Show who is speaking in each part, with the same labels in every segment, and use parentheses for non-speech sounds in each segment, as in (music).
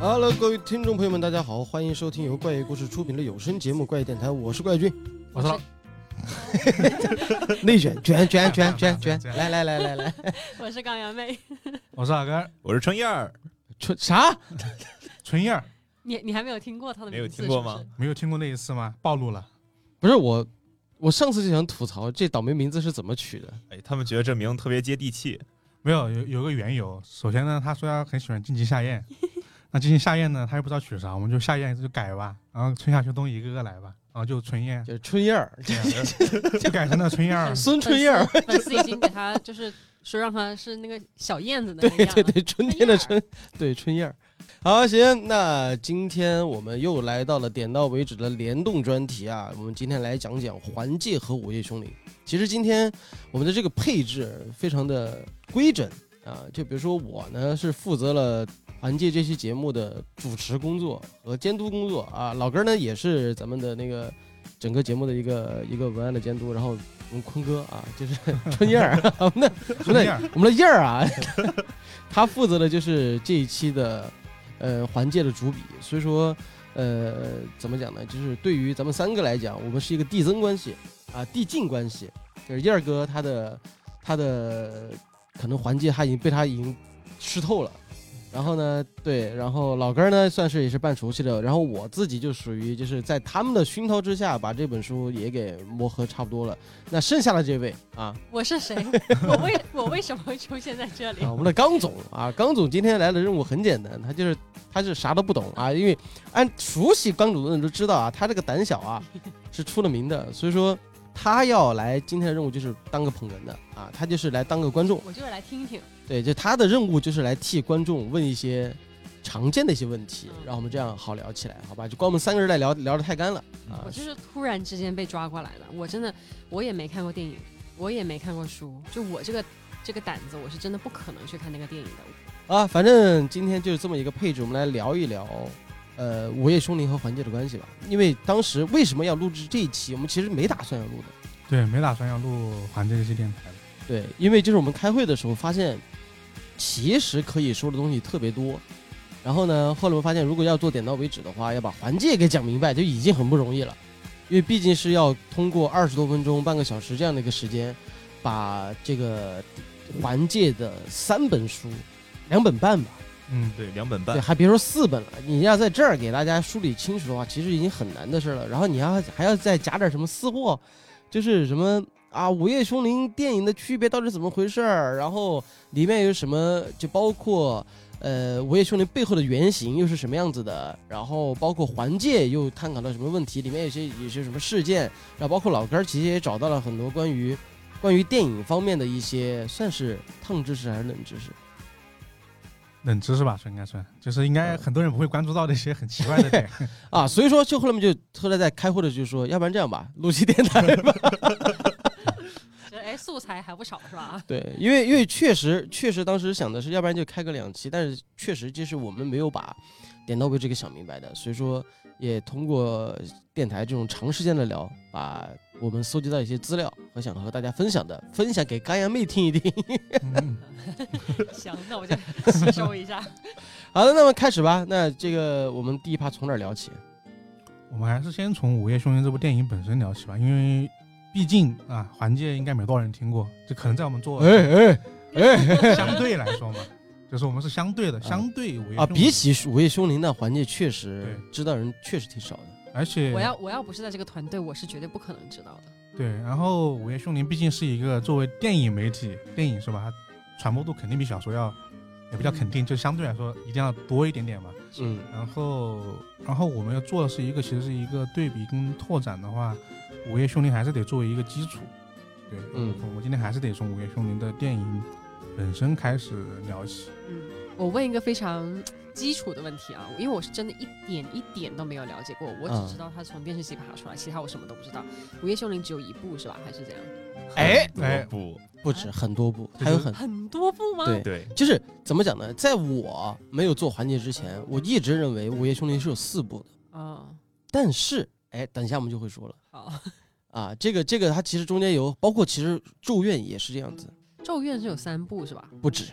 Speaker 1: Hello，各位听众朋友们，大家好，欢迎收听由怪异故事出品的有声节目《怪异电台》，我是怪 (laughs) 君，
Speaker 2: 我操，
Speaker 1: 内卷卷卷卷卷 (laughs) 卷，来来来来来，
Speaker 3: (laughs) 我是港阳妹，
Speaker 2: 我是阿甘，
Speaker 4: 我是春燕儿，
Speaker 1: 出啥？
Speaker 2: 纯燕儿，
Speaker 3: 你你还没有听过他的
Speaker 4: 没有
Speaker 3: 名字
Speaker 4: 听过吗
Speaker 3: 是不是。
Speaker 2: 没有听过那一次吗？暴露了，
Speaker 1: 不是我，我上次就想吐槽这倒霉名字是怎么取的。
Speaker 4: 哎，他们觉得这名特别接地气，
Speaker 2: 没有有有个缘由。首先呢，他说他很喜欢晋级夏
Speaker 1: (laughs)
Speaker 2: 宴，那晋级夏宴呢，他又不知道取啥，我们就夏宴就改吧，然后春夏秋冬一个个来吧，然后就春
Speaker 1: (laughs)
Speaker 2: 燕，
Speaker 1: 就是春燕儿，
Speaker 2: 就改成了春燕
Speaker 1: (laughs)
Speaker 2: 儿
Speaker 1: 孙春燕儿，
Speaker 3: 粉丝已经给他就是说让他是那个小燕子的
Speaker 1: 对
Speaker 3: 那个样
Speaker 1: 对
Speaker 3: 了。
Speaker 1: 对，春天的春，对春燕儿。好，行，那今天我们又来到了点到为止的联动专题啊。我们今天来讲讲环界和午夜凶铃。其实今天我们的这个配置非常的规整啊，就比如说我呢是负责了环界这期节目的主持工作和监督工作啊，老根儿呢也是咱们的那个整个节目的一个一个文案的监督，然后我们坤哥啊就是 (laughs) 春燕儿，我们的我
Speaker 2: 春
Speaker 1: 们
Speaker 2: 燕
Speaker 1: 的
Speaker 2: 儿，
Speaker 1: (laughs) 我们的燕儿啊，他负责的就是这一期的呃环界的主笔，所以说呃怎么讲呢？就是对于咱们三个来讲，我们是一个递增关系啊，递进关系。就是燕儿哥他的他的可能环界他已经被他已经吃透了。然后呢，对，然后老根儿呢算是也是半熟悉的，然后我自己就属于就是在他们的熏陶之下，把这本书也给磨合差不多了。那剩下的这位啊，
Speaker 3: 我是谁？我为我为什么会出现在这里
Speaker 1: 啊，？我们的刚总啊，刚总今天来的任务很简单，他就是他是啥都不懂啊，因为按熟悉刚总的人都知道啊，他这个胆小啊是出了名的，所以说他要来今天的任务就是当个捧哏的啊，他就是来当个观众，
Speaker 3: 我就是来听听。
Speaker 1: 对，就他的任务就是来替观众问一些常见的一些问题，
Speaker 3: 嗯
Speaker 1: 让我们这样好聊起来，好吧？就光我们三个人来聊聊的太干了啊
Speaker 3: 我，就是突然之间被抓过来的，我真的我也没看过电影，我也没看过书，就我这个这个胆子，我是真的不可能去看那个电影的。
Speaker 1: 啊，反正今天就是这么一个配置，我们来聊一聊，呃，午夜凶铃和环界的关系吧。因为当时为什么要录制这一期，我们其实没打算要录的，
Speaker 2: 对，没打算要录环这期电台了。
Speaker 1: 对，因为就是我们开会的时候发现，其实可以说的东西特别多。然后呢，后来我们发现，如果要做点到为止的话，要把环界给讲明白，就已经很不容易了，因为毕竟是要通过二十多分钟、半个小时这样的一个时间，把这个环界的三本书、两本半吧。
Speaker 2: 嗯，
Speaker 4: 对，两本
Speaker 1: 对，
Speaker 4: 半，
Speaker 1: 还别说四本了，你要在这儿给大家梳理清楚的话，其实已经很难的事儿了。然后你要还要再加点什么私货，就是什么啊，《午夜凶铃》电影的区别到底怎么回事儿？然后里面有什么，就包括呃，《午夜凶铃》背后的原型又是什么样子的？然后包括环界又探讨了什么问题？里面有些有些什么事件？然后包括老根儿其实也找到了很多关于关于电影方面的一些算是烫知识还是冷知识。
Speaker 2: 冷知识吧，算应该算，就是应该很多人不会关注到的一些很奇怪
Speaker 1: (laughs)
Speaker 2: 的点。
Speaker 1: 啊，所以说就后来我们就后来在开会的时候就说，要不然这样吧，录期电台 (laughs) 吧。
Speaker 3: 这哎，素材还不少是吧？
Speaker 1: 对，因为因为确实确实当时想的是，要不然就开个两期，但是确实就是我们没有把点到为止给想明白的，所以说也通过电台这种长时间的聊，把我们搜集到一些资料和想和大家分享的，分享给干阳妹听一听。 (laughs)
Speaker 2: 嗯
Speaker 3: (laughs) 行，那我就吸收一下。
Speaker 1: 好的，那么开始吧。那这个我们第一趴从哪儿聊起？
Speaker 2: 我们还是先从《午夜凶铃》这部电影本身聊起吧，因为毕竟啊，环界应该没多少人听过，这可能在我们做
Speaker 1: (laughs) 哎哎
Speaker 2: 相对来说嘛， (laughs) 就是我们是相对的，相对午夜
Speaker 1: 啊，
Speaker 2: 凶铃
Speaker 1: 比起《午夜凶铃》那环节，确实
Speaker 2: 对
Speaker 1: 知道人确实挺少的。
Speaker 2: 而且
Speaker 3: 我要我要不是在这个团队，我是绝对不可能知道的。
Speaker 2: 对，然后《午夜凶铃》毕竟是一个作为电影媒体，电影是吧，它传播度肯定比小说要，也不叫肯定，就相对来说一定要多一点点嘛。
Speaker 1: 嗯，
Speaker 2: 然后，然后我们要做的是一个，其实是一个对比跟拓展的话，《午夜凶铃》还是得作为一个基础。对，
Speaker 1: 嗯
Speaker 2: 我们今天还是得从《午夜凶铃》的电影本身开始聊起。
Speaker 3: 嗯，我问一个非常基础的问题啊，因为我是真的一点一点都没有了解过，我
Speaker 1: 嗯
Speaker 3: 只知道它从电视机爬出来，其他我什么都不知道。《午夜凶铃》只有一部是吧？还是这样？
Speaker 1: 哎
Speaker 2: 哎
Speaker 4: 不，
Speaker 1: 不止很多部，
Speaker 2: 对
Speaker 1: 还有很
Speaker 3: 很多部吗？
Speaker 1: 对，
Speaker 4: 对，
Speaker 1: 就是怎么讲呢？在我没有做环节之前，我一直认为《午夜凶铃》是有四部的，
Speaker 3: 哦，
Speaker 1: 但是哎，等一下我们就会说了
Speaker 3: (laughs) 好，
Speaker 1: 啊，这个这个它其实中间有包括其实《咒怨》也是这样子，
Speaker 3: 咒怨》是有三部是吧？
Speaker 1: 不止，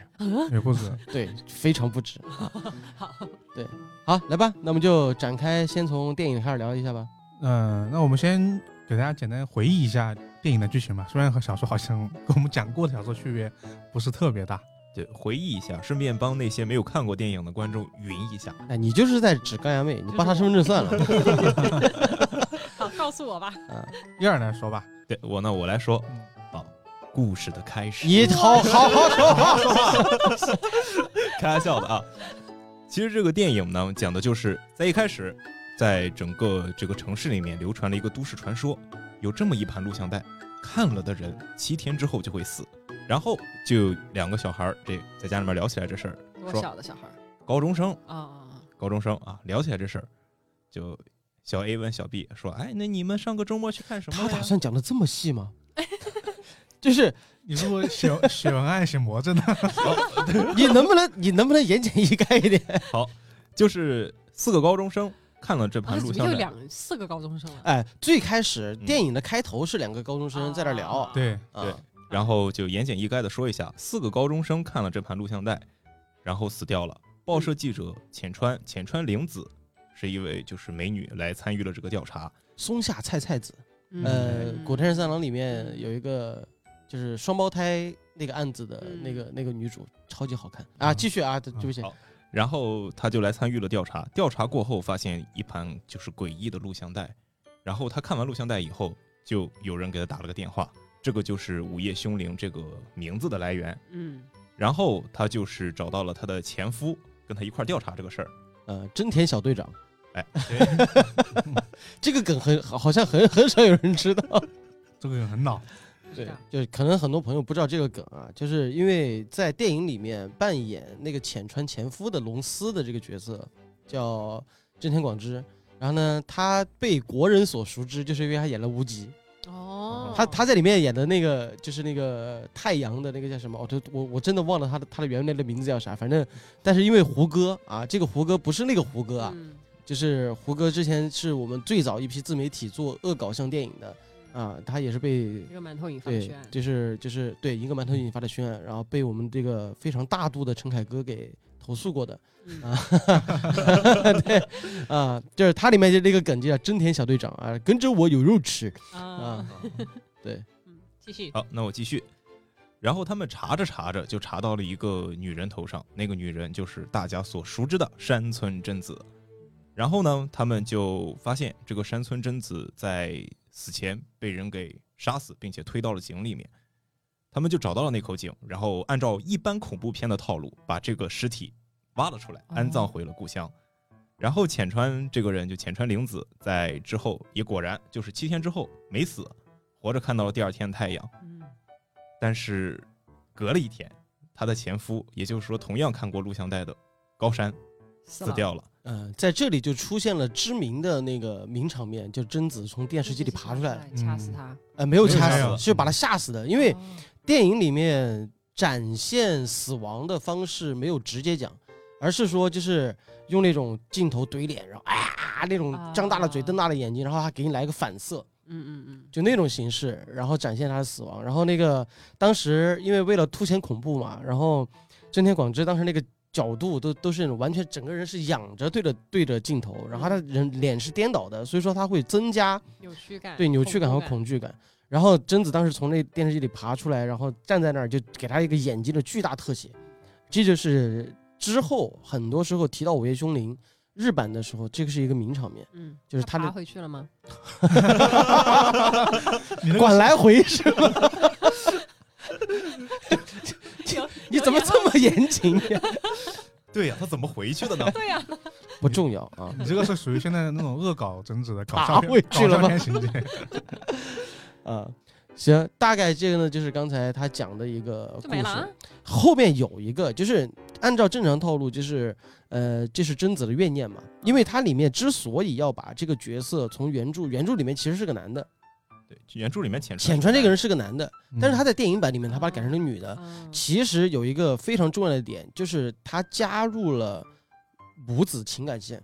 Speaker 2: 也不 (laughs) 止。
Speaker 1: 对，非常不止。
Speaker 3: 好， (laughs)
Speaker 1: 好，来吧，那我们就展开，先从电影开始聊一下吧。
Speaker 2: 嗯，那我们先给大家简单回忆一下电影的剧情吧。虽然和小说好像跟我们讲过的小说区别不是特别大，
Speaker 4: 对，回忆一下，顺便帮那些没有看过电影的观众云一下。
Speaker 1: 哎，你就是在指钢牙妹，你扒她身份证算了。
Speaker 3: 好，告诉我吧。
Speaker 1: 啊，
Speaker 2: 一二来说吧。
Speaker 4: 对我呢，我来说
Speaker 2: 嗯，
Speaker 4: 好，故事的开始。 (laughs)
Speaker 1: 你好好好说话。
Speaker 4: 开玩笑的啊。其实这个电影呢，讲的就是在一开始，在整个这个城市里面流传了一个都市传说，有这么一盘录像带，看了的人七天之后就会死。然后就有两个小孩儿这在家里面聊起来这事儿，
Speaker 3: 多
Speaker 4: 说
Speaker 3: 小的小孩儿
Speaker 4: 高中生，
Speaker 3: 啊啊
Speaker 4: 高中生啊，聊起来这事儿，就小 A 问小 B 说：“哎，那你们上个周末去看什么
Speaker 1: 他
Speaker 4: 了呀？”
Speaker 1: 打算讲的这么细吗？ (laughs) 就是
Speaker 2: (laughs) 你如果写写文案写魔怔呢？
Speaker 1: 你能不能你能不能言简意赅一点？
Speaker 4: 就是四个高中生看了这
Speaker 3: 啊！啊
Speaker 4: 盘录
Speaker 3: 怎 (laughs) 么
Speaker 4: 像
Speaker 3: 又
Speaker 4: 带，
Speaker 3: 两四个高中生了？
Speaker 1: 哎，最开始
Speaker 4: 嗯
Speaker 1: 电影的开头是两个高中生在那儿聊
Speaker 3: 啊，
Speaker 2: 对，
Speaker 1: 啊
Speaker 4: 对然后就言简意赅的说一下，四个高中生看了这盘录像带，然后死掉了。报社记者浅川浅川绫子是一位就是美女来参与了这个调查，
Speaker 1: 松下菜菜子，
Speaker 3: 嗯
Speaker 1: 呃，《古
Speaker 3: 嗯
Speaker 1: 田任三郎》里面有一个就是双胞胎那个案子的
Speaker 3: 嗯
Speaker 1: 那个那个女主，超级好看啊！继续啊，对对不起
Speaker 4: 好然后他就来参与了调查。调查过后发现一盘就是诡异的录像带，然后他看完录像带以后，就有人给他打了个电话，这个就是午夜凶铃这个名字的来源。
Speaker 3: 嗯，
Speaker 4: 然后他就是找到了他的前夫，跟他一块儿调查这个事儿。
Speaker 1: 呃，真田小队长，
Speaker 4: 哎，
Speaker 1: 这个梗很好，好像很很少有人知道。
Speaker 2: 这个人很老。
Speaker 1: 对
Speaker 3: 是啊，
Speaker 1: 就是可能很多朋友不知道这个梗啊，就是因为在电影里面扮演那个浅川前夫的龙司的这个角色叫真田广之，然后呢，他被国人所熟知，就是因为他演了无极，
Speaker 3: 哦，
Speaker 1: 他他在里面演的那个就是那个太阳的那个叫什么？哦，这我我真的忘了他的他的原来的名字叫啥，反正但是因为胡歌啊，这个胡歌不是那个胡歌啊，
Speaker 3: 嗯
Speaker 1: 就是胡歌之前是我们最早一批自媒体做恶搞向电影的啊，他也是被
Speaker 3: 一个馒头引发的
Speaker 1: 对
Speaker 3: 血案，
Speaker 1: 就是就是对一个馒头引发的宣案，然后被我们这个非常大度的陈凯歌给投诉过的 (laughs)
Speaker 3: 嗯
Speaker 1: 啊，对啊，就是它里面就那个梗就叫真田小队长啊，跟着我有肉吃啊
Speaker 3: 啊，， (laughs) 嗯继续，
Speaker 4: 好，那我继续。然后他们查着查着就查到了一个女人头上，那个女人就是大家所熟知的山村贞子。然后呢，他们就发现这个山村贞子在死前被人给杀死，并且推到了井里面。他们就找到了那口井，然后按照一般恐怖片的套路，把这个尸体挖了出来，安葬回了故乡。然后浅川这个人就浅川绫子，在之后也果然就是七天之后没死，活着看到了第二天的太阳。
Speaker 3: 嗯
Speaker 4: 但是隔了一天，她的前夫，也就是说同样看过录像带的高山
Speaker 3: 死
Speaker 4: 死掉了。
Speaker 1: 嗯、在这里就出现了知名的那个名场面，就贞子从电视机里爬出来，
Speaker 3: 掐死
Speaker 2: 嗯
Speaker 3: 他，
Speaker 1: 呃，没有
Speaker 2: 没有
Speaker 1: 掐
Speaker 2: 掐
Speaker 1: 死，
Speaker 2: 死
Speaker 1: 是把他吓死的，因为
Speaker 3: 哦
Speaker 1: 电影里面展现死亡的方式没有直接讲，而是说就是用那种镜头怼脸，然后啊那种张大了嘴、
Speaker 3: 啊
Speaker 1: 瞪大了眼睛，然后他给你来个反色，
Speaker 3: 嗯嗯嗯，
Speaker 1: 就那种形式，然后展现他的死亡。然后那个当时因为为了凸显恐怖嘛，然后真田广之当时那个。角度都都是那种完全整个人是仰着对着对着镜头，然后他的人脸是颠倒的，所以说他会增加
Speaker 3: 扭曲感，
Speaker 1: 对扭曲感和
Speaker 3: 怖
Speaker 1: 恐惧感。然后贞子当时从那电视机里爬出来，然后站在那儿，就给他一个眼睛的巨大特写。这就是之后很多时候提到《午夜凶铃》日版的时候，这个是一个名场面，
Speaker 3: 嗯，
Speaker 1: 就是他
Speaker 3: 他
Speaker 1: 那
Speaker 3: 爬回去了吗？？
Speaker 2: 你那个
Speaker 1: 管来回是吗？ (laughs) 你怎么这么严谨呀？ (laughs)
Speaker 4: 对呀、她怎么回去的呢
Speaker 3: (laughs) 对呀、
Speaker 1: 不重要啊。
Speaker 2: 你这个是属于现在那种恶搞整治的搞
Speaker 1: 打
Speaker 2: 笑
Speaker 1: 回
Speaker 2: 片、搞
Speaker 1: 去了
Speaker 2: 笑
Speaker 1: 吗
Speaker 2: 片情 (laughs) 节。
Speaker 1: 啊，
Speaker 2: 嗯
Speaker 1: 行，大概这个呢，就是刚才他讲的一个
Speaker 3: 就
Speaker 1: 故
Speaker 3: 没了、
Speaker 1: 事
Speaker 3: 啊。。
Speaker 1: 后面有一个，就是按照正常套路，就是呃，这是贞子的怨念嘛，因为它里面之所以要把这个角色从原著，原著里面其实是个男的，嗯
Speaker 4: 对，原著里面浅
Speaker 1: 浅川这个人是个男的，但是他
Speaker 2: 他
Speaker 1: 在电影版里面他把他改成了女的。
Speaker 3: 嗯
Speaker 1: 呃其实有一个非常重要的点，就是他加入了母子情感线。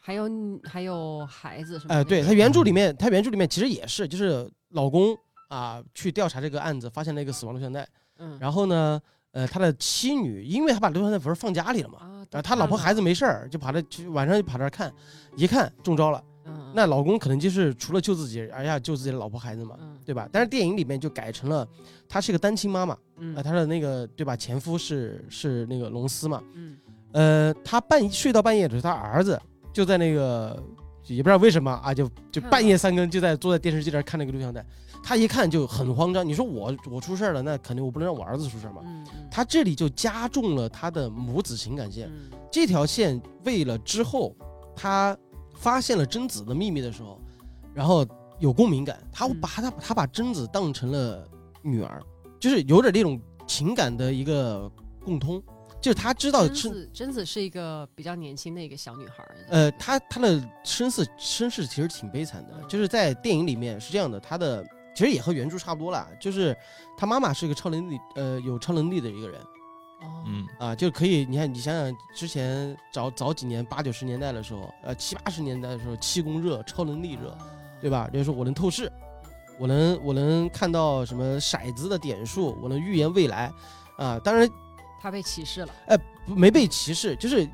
Speaker 3: 还有你还有孩子什么？
Speaker 1: 哎、对他，原著里面，他原著里面其实也是，就是老公啊、去调查这个案子，发现了一个死亡录像带，
Speaker 3: 嗯，
Speaker 1: 然后呢，呃，他的妻女，因为他把流传的文放家里了嘛，
Speaker 3: 啊，
Speaker 1: 然后他老婆孩
Speaker 3: 子，
Speaker 1: 子没事儿，就跑这去晚上就跑这儿看，一看中招了。
Speaker 3: 嗯，
Speaker 1: 那老公可能就是除了救自己，而要救自己的老婆孩子嘛，
Speaker 3: 嗯
Speaker 1: 对吧？但是电影里面就改成了，她是个单亲妈妈，
Speaker 3: 嗯
Speaker 1: 呃，她的那个对吧，前夫是是那个龙司嘛，
Speaker 3: 嗯
Speaker 1: 呃，她半睡到半夜的时候，她儿子就在那个也不知道为什么啊，就就
Speaker 3: 看了
Speaker 1: 半夜三更就在坐在电视机那儿看那个录像带，她一看就很慌张。你说我我出事儿了，那肯定我不能让我儿子出事儿嘛。
Speaker 3: 嗯嗯，
Speaker 1: 她这里就加重了她的母子情感线，
Speaker 3: 嗯
Speaker 1: 这条线为了之后她发现了贞子的秘密的时候，然后有共鸣感，她
Speaker 3: 嗯
Speaker 1: 把她她把贞子当成了女儿，就是有点那种情感的一个共通，就是她知道
Speaker 3: 贞
Speaker 1: 是。
Speaker 3: 子贞子是一个比较年轻的一个小女孩儿，
Speaker 1: 呃，她她的身世身世其实挺悲惨的，就是在电影里面是这样的，她的其实也和原著差不多啦，就是她妈妈是一个超能力呃有超能力的一个人
Speaker 3: 哦，
Speaker 4: 嗯，
Speaker 1: 啊，就可以你看你想想之前早早几年八九十年代的时候，呃七八十年代的时候气功热超能力热，
Speaker 3: 啊
Speaker 1: 对吧？就是说我能透视，我能我能看到什么骰子的点数，我能预言未来啊，当然
Speaker 3: 她被歧视了，
Speaker 1: 哎、不没被歧视，就是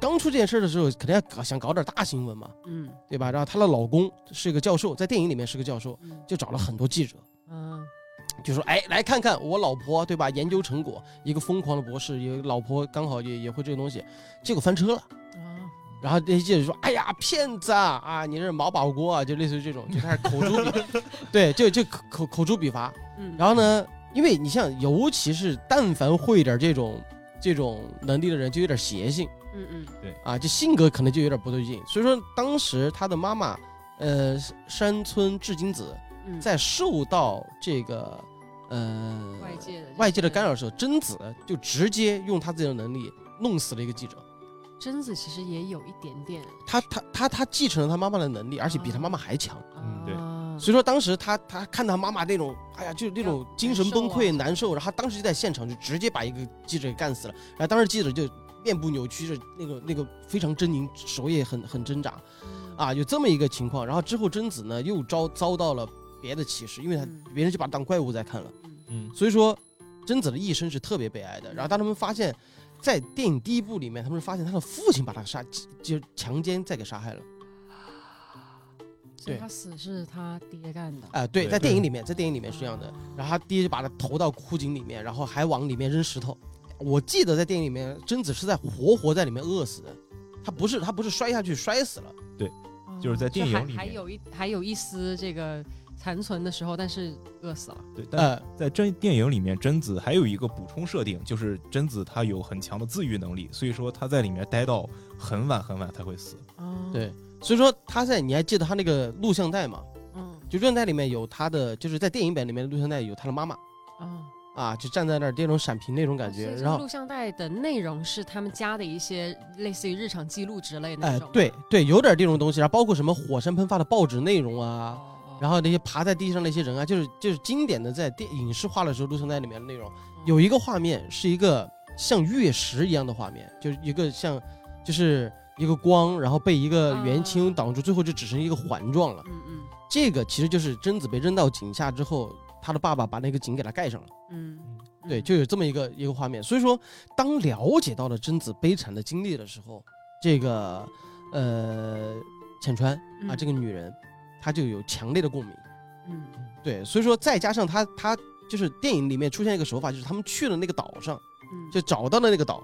Speaker 1: 刚出这件事儿的时候，肯定要搞想搞点大新闻嘛。
Speaker 3: 嗯
Speaker 1: 对吧？然后她的老公是个教授，在电影里面是个教授，
Speaker 3: 嗯
Speaker 1: 就哦找了很多记者，
Speaker 3: 嗯
Speaker 1: 就说：“哎，来看看我老婆，对吧？研究成果，一个疯狂的博士，有老婆刚好也也会这个东西，结果翻车了。
Speaker 3: 啊，”
Speaker 1: 然后那些记者就说：“哎呀，骗子啊！啊，你这是毛宝锅啊！”就类似于这种，就开始口诛笔， (laughs) 对，就就口口口诛笔伐。
Speaker 3: 嗯，
Speaker 1: 然后呢，因为你像，尤其是但凡会一点这种这种能力的人，就有点邪性。
Speaker 3: 嗯嗯
Speaker 1: 啊，这性格可能就有点不对劲。所以说，当时他的妈妈，呃，山村智金子
Speaker 3: 嗯，
Speaker 1: 在受到这个呃
Speaker 3: 外界的
Speaker 1: 外界的干
Speaker 3: 扰，
Speaker 1: 扰的时候，贞子就直接用她自己的能力弄死了一个记者。
Speaker 3: 贞子其实也有一点点，
Speaker 1: 她她她她继承了她妈妈的能力，而且比她妈妈还强。
Speaker 2: 嗯
Speaker 4: 对
Speaker 3: 啊
Speaker 1: 所以说当时她她看她妈妈那种，哎呀，就是那种精神崩溃、
Speaker 3: 难受啊
Speaker 1: 难受，然后她当时就在现场就直接把一个记者给干死了。然后当时记者就面部扭曲着，那个那个非常狰狞，手也很很挣扎。
Speaker 3: 嗯
Speaker 1: 啊，有这么一个情况。然后之后贞子呢又遭遭到了别的歧视，因为她
Speaker 3: 嗯
Speaker 1: 别人就把她当怪物在看了。
Speaker 3: 嗯
Speaker 4: 嗯
Speaker 1: 所以说，贞子的一生是特别悲哀的。然后当他们发现，在电影第一部里面，他们发现她的父亲把她杀，就强奸再给杀害了。
Speaker 3: 所以
Speaker 1: 对
Speaker 3: 他死是他爹干的，啊
Speaker 1: 啊、对，
Speaker 4: 对
Speaker 1: 在电
Speaker 2: 对
Speaker 1: 影里面，在电影里面是这样的。然后他爹就把她投到枯井里面，然后还往里面扔石头。我记得在电影里面，贞子是在活活在里面饿死的，她不是她不是摔下去摔死了。
Speaker 4: 就是在
Speaker 3: 啊
Speaker 4: 电
Speaker 3: 还
Speaker 4: 影里
Speaker 3: 还
Speaker 4: 面
Speaker 3: 有一还有一丝这个残存的时候，但是饿死了，
Speaker 4: 对，但
Speaker 1: 呃，
Speaker 4: 在真电影里面，贞子还有一个补充设定，就是贞子她有很强的自愈能力，所以说她在里面待到很晚很晚才会死。
Speaker 3: 啊，
Speaker 1: 对，所以说她在你还记得她那个录像带吗？
Speaker 3: 嗯
Speaker 1: 就录像带里面有他的，就是在电影版里面的录像带有他的妈妈
Speaker 3: 啊，
Speaker 1: 啊，就站在那儿这种闪屏那种感
Speaker 3: 哦所
Speaker 1: 觉
Speaker 3: 以，这
Speaker 1: 然
Speaker 3: 个
Speaker 1: 后
Speaker 3: 录像带的内容是他们家的一些类似于日常记录之类的
Speaker 1: 哎
Speaker 3: 那种，，
Speaker 1: 对对，有点这种东西，然后包括什么火山喷发的报纸内容
Speaker 3: 哦，
Speaker 1: 啊，
Speaker 3: 哦
Speaker 1: 然后那些爬在地上那些人啊，就是就是经典的在电影视化的时候录像带里面的内
Speaker 3: 哦
Speaker 1: 容，有一个画面是一个像月食一样的画面，就是一个像就是一个光，然后被一个圆
Speaker 3: 啊
Speaker 1: 青挡住，最后就只剩一个环状了。
Speaker 3: 嗯嗯
Speaker 1: 这个其实就是贞子被扔到井下之后，他的爸爸把那个井给他盖上了。
Speaker 3: 嗯，
Speaker 1: 对，
Speaker 3: 嗯
Speaker 1: 就有这么一个一个画面。所以说，当了解到了贞子悲惨的经历的时候，这个呃浅川啊，
Speaker 3: 嗯
Speaker 1: 这个女人，她就有强烈的共鸣。
Speaker 3: 嗯
Speaker 1: 对，所以说再加上她她就是电影里面出现一个手法，就是他们去了那个岛上，
Speaker 3: 嗯
Speaker 1: 就找到了那个岛，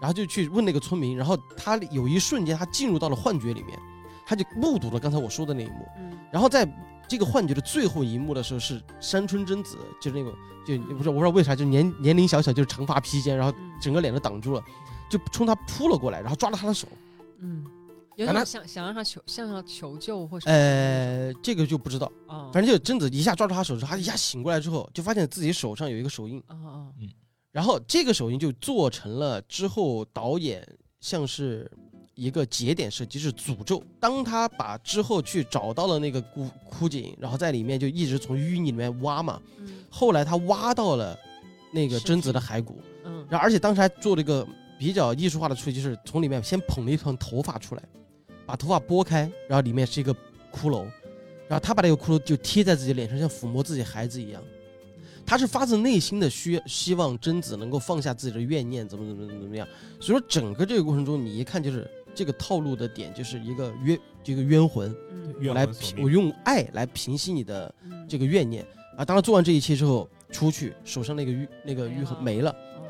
Speaker 1: 然后就去问那个村民，然后她有一瞬间她进入到了幻觉里面，她就目睹了刚才我说的那一幕。
Speaker 3: 嗯
Speaker 1: 然后在这个幻觉的最后一幕的时候，是山村贞子，就是那个就不是我不知道为啥，就年年龄小小，就是长发披肩，然后
Speaker 3: 嗯
Speaker 1: 整个脸都挡住了，就冲他扑了过来，然后抓了他的手。
Speaker 3: 嗯，有
Speaker 1: 反
Speaker 3: 种
Speaker 1: 正
Speaker 3: 想想让他求向他求救或什么的
Speaker 1: 呃，这个就不知道，
Speaker 3: 那种，哦
Speaker 1: 反正就贞子一下抓住他手之后，他一下醒过来之后，就发现自己手上有一个手印，
Speaker 3: 哦哦
Speaker 1: 然后这个手印就做成了之后导演像是。一个节点设计是诅咒。当他把之后去找到了那个枯枯井，然后在里面就一直从淤泥里面挖嘛，
Speaker 3: 嗯
Speaker 1: 后来他挖到了那个
Speaker 3: 尸体
Speaker 1: 贞子的骸骨，
Speaker 3: 嗯
Speaker 1: 然后而且当时还做了一个比较艺术化的处理，就是从里面先捧了一团头发出来，把头发拨开，然后里面是一个骷髅，然后他把这个骷髅就贴在自己脸上，像抚摸自己孩子一样。他是发自内心的需希望贞子能够放下自己的怨念，怎么怎么怎么怎么样。所以说整个这个过程中，你一看就是这个套路的点，就是一个冤这个冤魂，
Speaker 3: 嗯
Speaker 4: 怨
Speaker 1: 我来
Speaker 4: 魂所
Speaker 1: 平
Speaker 4: 命
Speaker 1: 我用爱来平息你的
Speaker 3: 嗯
Speaker 1: 这个怨念啊。当然做完这一切之后出去，手上那个淤那个淤痕没了。
Speaker 3: 嗯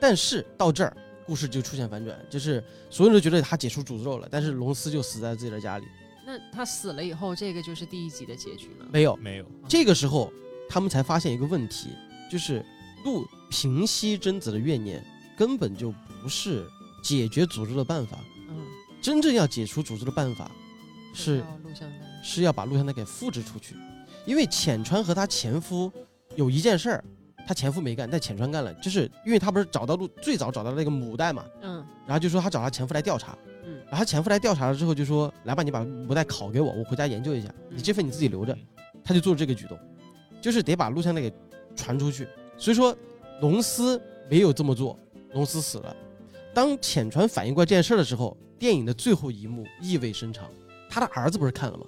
Speaker 1: 但是到这儿，故事就出现反转，就是所有人都觉得他解除诅咒了，但是龙司就死在自己的家里，
Speaker 3: 那他死了以后，这个就是第一集的结局了。
Speaker 1: 没有。
Speaker 4: 没有，
Speaker 1: 这个时候，他们才发现一个问题，就是路平息贞子的怨念根本就不是解决诅咒的办法，
Speaker 3: 嗯，
Speaker 1: 真正要解除诅咒的办法是
Speaker 3: 要录像带
Speaker 1: 是要把录像带给复制出去，因为浅川和她前夫有一件事儿，她前夫没干，但浅川干了，就是因为她不是找到录最早找到那个母带嘛，
Speaker 3: 嗯
Speaker 1: 然后就说她找她前夫来调查，
Speaker 3: 嗯
Speaker 1: 然后她前夫来调查了之后就说，来吧，你把母带拷给我，我回家研究一下，你这份你自己留着，他就做这个举动，就是得把录像带给传出去。所以说，龙司没有这么做，龙司死了。当浅川反应过来这件事儿的时候，电影的最后一幕意味深长，他的儿子不是看了吗？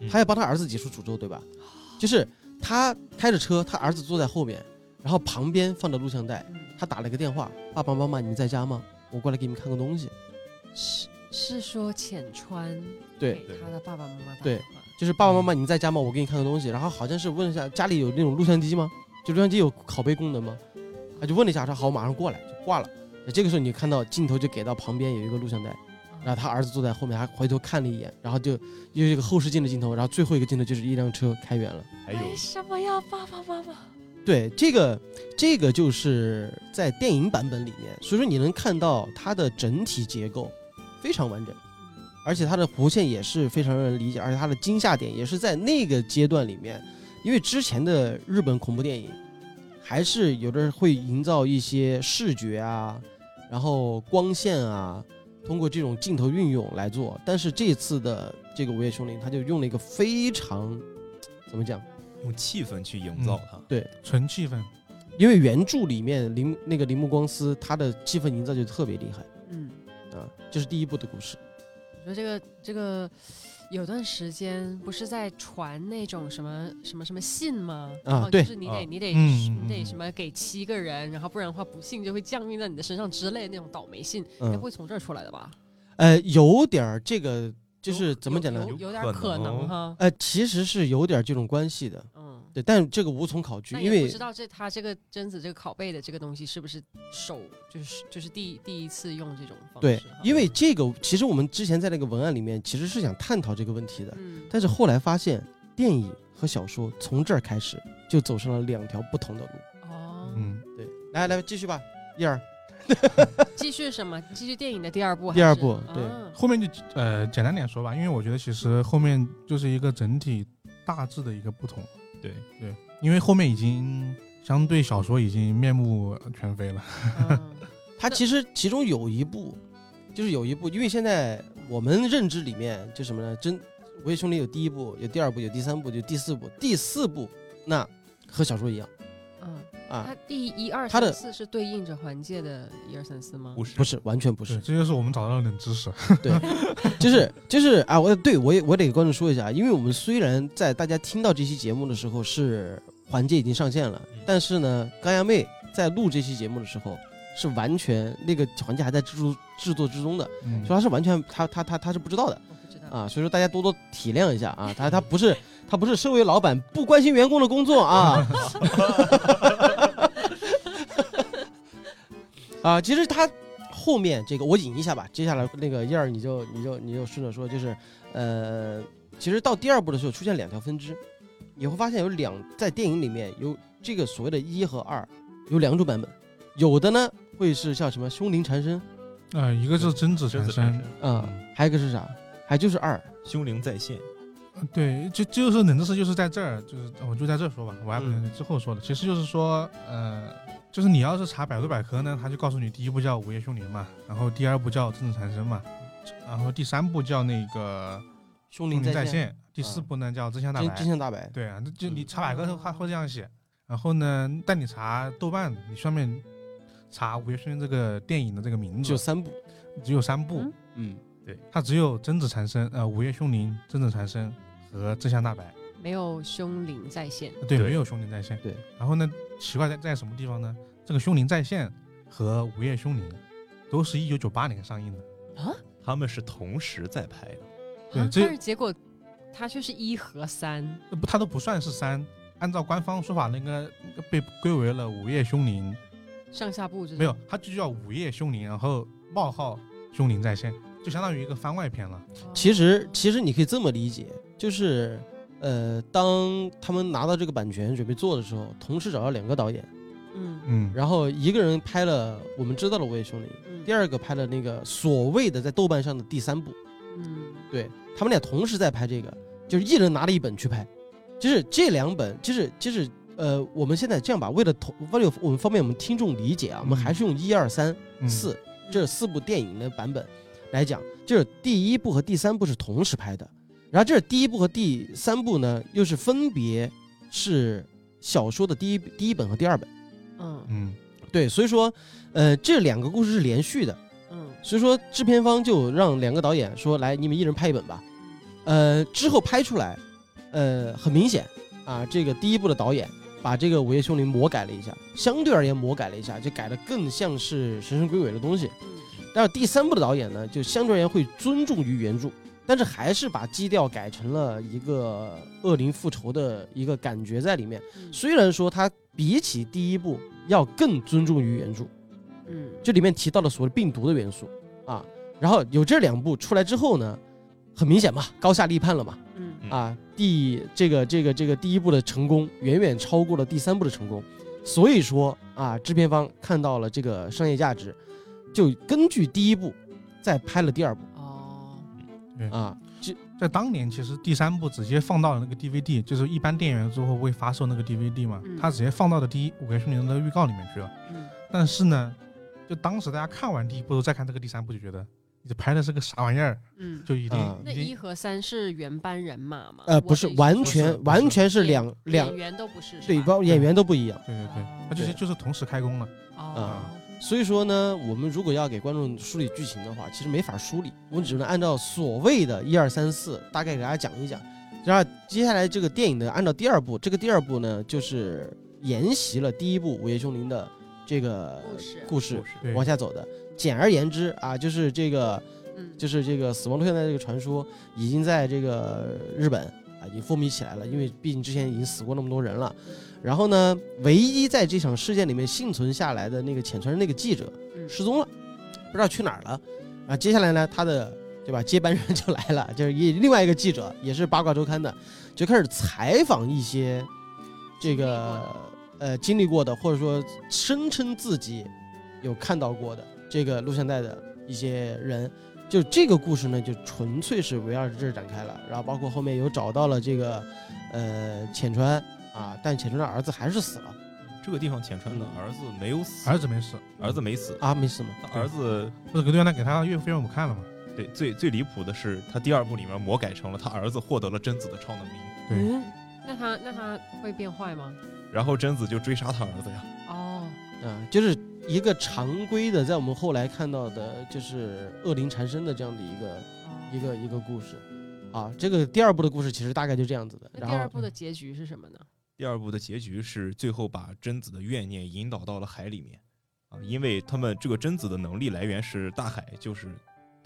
Speaker 3: 嗯
Speaker 1: 他要帮他儿子解除诅咒，对吧？就是他开着车，他儿子坐在后面，然后旁边放着录像带，
Speaker 3: 嗯，
Speaker 1: 他打了个电话：“爸爸妈妈，你们在家吗？我过来给你们看个东西。
Speaker 3: 是是说浅川”
Speaker 1: 对，
Speaker 3: 给他的爸爸妈妈打
Speaker 1: 对
Speaker 3: 电话
Speaker 1: 就是爸爸妈妈你在家吗？我给你看个东西。然后好像是问了一下家里有那种录像机吗？就录像机有拷贝功能吗？他就问了一下，说好，马上过来，就挂了。这个时候你看到镜头就给到旁边有一个录像带，
Speaker 3: 啊
Speaker 1: 然后他儿子坐在后面，还回头看了一眼，然后就又一个后视镜的镜头，然后最后一个镜头就是一辆车开远了。
Speaker 4: 还有
Speaker 3: 什么要爸爸妈妈？
Speaker 1: 对，这个这个就是在电影版本里面，所以说你能看到它的整体结构非常完整，而且它的弧线也是非常让人理解，而且它的惊吓点也是在那个阶段里面，因为之前的日本恐怖电影还是有的会营造一些视觉啊，然后光线啊，通过这种镜头运用来做，但是这次的这个《午夜凶铃》，它就用了一个非常怎么讲？
Speaker 4: 用气氛去营造它，
Speaker 2: 纯气氛，
Speaker 1: 因为原著里面铃那个铃木光司他的气氛营造就特别厉害
Speaker 3: 嗯，
Speaker 1: 啊，这是第一部的故事。
Speaker 3: 你说这个这个，有段时间不是在传那种什么什么什么信吗？
Speaker 1: 啊
Speaker 3: 然后
Speaker 1: 对
Speaker 3: 就是你得、
Speaker 4: 啊
Speaker 3: 你得、
Speaker 2: 嗯
Speaker 3: 你得
Speaker 2: 嗯
Speaker 3: 什么给七个人，然后不然的话不幸就会降临在你的身上之类的那种倒霉信，该不
Speaker 1: 嗯，
Speaker 3: 会从这儿出来的吧？
Speaker 1: 呃，有点儿这个就是
Speaker 3: 有
Speaker 1: 怎么讲呢
Speaker 3: 有？有有点
Speaker 4: 有
Speaker 3: 可
Speaker 4: 可能
Speaker 3: 能
Speaker 4: 哦
Speaker 3: 哈，
Speaker 1: 呃，其实是有点儿这种关系的，
Speaker 3: 嗯。
Speaker 1: 对，但这个无从考据，
Speaker 3: 那
Speaker 1: 因
Speaker 3: 也不
Speaker 1: 为
Speaker 3: 知道这他这个贞子这个拷贝的这个东西是不是首就是就是第第一次用这种方式
Speaker 1: 对，
Speaker 3: 哈？
Speaker 1: 因为这个其实我们之前在那个文案里面其实是想探讨这个问题的，
Speaker 3: 嗯，
Speaker 1: 但是后来发现电影和小说从这儿开始就走上了两条不同的路。
Speaker 3: 哦，
Speaker 2: 嗯，
Speaker 1: 对，来来继续吧，燕儿，
Speaker 3: 继续什么？继续电影的第二部还是？
Speaker 1: 第二部对
Speaker 3: 啊
Speaker 2: 后面就呃简单点说吧，因为我觉得其实后面就是一个整体大致的一个不同，
Speaker 1: 嗯
Speaker 4: 对，
Speaker 2: 因为后面已经相对小说已经面目全非了，
Speaker 1: (laughs)
Speaker 3: 嗯
Speaker 1: 它其实其中有一部，就是有一部，因为现在我们认知里面就什么呢？真《午夜凶铃》有第一部，有第二部，有第三部，有第四部。第四部那和小说一样
Speaker 3: 嗯，
Speaker 1: (laughs) 啊
Speaker 3: 它，第一二
Speaker 1: 它的
Speaker 3: 三四是对应着环界的一二三四吗？
Speaker 4: 不是
Speaker 1: 不是完全不
Speaker 2: 对，
Speaker 1: 是，
Speaker 2: 这就是我们找到的冷知识，
Speaker 1: (laughs) 就是就是啊，我对我也我得给观众说一下，因为我们虽然在大家听到这期节目的时候是环节已经上线了，但是呢，干鸭妹在录这期节目的时候是完全那个环节还在制作制作之中的，
Speaker 2: 嗯
Speaker 1: 所以，她是完全她她她她是不知道的。
Speaker 3: 我不知道。
Speaker 1: 啊，所以说大家多多体谅一下啊，他他不是他不是身为老板不关心员工的工作啊。啊，其实他后面这个我引一下吧，接下来那个燕儿你就你就你就顺着说，就是呃，其实到第二部的时候出现两条分支，你会发现有两在电影里面有这个所谓的一和二有两种版本，有的呢会是像什么凶灵缠身
Speaker 2: 呃，一个是贞子
Speaker 4: 贞
Speaker 2: 缠
Speaker 4: 子缠
Speaker 2: 身
Speaker 4: 身，，
Speaker 1: 啊，还有一个是啥？还就是二，
Speaker 4: 凶灵再现，
Speaker 2: 对，就就是冷知识就是在这儿，就是我就在这儿说吧，我还不能之后说的。其实就是说，呃，就是你要是查百度百科呢，它就告诉你第一部叫《午夜凶铃》嘛，然后第二部叫《政治缠身》嘛，然后第三部叫那个
Speaker 1: 凶
Speaker 2: 《
Speaker 1: 灵
Speaker 2: 灵
Speaker 1: 在
Speaker 2: 在
Speaker 1: 线，
Speaker 2: 线》，第四部呢叫《真相大
Speaker 1: 真
Speaker 2: 白
Speaker 1: 真》。嗯相大白，嗯
Speaker 2: 对啊，那就你查百科的时候它会这样写，然后呢，但你查豆瓣，你上面查《午夜凶铃》这个电影的这个名
Speaker 1: 只有
Speaker 2: 字，
Speaker 1: 三部，
Speaker 2: 只有三部，
Speaker 3: 嗯
Speaker 1: 嗯，
Speaker 2: 它只有《贞子缠身》呃，《午夜凶铃》《贞子缠身》和《真相大白》。
Speaker 3: 没有凶灵在线，
Speaker 2: 对，
Speaker 4: 对
Speaker 2: 没有凶灵在线。
Speaker 1: 对，
Speaker 2: 然后呢，奇怪在在什么地方呢？这个《凶灵在线》和《午夜凶铃》都是一九九八年上映的。
Speaker 1: 啊
Speaker 4: 他们是同时在拍的。
Speaker 2: 对
Speaker 3: 啊
Speaker 2: 这
Speaker 3: 但是结果它却是一和三，
Speaker 2: 那不，它都不算是三。按照官方说法，那个被归为了午夜凶铃，
Speaker 3: 上下部就是
Speaker 2: 没有，它就叫午夜凶铃，然后冒号凶铃在线，就相当于一个番外篇了。
Speaker 3: 哦
Speaker 1: 其实，其实你可以这么理解，就是，呃，当他们拿到这个版权准备做的时候，同时找到两个导演，
Speaker 3: 嗯
Speaker 2: 嗯，
Speaker 1: 然后一个人拍了我们知道了《午夜凶铃》，
Speaker 3: 嗯
Speaker 1: 第二个拍了那个所谓的在豆瓣上的第三部，
Speaker 3: 嗯
Speaker 1: 对他们俩同时在拍这个，就是一人拿了一本去拍，就是这两本，就是就是呃，我们现在这样吧，为了同为了我们方便我们听众理解啊，我们
Speaker 2: 嗯
Speaker 1: 还是用一二三
Speaker 2: 嗯
Speaker 1: 四这四部电影的版本来讲，就是第一部和第三部是同时拍的，然后这第一部和第三部呢，又是分别是小说的第一第一本和第二本，
Speaker 3: 嗯
Speaker 2: 嗯，
Speaker 1: 对，所以说，呃，这两个故事是连续的，
Speaker 3: 嗯
Speaker 1: 所以说制片方就让两个导演说，来，你们一人拍一本吧。呃，之后拍出来，呃，很明显啊，这个第一部的导演把这个《午夜凶铃》魔改了一下，相对而言魔改了一下，就改的更像是神神鬼鬼的东西。但是第三部的导演呢，就相对而言会尊重于原著，但是还是把基调改成了一个恶灵复仇的一个感觉在里面。
Speaker 3: 嗯
Speaker 1: 虽然说它比起第一部要更尊重于原著，
Speaker 3: 嗯
Speaker 1: 这里面提到了所谓病毒的元素啊，然后有这两部出来之后呢，很明显嘛，高下立判了嘛
Speaker 3: 嗯
Speaker 4: 嗯
Speaker 1: 啊，第这个这个这个第一部的成功远远超过了第三部的成功，所以说啊，制片方看到了这个商业价值，就根据第一部再拍了第二部
Speaker 3: 哦
Speaker 1: 啊，
Speaker 2: 在当年其实第三部直接放到了那个 DVD，就是一般电影院之后会发售那个 DVD 嘛，
Speaker 3: 嗯
Speaker 2: 它直接放到的第一《午夜凶铃》的预告里面去了。
Speaker 3: 嗯
Speaker 2: 但是呢，就当时大家看完第一部之后再看这个第三部，就觉得你这拍的是个啥玩意儿，
Speaker 3: 嗯，
Speaker 2: 就已经、
Speaker 1: 啊
Speaker 3: 那
Speaker 2: 已
Speaker 3: 一
Speaker 2: 经
Speaker 3: 和三是原班人马吗？
Speaker 1: 呃，
Speaker 3: 我
Speaker 1: 不是
Speaker 3: 的意思
Speaker 1: 完
Speaker 3: 说
Speaker 2: 不是
Speaker 1: 全
Speaker 2: 不
Speaker 1: 完
Speaker 2: 是
Speaker 1: 全是两两
Speaker 3: 演员都不是，是
Speaker 1: 对
Speaker 3: 吧
Speaker 1: 包演员都不一样。
Speaker 2: 对对对，它就是
Speaker 1: 对
Speaker 2: 就是同时开工了。
Speaker 3: 哦，
Speaker 1: 所以说呢，我们如果要给观众梳理剧情的话，其实没法梳理，我们只能按照所谓的一二三四大概给大家讲一讲。然后接下来这个电影呢，按照第二部，这个第二部呢就是沿袭了第一部《午夜凶铃》的这个
Speaker 3: 故事
Speaker 1: 故事
Speaker 4: 故事
Speaker 2: 对
Speaker 1: 往下走的。简而言之啊，就是这个
Speaker 3: 嗯，
Speaker 1: 就是这个死亡录像带这个传说已经在这个日本啊已经风靡起来了，因为毕竟之前已经死过那么多人了。然后呢，唯一在这场事件里面幸存下来的那个浅川那个记者
Speaker 3: 嗯
Speaker 1: 失踪了，不知道去哪儿了。啊，接下来呢，他的对吧接班人就来了，就是一另外一个记者，也是八卦周刊的，就开始采访一些这个呃经历过的，或者说声称自己有看到过的这个录像带的一些人。就这个故事呢，就纯粹是围绕着这儿展开了，然后包括后面有找到了这个，呃，浅川啊，但浅川的儿子还是死了
Speaker 4: 这个地方浅川的
Speaker 1: 嗯
Speaker 4: 儿子没有死，
Speaker 2: 儿子没事，
Speaker 4: 儿子没死，
Speaker 1: 啊，没死吗？
Speaker 4: 他儿子
Speaker 2: 不是隔对那给他岳父岳母看了嘛？
Speaker 4: 对最最离谱的是，他第二部里面魔改成了他儿子获得了贞子的超能力，
Speaker 2: 对
Speaker 3: 嗯，那他那他会变坏吗？
Speaker 4: 然后贞子就追杀他儿子呀。
Speaker 3: 哦，
Speaker 1: 啊，就是一个常规的，在我们后来看到的，就是恶灵缠身的这样的一个
Speaker 3: 哦
Speaker 1: 一个一个故事，啊，这个第二部的故事其实大概就这样子的。
Speaker 3: 那
Speaker 1: 然
Speaker 3: 第二
Speaker 1: 后
Speaker 3: 部的结局是什么呢？
Speaker 4: 第二部的结局是最后把贞子的怨念引导到了海里面啊，因为他们这个贞子的能力来源是大海，就是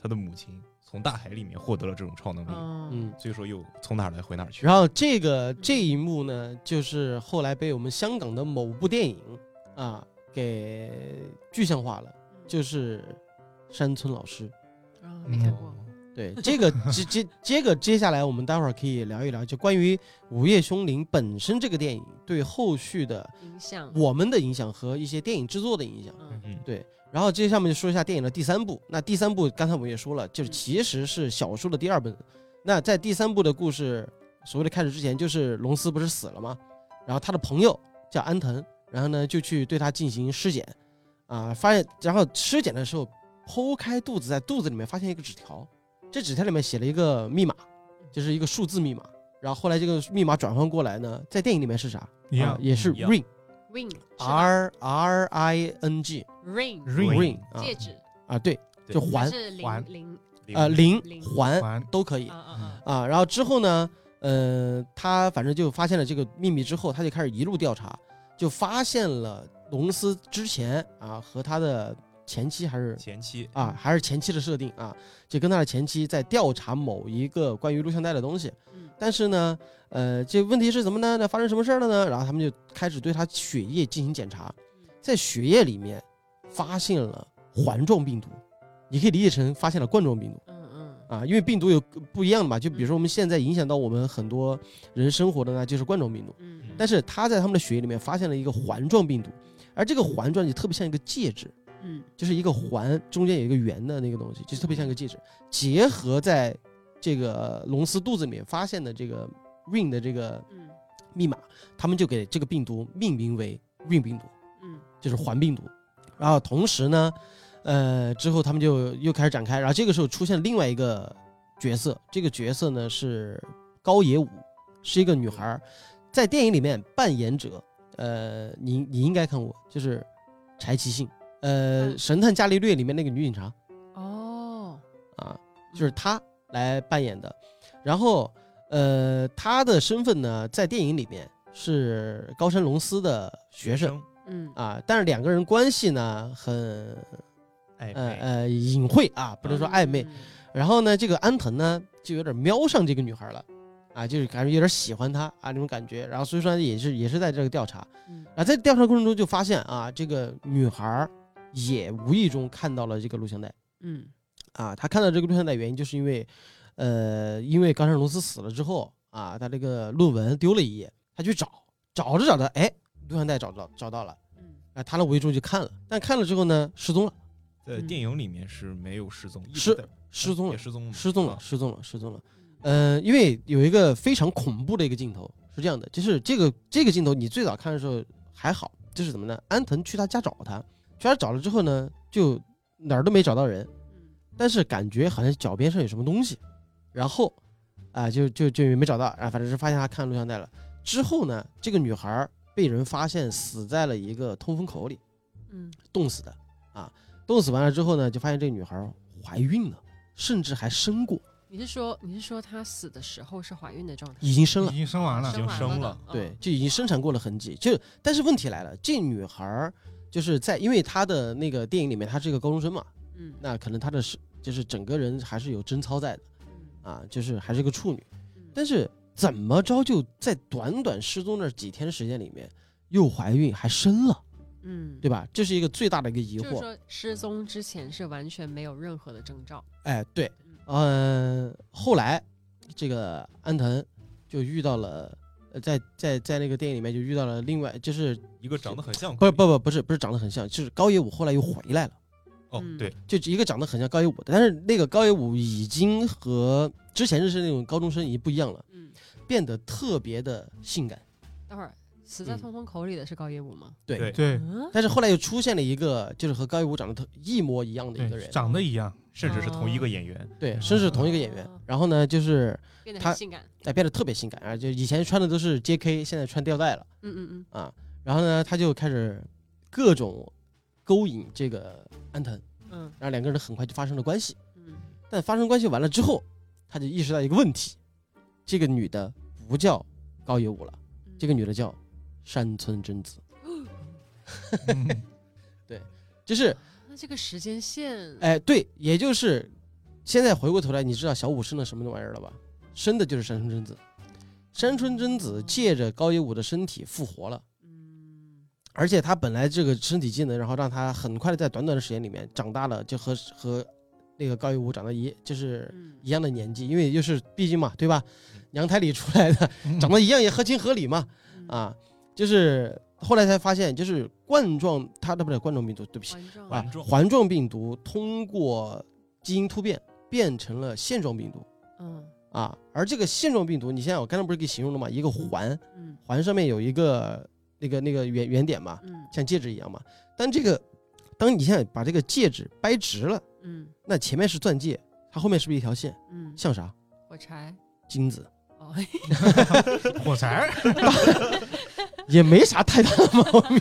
Speaker 4: 他的母亲从大海里面获得了这种超能力，
Speaker 3: 嗯
Speaker 1: 嗯，
Speaker 4: 所以说又从哪儿来回哪儿去。
Speaker 1: 然后这个这一幕呢，就是后来被我们香港的某部电影啊给具象化了，就是山村老师。
Speaker 3: 嗯啊，没
Speaker 2: 嗯
Speaker 3: 看过，
Speaker 1: 对这个接接接个接下来我们待会儿可以聊一聊，就关于《午夜凶铃》本身这个电影对后续的
Speaker 3: 影响，
Speaker 1: 嗯我们的影响和一些电影制作的影响。
Speaker 3: 嗯
Speaker 4: 嗯，
Speaker 1: 对，然后接下面就说一下电影的第三部。那第三部刚才我们也说了，就是其实是小说的第二本。那在第三部的故事所谓的开始之前，就是龙司不是死了吗？然后他的朋友叫安藤，然后呢就去对他进行尸检，啊，发现然后尸检的时候剖开肚子，在肚子里面发现一个纸条，这纸条里面写了一个密码，就是一个数字密码。然后后来这个密码转换过来呢，在电影里面是啥？
Speaker 2: 一样
Speaker 1: 啊也是
Speaker 4: 一样
Speaker 1: ring
Speaker 3: ，ring 是吧
Speaker 1: r r i n g
Speaker 3: ring
Speaker 2: Ring
Speaker 1: ring 啊
Speaker 3: 戒指，
Speaker 1: 啊对，
Speaker 4: 对
Speaker 1: 就
Speaker 3: 它
Speaker 1: 环
Speaker 3: 是零
Speaker 2: 环
Speaker 3: 零
Speaker 1: 呃
Speaker 4: 灵
Speaker 1: 零
Speaker 3: 零
Speaker 1: 环
Speaker 2: 还
Speaker 1: 都可以
Speaker 3: 啊啊啊，
Speaker 1: 啊。然后之后呢，呃，他反正就发现了这个秘密之后，他就开始一路调查，就发现了龙斯之前啊和他的前妻还是
Speaker 4: 前期
Speaker 1: 啊还是前妻的设定啊，就跟他的前妻在调查某一个关于录像带的东西。
Speaker 3: 嗯
Speaker 1: 但是呢，呃，这问题是怎么呢？那发生什么事儿了呢？然后他们就开始对他血液进行检查，在血液里面发现了环状病毒，你可以理解成发现了冠状病毒。
Speaker 3: 嗯嗯
Speaker 1: 啊，因为病毒有不一样的嘛，就比如说我们现在影响到我们很多人生活的呢，就是冠状病毒，
Speaker 3: 嗯，
Speaker 1: 但是他在他们的血液里面发现了一个环状病毒，而这个环状就特别像一个戒指，
Speaker 3: 嗯
Speaker 1: 就是一个环中间有一个圆的那个东西，就是特别像一个戒指，结合在这个龙丝肚子里面发现的这个 ring 的这个
Speaker 3: 嗯
Speaker 1: 密码，他们就给这个病毒命名为 ring 病毒。
Speaker 3: 嗯
Speaker 1: 就是环病毒。然后同时呢，呃，之后他们就又开始展开。然后这个时候出现另外一个角色，这个角色呢是高野武，是一个女孩儿，在电影里面扮演者，呃，你你应该看过，就是柴崎幸，呃，
Speaker 3: 嗯
Speaker 1: 《神探伽利略》里面那个女警察
Speaker 3: 哦，
Speaker 1: 啊，就是她来扮演的。然后，呃，她的身份呢，在电影里面是高山龙司的学生。
Speaker 3: 嗯
Speaker 1: 啊，但是两个人关系呢很
Speaker 4: 哎
Speaker 1: 呃呃隐晦啊，不能说暧昧。，
Speaker 3: 嗯
Speaker 1: 然后呢，这个安藤呢就有点瞄上这个女孩了，啊，就是感觉有点喜欢她啊那种感觉。然后所以说也是也是在这个调查
Speaker 3: 嗯
Speaker 1: 啊，在调查过程中就发现啊，这个女孩儿也无意中看到了这个录像带
Speaker 3: 嗯
Speaker 1: 啊，她看到这个录像带原因就是因为，呃，因为高山龙司死了之后啊，她这个论文丢了一页，她去找，找着找着，哎，录像带找到找到了。
Speaker 3: 嗯
Speaker 1: 啊，他的无意中就看了，但看了之后呢，失踪了，
Speaker 4: 在
Speaker 3: 嗯
Speaker 4: 电影里面是没有失踪，一直
Speaker 1: 是
Speaker 4: 在
Speaker 1: 失踪
Speaker 4: 嗯也
Speaker 1: 了，
Speaker 4: 失踪了，
Speaker 1: 失踪了，
Speaker 4: 啊
Speaker 1: 失踪了，失踪了。呃，因为有一个非常恐怖的一个镜头是这样的，就是这个这个镜头你最早看的时候还好，就是怎么呢？安藤去他家找他，去他找了之后呢，就哪儿都没找到人，但是感觉好像脚边上有什么东西，然后啊、就就就没找到，啊，反正是发现他看录像带了。之后呢，这个女孩儿被人发现死在了一个通风口里。
Speaker 3: 嗯
Speaker 1: 冻死的啊。冻死完了之后呢，就发现这个女孩儿怀孕了，甚至还生过，
Speaker 3: 你是说你是说她死的时候是怀孕的状态？
Speaker 1: 已经生
Speaker 2: 已
Speaker 1: 了，
Speaker 2: 经生完了
Speaker 4: 已，经
Speaker 3: 完哦
Speaker 4: 生
Speaker 3: 的
Speaker 4: 了，
Speaker 1: 对，就已经生产过的痕迹。就但是问题来了，这女孩儿就是在因为她的那个电影里面，她是一个高中生嘛，
Speaker 3: 嗯嗯
Speaker 1: 那可能她的是就是整个人还是有贞操在的
Speaker 3: 嗯
Speaker 1: 啊，就是还是个处女。
Speaker 3: 嗯
Speaker 1: 但是怎么着就在短短失踪的几天时间里面，又怀孕还生了，
Speaker 3: 嗯
Speaker 1: 对吧？这是一个最大的一个疑
Speaker 3: 就是
Speaker 1: 惑。
Speaker 3: 说失踪之前是完全没有任何的征兆。
Speaker 1: 哎，对，嗯、后来这个安藤就遇到了，呃，在在在那个电影里面就遇到了另外，就是
Speaker 4: 一个长得很像
Speaker 1: 不
Speaker 4: 鬼，
Speaker 1: 是不不不是不是长得很像，就是高野武后来又回来了，
Speaker 4: 哦
Speaker 3: 嗯，
Speaker 4: 对，
Speaker 1: 就一个长得很像高野武的，但是那个高野武已经和之前认识的那种高中生已经不一样了，
Speaker 3: 嗯，
Speaker 1: 变得特别的性感。
Speaker 3: 等会儿死在
Speaker 1: 嗯
Speaker 3: 通风口里的是高野武吗？
Speaker 1: 对，
Speaker 4: 对
Speaker 2: 对
Speaker 3: 嗯，
Speaker 1: 但是后来又出现了一个，就是和高野武长得特一模一样的一个
Speaker 2: 对，
Speaker 1: 人，哦
Speaker 2: 长得一样，
Speaker 4: 甚至是同一个演员，
Speaker 1: (laughs) 对，甚至同一个演员
Speaker 3: 哦。
Speaker 1: 然后呢，就是
Speaker 3: 变得
Speaker 1: 她
Speaker 3: 很性感。
Speaker 1: 哎变得特别性感啊，就以前穿的都是 J.K.，现在穿吊带了。
Speaker 3: 嗯嗯嗯
Speaker 1: 啊，然后呢，他就开始各种勾引这个安藤，
Speaker 3: 嗯
Speaker 1: 然后两个人很快就发生了关系。
Speaker 3: 嗯
Speaker 1: 但发生关系完了之后，他就意识到一个问题：这个女的不叫高野武了，
Speaker 3: 嗯，
Speaker 1: 这个女的叫山村贞子。
Speaker 2: 嗯
Speaker 1: 就是，
Speaker 3: 那这个时间线，
Speaker 1: 哎，对，也就是现在回过头来，你知道小五生了什么玩意儿了吧？生的就是山村贞子。山村贞子借着高野武的身体复活了。
Speaker 3: 嗯
Speaker 1: 而且他本来这个身体技能，然后让他很快的在短短的时间里面长大了，就和和那个高一武长得一就是
Speaker 3: 嗯
Speaker 1: 一样的年纪，因为又是毕竟嘛，对吧
Speaker 4: 嗯？
Speaker 1: 娘胎里出来的，长得一样也合情合理嘛。
Speaker 3: 嗯，
Speaker 1: 啊，就是后来才发现，就是冠状，他的不是冠状病毒，对不起，
Speaker 3: 环状
Speaker 1: 啊
Speaker 4: 环状，
Speaker 1: 环状病毒通过基因突变变成了线状病毒
Speaker 3: 嗯
Speaker 1: 啊，而这个线状病毒，你现在我刚才不是给形容了吗？一个环，
Speaker 3: 嗯
Speaker 1: 环上面有一个那个那个圆圆点嘛，
Speaker 3: 嗯
Speaker 1: 像戒指一样嘛。但这个，当你现在把这个戒指掰直了，
Speaker 3: 嗯
Speaker 1: 那前面是钻戒，它后面是不是一条线？
Speaker 3: 嗯，
Speaker 1: 像啥？
Speaker 3: 火柴
Speaker 1: 金子，
Speaker 3: 哦，
Speaker 2: 火柴，
Speaker 1: 也没啥太大的毛病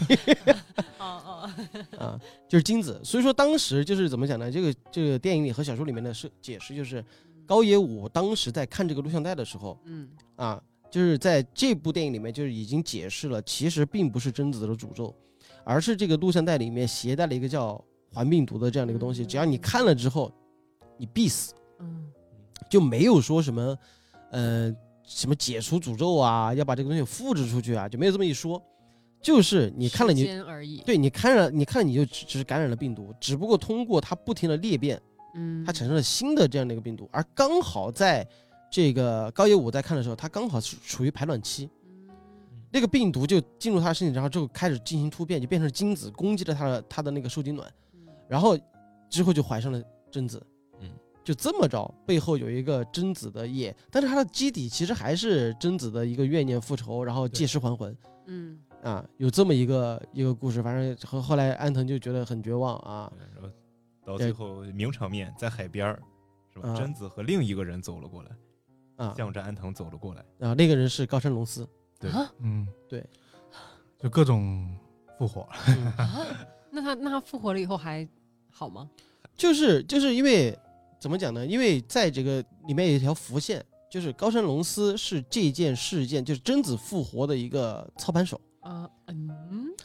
Speaker 1: (laughs)
Speaker 3: 哦哦，
Speaker 1: 啊，就是金子。所以说当时就是怎么讲呢？这个这个电影里和小说里面的是解释就是，高野武当时在看这个录像带的时候
Speaker 3: (laughs) 嗯
Speaker 1: 啊，就是在这部电影里面，就是已经解释了，其实并不是贞子的诅咒，而是这个录像带里面携带了一个叫环病毒的这样的一个东西，只要你看了之后，你必死。
Speaker 3: 嗯
Speaker 1: 就没有说什么，呃，什么解除诅咒啊，要把这个东西复制出去啊，就没有这么一说。就是你看了
Speaker 3: 时
Speaker 1: 你，
Speaker 3: 间而已，
Speaker 1: 对你看了，你看了你就只只是感染了病毒，只不过通过它不停的裂变，
Speaker 3: 嗯，
Speaker 1: 它产生了新的这样的一个病毒，而刚好在这个高野武在看的时候，它刚好是处于排卵期，
Speaker 3: 嗯
Speaker 1: 那个病毒就进入他身体，然后就开始进行突变，就变成精子攻击了他的他的那个受精卵，然后之后就怀上了贞子。
Speaker 4: 嗯，
Speaker 1: 就这么着，背后有一个贞子的业，但是它的基底其实还是贞子的一个怨念复仇，然后借尸还魂
Speaker 3: 嗯
Speaker 1: 啊，有这么一个一个故事。反正后后来安藤就觉得很绝望啊，
Speaker 4: 然后到最后名场面在海边儿，是吧？
Speaker 1: 啊
Speaker 4: 贞子和另一个人走了过来，
Speaker 1: 啊
Speaker 4: 向着安藤走了过来。
Speaker 1: 啊，那个人是高山龙司，
Speaker 4: 对
Speaker 3: 啊
Speaker 2: 嗯，
Speaker 1: 对，
Speaker 2: 就各种复活，
Speaker 3: 啊，那他那他复活了以后还好吗？
Speaker 1: 就是就是因为怎么讲呢？因为在这个里面有一条伏线，就是高山龙司是这件事件，就是贞子复活的一个操盘手，
Speaker 3: 啊嗯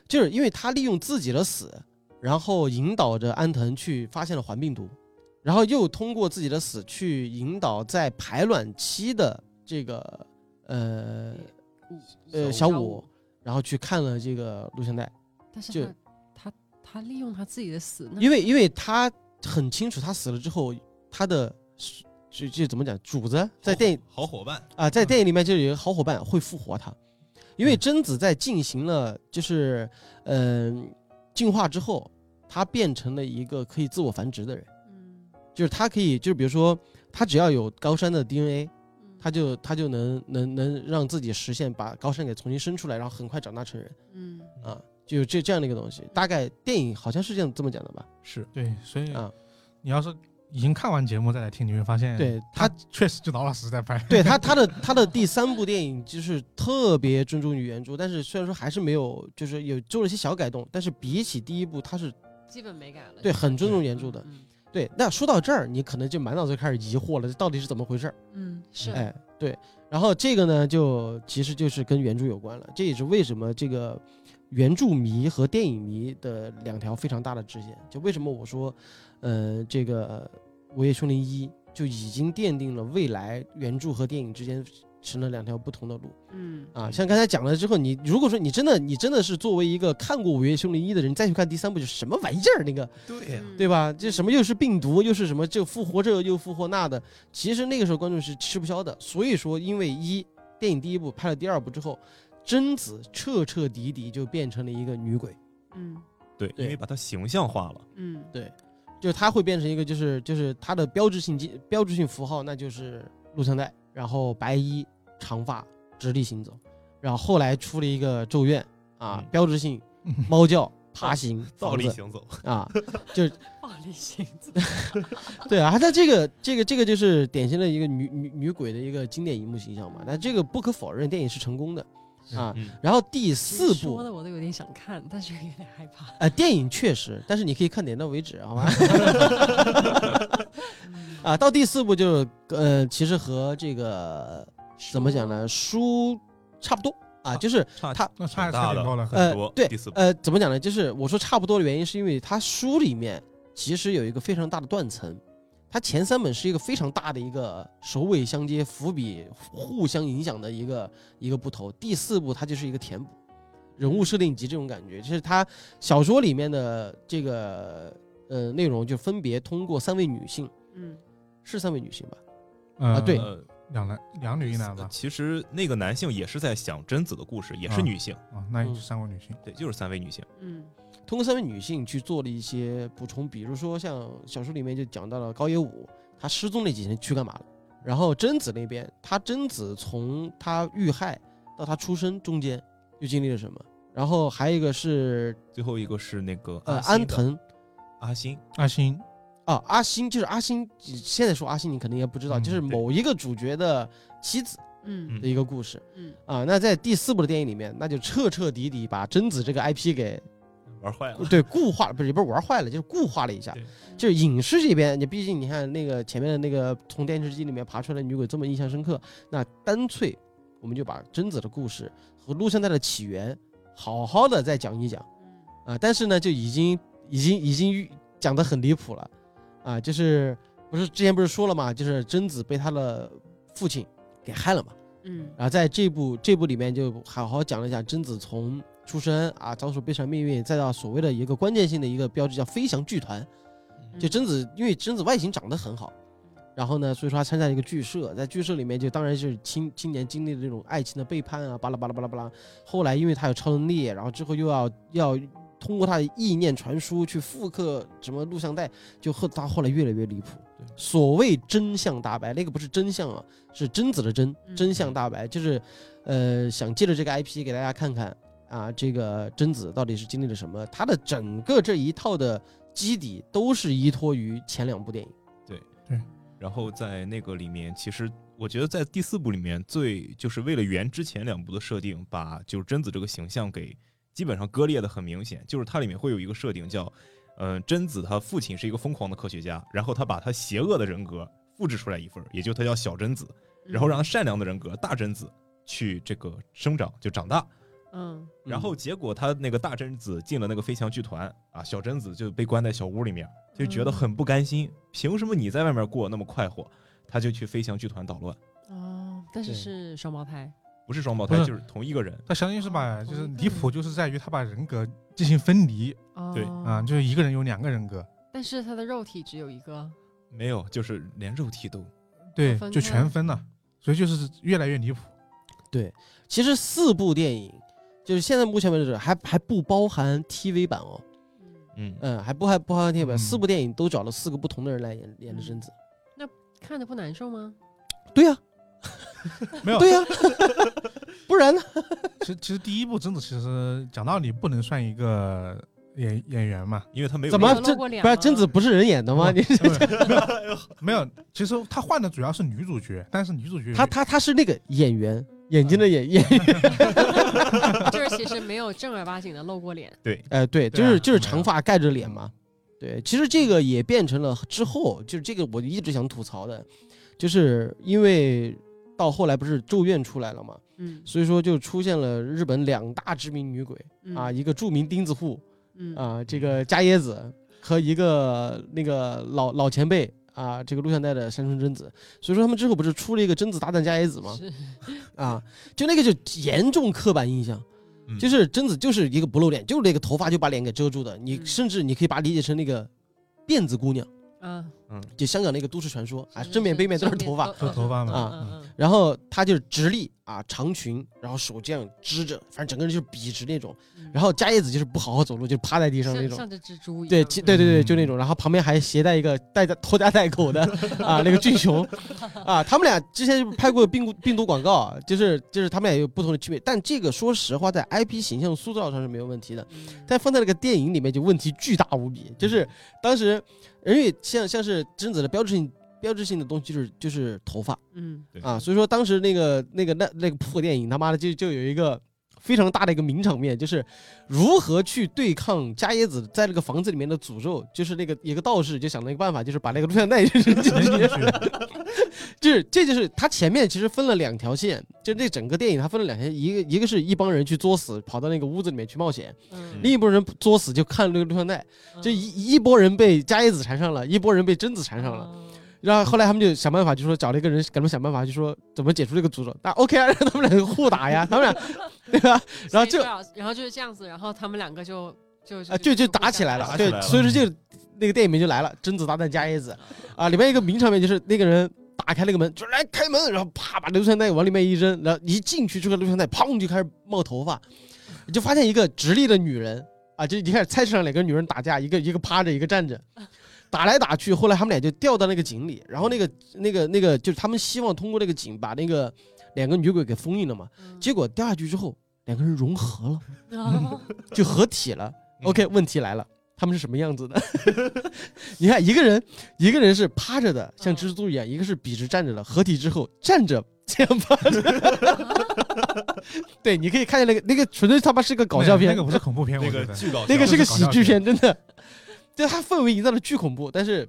Speaker 1: 就是因为他利用自己的死，然后引导着安藤去发现了环病毒，然后又通过自己的死去引导在排卵期的这个呃呃小五，，然后去看了这个录像带，
Speaker 3: 但是
Speaker 1: 就
Speaker 3: 他他他利用他自己的死，那
Speaker 1: 因为因为他很清楚他死了之后他的。这这怎么讲？主子在电影
Speaker 4: 好伙伴，
Speaker 1: 啊，在电影里面就有一个好伙伴会复活他，因为贞子在进行了就是嗯、进化之后，她变成了一个可以自我繁殖的人，
Speaker 3: 嗯
Speaker 1: 就是她可以就是比如说她只要有高山的 DNA，
Speaker 3: 嗯
Speaker 1: 她就她就能能能让自己实现把高山给重新生出来，然后很快长大成人
Speaker 3: 嗯
Speaker 1: 啊，就有这这样的一个东西。大概电影好像是这样这么讲的吧？
Speaker 4: 是
Speaker 2: 对，所以
Speaker 1: 啊
Speaker 2: 你要是已经看完节目再来听，你会发现，
Speaker 1: 对
Speaker 2: 他
Speaker 1: 他
Speaker 2: 确实就老老实实在 (laughs) 拍，
Speaker 1: 对他他的他的第三部电影就是特别尊重于原著，但是虽然说还是没有，就是有做了一些小改动，但是比起第一部，他是
Speaker 3: 基本没改了，
Speaker 1: 对
Speaker 3: 就是
Speaker 1: 很尊重原著的。
Speaker 3: 嗯
Speaker 1: 对，那说到这儿，你可能就满脑子开始疑惑了，这到底是怎么回事儿？
Speaker 3: 嗯是
Speaker 1: 哎，对。然后这个呢，就其实就是跟原著有关了，这也是为什么这个原著迷和电影迷的两条非常大的支线。就为什么我说，呃，这个《午夜凶铃一》就已经奠定了未来原著和电影之间成了两条不同的路。
Speaker 3: 嗯
Speaker 1: 啊，像刚才讲了之后，你如果说你真的你真的是作为一个看过《午夜凶铃一》的人，再去看第三部，就是什么玩意儿那个，
Speaker 4: 对
Speaker 3: 嗯
Speaker 4: 呀、
Speaker 1: 对吧？这什么又是病毒，又是什么这复活这又复活那的，其实那个时候观众是吃不消的。所以说，因为一电影第一部拍了第二部之后，贞子彻彻底底就变成了一个女鬼，
Speaker 3: 嗯
Speaker 4: 对，
Speaker 1: 对
Speaker 4: 因为把它形象化了。
Speaker 3: 嗯
Speaker 1: 就是她会变成一个就是就是她的标志性记标志性符号，那就是录像带，然后白衣长发直立行走，然后后来出了一个咒怨啊
Speaker 4: 嗯，
Speaker 1: 标志
Speaker 4: (laughs)
Speaker 1: 性猫叫爬行
Speaker 4: 倒
Speaker 1: 房
Speaker 4: 立
Speaker 1: 子
Speaker 4: 行走，
Speaker 1: 啊，
Speaker 3: 暴力行走， (laughs)
Speaker 1: 对啊，那这个这个这个就是典型的一个女女女鬼的一个经典荧幕形象嘛。那这个不可否认，电影是成功的啊。
Speaker 4: 嗯，
Speaker 1: 然后第四
Speaker 3: 说
Speaker 1: 部
Speaker 3: 的我都有点想看，但是有点害怕。
Speaker 1: 呃，电影确实，但是你可以看点到为止，好吧？
Speaker 3: (laughs)
Speaker 1: 啊，到第四部就呃，其实和这个怎么讲呢，书差不多啊，
Speaker 4: 啊
Speaker 1: 就是
Speaker 4: 差
Speaker 1: 他
Speaker 2: 那差
Speaker 4: 挺大
Speaker 2: 差
Speaker 4: 的
Speaker 2: 挺多了，
Speaker 1: 呃
Speaker 4: 很多
Speaker 1: 对
Speaker 4: 第四部
Speaker 1: 呃怎么讲呢，就是我说差不多的原因是因为它书里面其实有一个非常大的断层。它前三本是一个非常大的一个首尾相接、伏笔互相影响的一个一个不同，第四部它就是一个填补，人物设定集这种感觉，就是它小说里面的这个呃内容就分别通过三位女性，
Speaker 3: 嗯
Speaker 1: 是三位女性吧？
Speaker 2: 呃
Speaker 1: 啊对
Speaker 4: 呃
Speaker 2: 两男两女一男吧，
Speaker 4: 其实那个男性也是在想贞子的故事，也
Speaker 2: 啊
Speaker 4: 是女性，
Speaker 2: 啊，那也
Speaker 1: 嗯
Speaker 2: 是三国女性，
Speaker 4: 对，就是三位女性。
Speaker 3: 嗯
Speaker 1: 通过三位女性去做了一些补充，比如说像小说里面就讲到了高野武，他失踪那几天去干嘛了？然后贞子那边，她贞子从她遇害到她出生中间又经历了什么？然后还有一个是
Speaker 4: 最后一个是那个
Speaker 1: 呃
Speaker 4: 安
Speaker 1: 安藤
Speaker 4: 阿星，
Speaker 2: 阿星
Speaker 1: 啊阿星，就是阿星，现在说阿星你肯定也不知道，
Speaker 2: 嗯
Speaker 1: 就是
Speaker 4: 对
Speaker 1: 某一个主角的妻子
Speaker 3: 嗯
Speaker 1: 的一个故事
Speaker 3: 嗯
Speaker 1: 啊。那在第四部的电影里面，那就彻彻底底把贞子这个 IP 给
Speaker 4: 玩坏了。
Speaker 1: 对固化不是也不是玩坏了，就是固化了一下
Speaker 4: 对。
Speaker 1: 就是影视这边，你毕竟你看那个前面的那个从电视机里面爬出来的女鬼这么印象深刻，那干脆我们就把贞子的故事和陆三代的起源好好的再讲一讲啊。但是呢，就已经已经已经预讲的很离谱了啊，就是不是之前不是说了嘛，就是贞子被她的父亲给害了嘛。
Speaker 3: 嗯
Speaker 1: 然后在这部这部里面就好好讲了一下贞子从出生啊遭受悲惨命运，再到所谓的一个关键性的一个标志叫飞翔剧团。就贞子，因为贞子外形长得很好，然后呢，所以说她参加一个剧社，在剧社里面就当然是青青年经历的这种爱情的背叛啊，巴拉巴拉巴拉巴拉。后来因为她有超能力，然后之后又要要通过她的意念传输去复刻什么录像带，就后她后来越来越离谱
Speaker 4: 对。
Speaker 1: 所谓真相大白，那个不是真相啊，是贞子的真
Speaker 3: 嗯
Speaker 1: 真相大白，就是呃想借着这个 IP 给大家看看啊，这个贞子到底是经历了什么，她的整个这一套的。基底都是依托于前两部电影。
Speaker 4: 然后在那个里面，其实我觉得在第四部里面最就是为了圆之前两部的设定，把就是贞子这个形象给基本上割裂的很明显。就是它里面会有一个设定叫，呃，贞子她父亲是一个疯狂的科学家，然后他把他邪恶的人格复制出来一份儿，也就他叫小贞子，然后
Speaker 3: 嗯
Speaker 4: 让他善良的人格大贞子去这个生长就长大。
Speaker 3: 嗯
Speaker 4: 然后结果他那个大贞子进了那个飞翔剧团啊，小贞子就被关在小屋里面，就觉得很不甘心，凭什么你在外面过那么快活？他就去飞翔剧团捣乱，
Speaker 3: 哦，但是
Speaker 1: 对
Speaker 3: 是双胞胎，
Speaker 4: 不是双胞
Speaker 2: 不
Speaker 4: 胎
Speaker 2: 是
Speaker 4: 就是同一个人，
Speaker 2: 他相当于是
Speaker 1: 嗯
Speaker 2: 把
Speaker 3: 哦
Speaker 2: 就是
Speaker 3: 同一个
Speaker 2: 离谱，就是在于他把人格进行分离
Speaker 4: 对
Speaker 3: 哦
Speaker 1: 嗯
Speaker 2: 啊，就是一个人有两个人格，
Speaker 3: 但是他的肉体只有一个，
Speaker 4: 没有，就是连肉体都
Speaker 2: 对
Speaker 3: 分，
Speaker 2: 就
Speaker 3: 开
Speaker 2: 全分了，所以就是越来越离谱。
Speaker 1: 其实四部电影，就是现在目前为止还还不包含 TV 版哦，
Speaker 4: 嗯，
Speaker 1: 嗯，还不还不包含 TV 版，
Speaker 2: 嗯
Speaker 1: 四部电影都找了四个不同的人来演演的贞子。
Speaker 3: 看着不难受吗？ (laughs)
Speaker 1: 对呀、
Speaker 2: (laughs) 没有
Speaker 1: 对
Speaker 2: (laughs)
Speaker 1: 呀、不然呢？
Speaker 2: 其实其实第一部贞子其实讲道理不能算一个演演员嘛，
Speaker 4: 因为他没有
Speaker 1: 怎么
Speaker 3: 没有
Speaker 1: 这
Speaker 3: 露过脸
Speaker 1: 不是
Speaker 3: 吗
Speaker 1: 贞子不是人演的吗？你
Speaker 2: 没有没有 (laughs) 没有，其实他换的主要是女主角，但是女主角
Speaker 1: 他他他是那个演员，眼
Speaker 2: 啊
Speaker 1: 睛的演
Speaker 2: (laughs)
Speaker 1: 演员，
Speaker 3: 就是其实没有正儿八经的露过脸，
Speaker 1: 哎，对，就
Speaker 2: 对啊
Speaker 1: 是就是
Speaker 2: 没有
Speaker 1: 长发盖着脸嘛。对，其实这个也变成了之后，就是这个我一直想吐槽的，就是因为到后来不是《咒怨》出来了嘛，
Speaker 3: 嗯
Speaker 1: 所以说就出现了日本两大知名女鬼啊，，一个著名钉子户
Speaker 3: 嗯嗯
Speaker 1: 啊，这个加耶子和一个那个老老前辈啊，这个录像带的山村贞子。所以说他们之后不是出了一个贞子大战加耶子吗？
Speaker 3: 是
Speaker 1: (laughs) 啊，就那个就严重刻板印象，
Speaker 4: 嗯
Speaker 1: 就是贞子就是一个不露脸，就是那个头发就把脸给遮住的。你
Speaker 3: 嗯
Speaker 1: 甚至你可以把它理解成那个辫子姑娘，
Speaker 3: 啊，
Speaker 1: 就香港那个都市传说啊，
Speaker 3: 嗯是
Speaker 1: 正面背面都是头发。
Speaker 2: 都是头发嘛
Speaker 1: 啊
Speaker 3: 嗯嗯
Speaker 1: 然后她就是直立啊，长裙，然后手这样支着，反正整个人就是笔直那种。
Speaker 3: 嗯
Speaker 1: 然后加叶子就是不好好走路，就趴在地
Speaker 3: 像
Speaker 1: 上那种。
Speaker 3: 像只蜘蛛一
Speaker 1: 对，
Speaker 3: 样
Speaker 1: 其
Speaker 3: 嗯
Speaker 1: 对对对，
Speaker 2: 嗯
Speaker 1: 就那种。然后旁边还携带一个带着拖家带口的啊，那个俊雄啊，他们俩之前就拍过病毒病毒广告，就是就是他们俩有不同的区别。但这个说实话，在 IP 形象塑造上是没有问题的，
Speaker 3: 嗯
Speaker 1: 但放在那个电影里面就问题巨大无比。就是当时，因为像像是贞子的标志性标志性的东西就是就是头发，
Speaker 3: 嗯
Speaker 4: 对
Speaker 1: 啊，所以说当时那个那个那那个破电影，他妈的就就有一个非常大的一个名场面，就是如何去对抗加耶子在那个房子里面的诅咒，就是那个一个道士就想了一个办法，就是把那个录像带 (laughs) 就是就
Speaker 2: 没进
Speaker 1: 是
Speaker 2: 去，
Speaker 1: 就是这就是他前面其实分了两条线，就这整个电影他分了两条线，一个一个是一帮人去作死，跑到那个屋子里面去冒险，
Speaker 3: 嗯
Speaker 1: 另一拨人作死就看那个录像带，
Speaker 3: 嗯
Speaker 1: 这一一拨人被加耶子缠上了，一拨人被贞子缠上了。
Speaker 3: 哦
Speaker 1: 然后后来他们就想办法，就说找了一个人，给他们想办法，就说怎么解除这个诅咒。那 OK 啊，让他们两个互打呀，他们俩，对吧？然后
Speaker 3: 所
Speaker 1: 就
Speaker 3: 以多少然后就是这样子，然后他们两个就就
Speaker 1: 啊，就就打起来
Speaker 4: 打
Speaker 1: 了。
Speaker 4: 起
Speaker 1: 对
Speaker 4: 来，了
Speaker 1: 所以说就那个电影名就来了，《贞子大战加耶子》
Speaker 4: 嗯
Speaker 1: 啊，里面一个名场面就是那个人打开那个门，就来开门，然后啪把录像带往里面一扔，然后一进去这个录像带砰就开始冒头发，你就发现一个直立的女人啊，就你看菜市场两个女人打架，一个一个趴着，一个站
Speaker 4: (laughs)
Speaker 1: 着。打来打去，后来他们俩就掉到那个井里，然后那个那个那个就是他们希望通过那个井把那个两个女鬼给封印了嘛，
Speaker 3: 嗯
Speaker 1: 结果掉下去之后，两个人融合了。 (laughs)
Speaker 3: 果
Speaker 1: 就合体了。
Speaker 4: 嗯
Speaker 1: OK，问题来了，他们是什么样子的？ (laughs) 你看，一个人一个人是趴着的，像
Speaker 3: 嗯
Speaker 1: 蜘蛛一样；一个是笔直站着的。合体之后站着这样吧， (laughs) 对，你可以看见那个那个纯粹他妈是个 (laughs) 搞笑片，
Speaker 2: 那个不是恐怖片，我
Speaker 4: (laughs) 那
Speaker 2: 觉
Speaker 4: 个
Speaker 2: 得
Speaker 4: 巨搞笑，
Speaker 1: 那个是个
Speaker 2: 搞
Speaker 1: 喜
Speaker 2: 笑
Speaker 1: 剧片，真的， (laughs) 就它氛围营造的巨恐怖，但是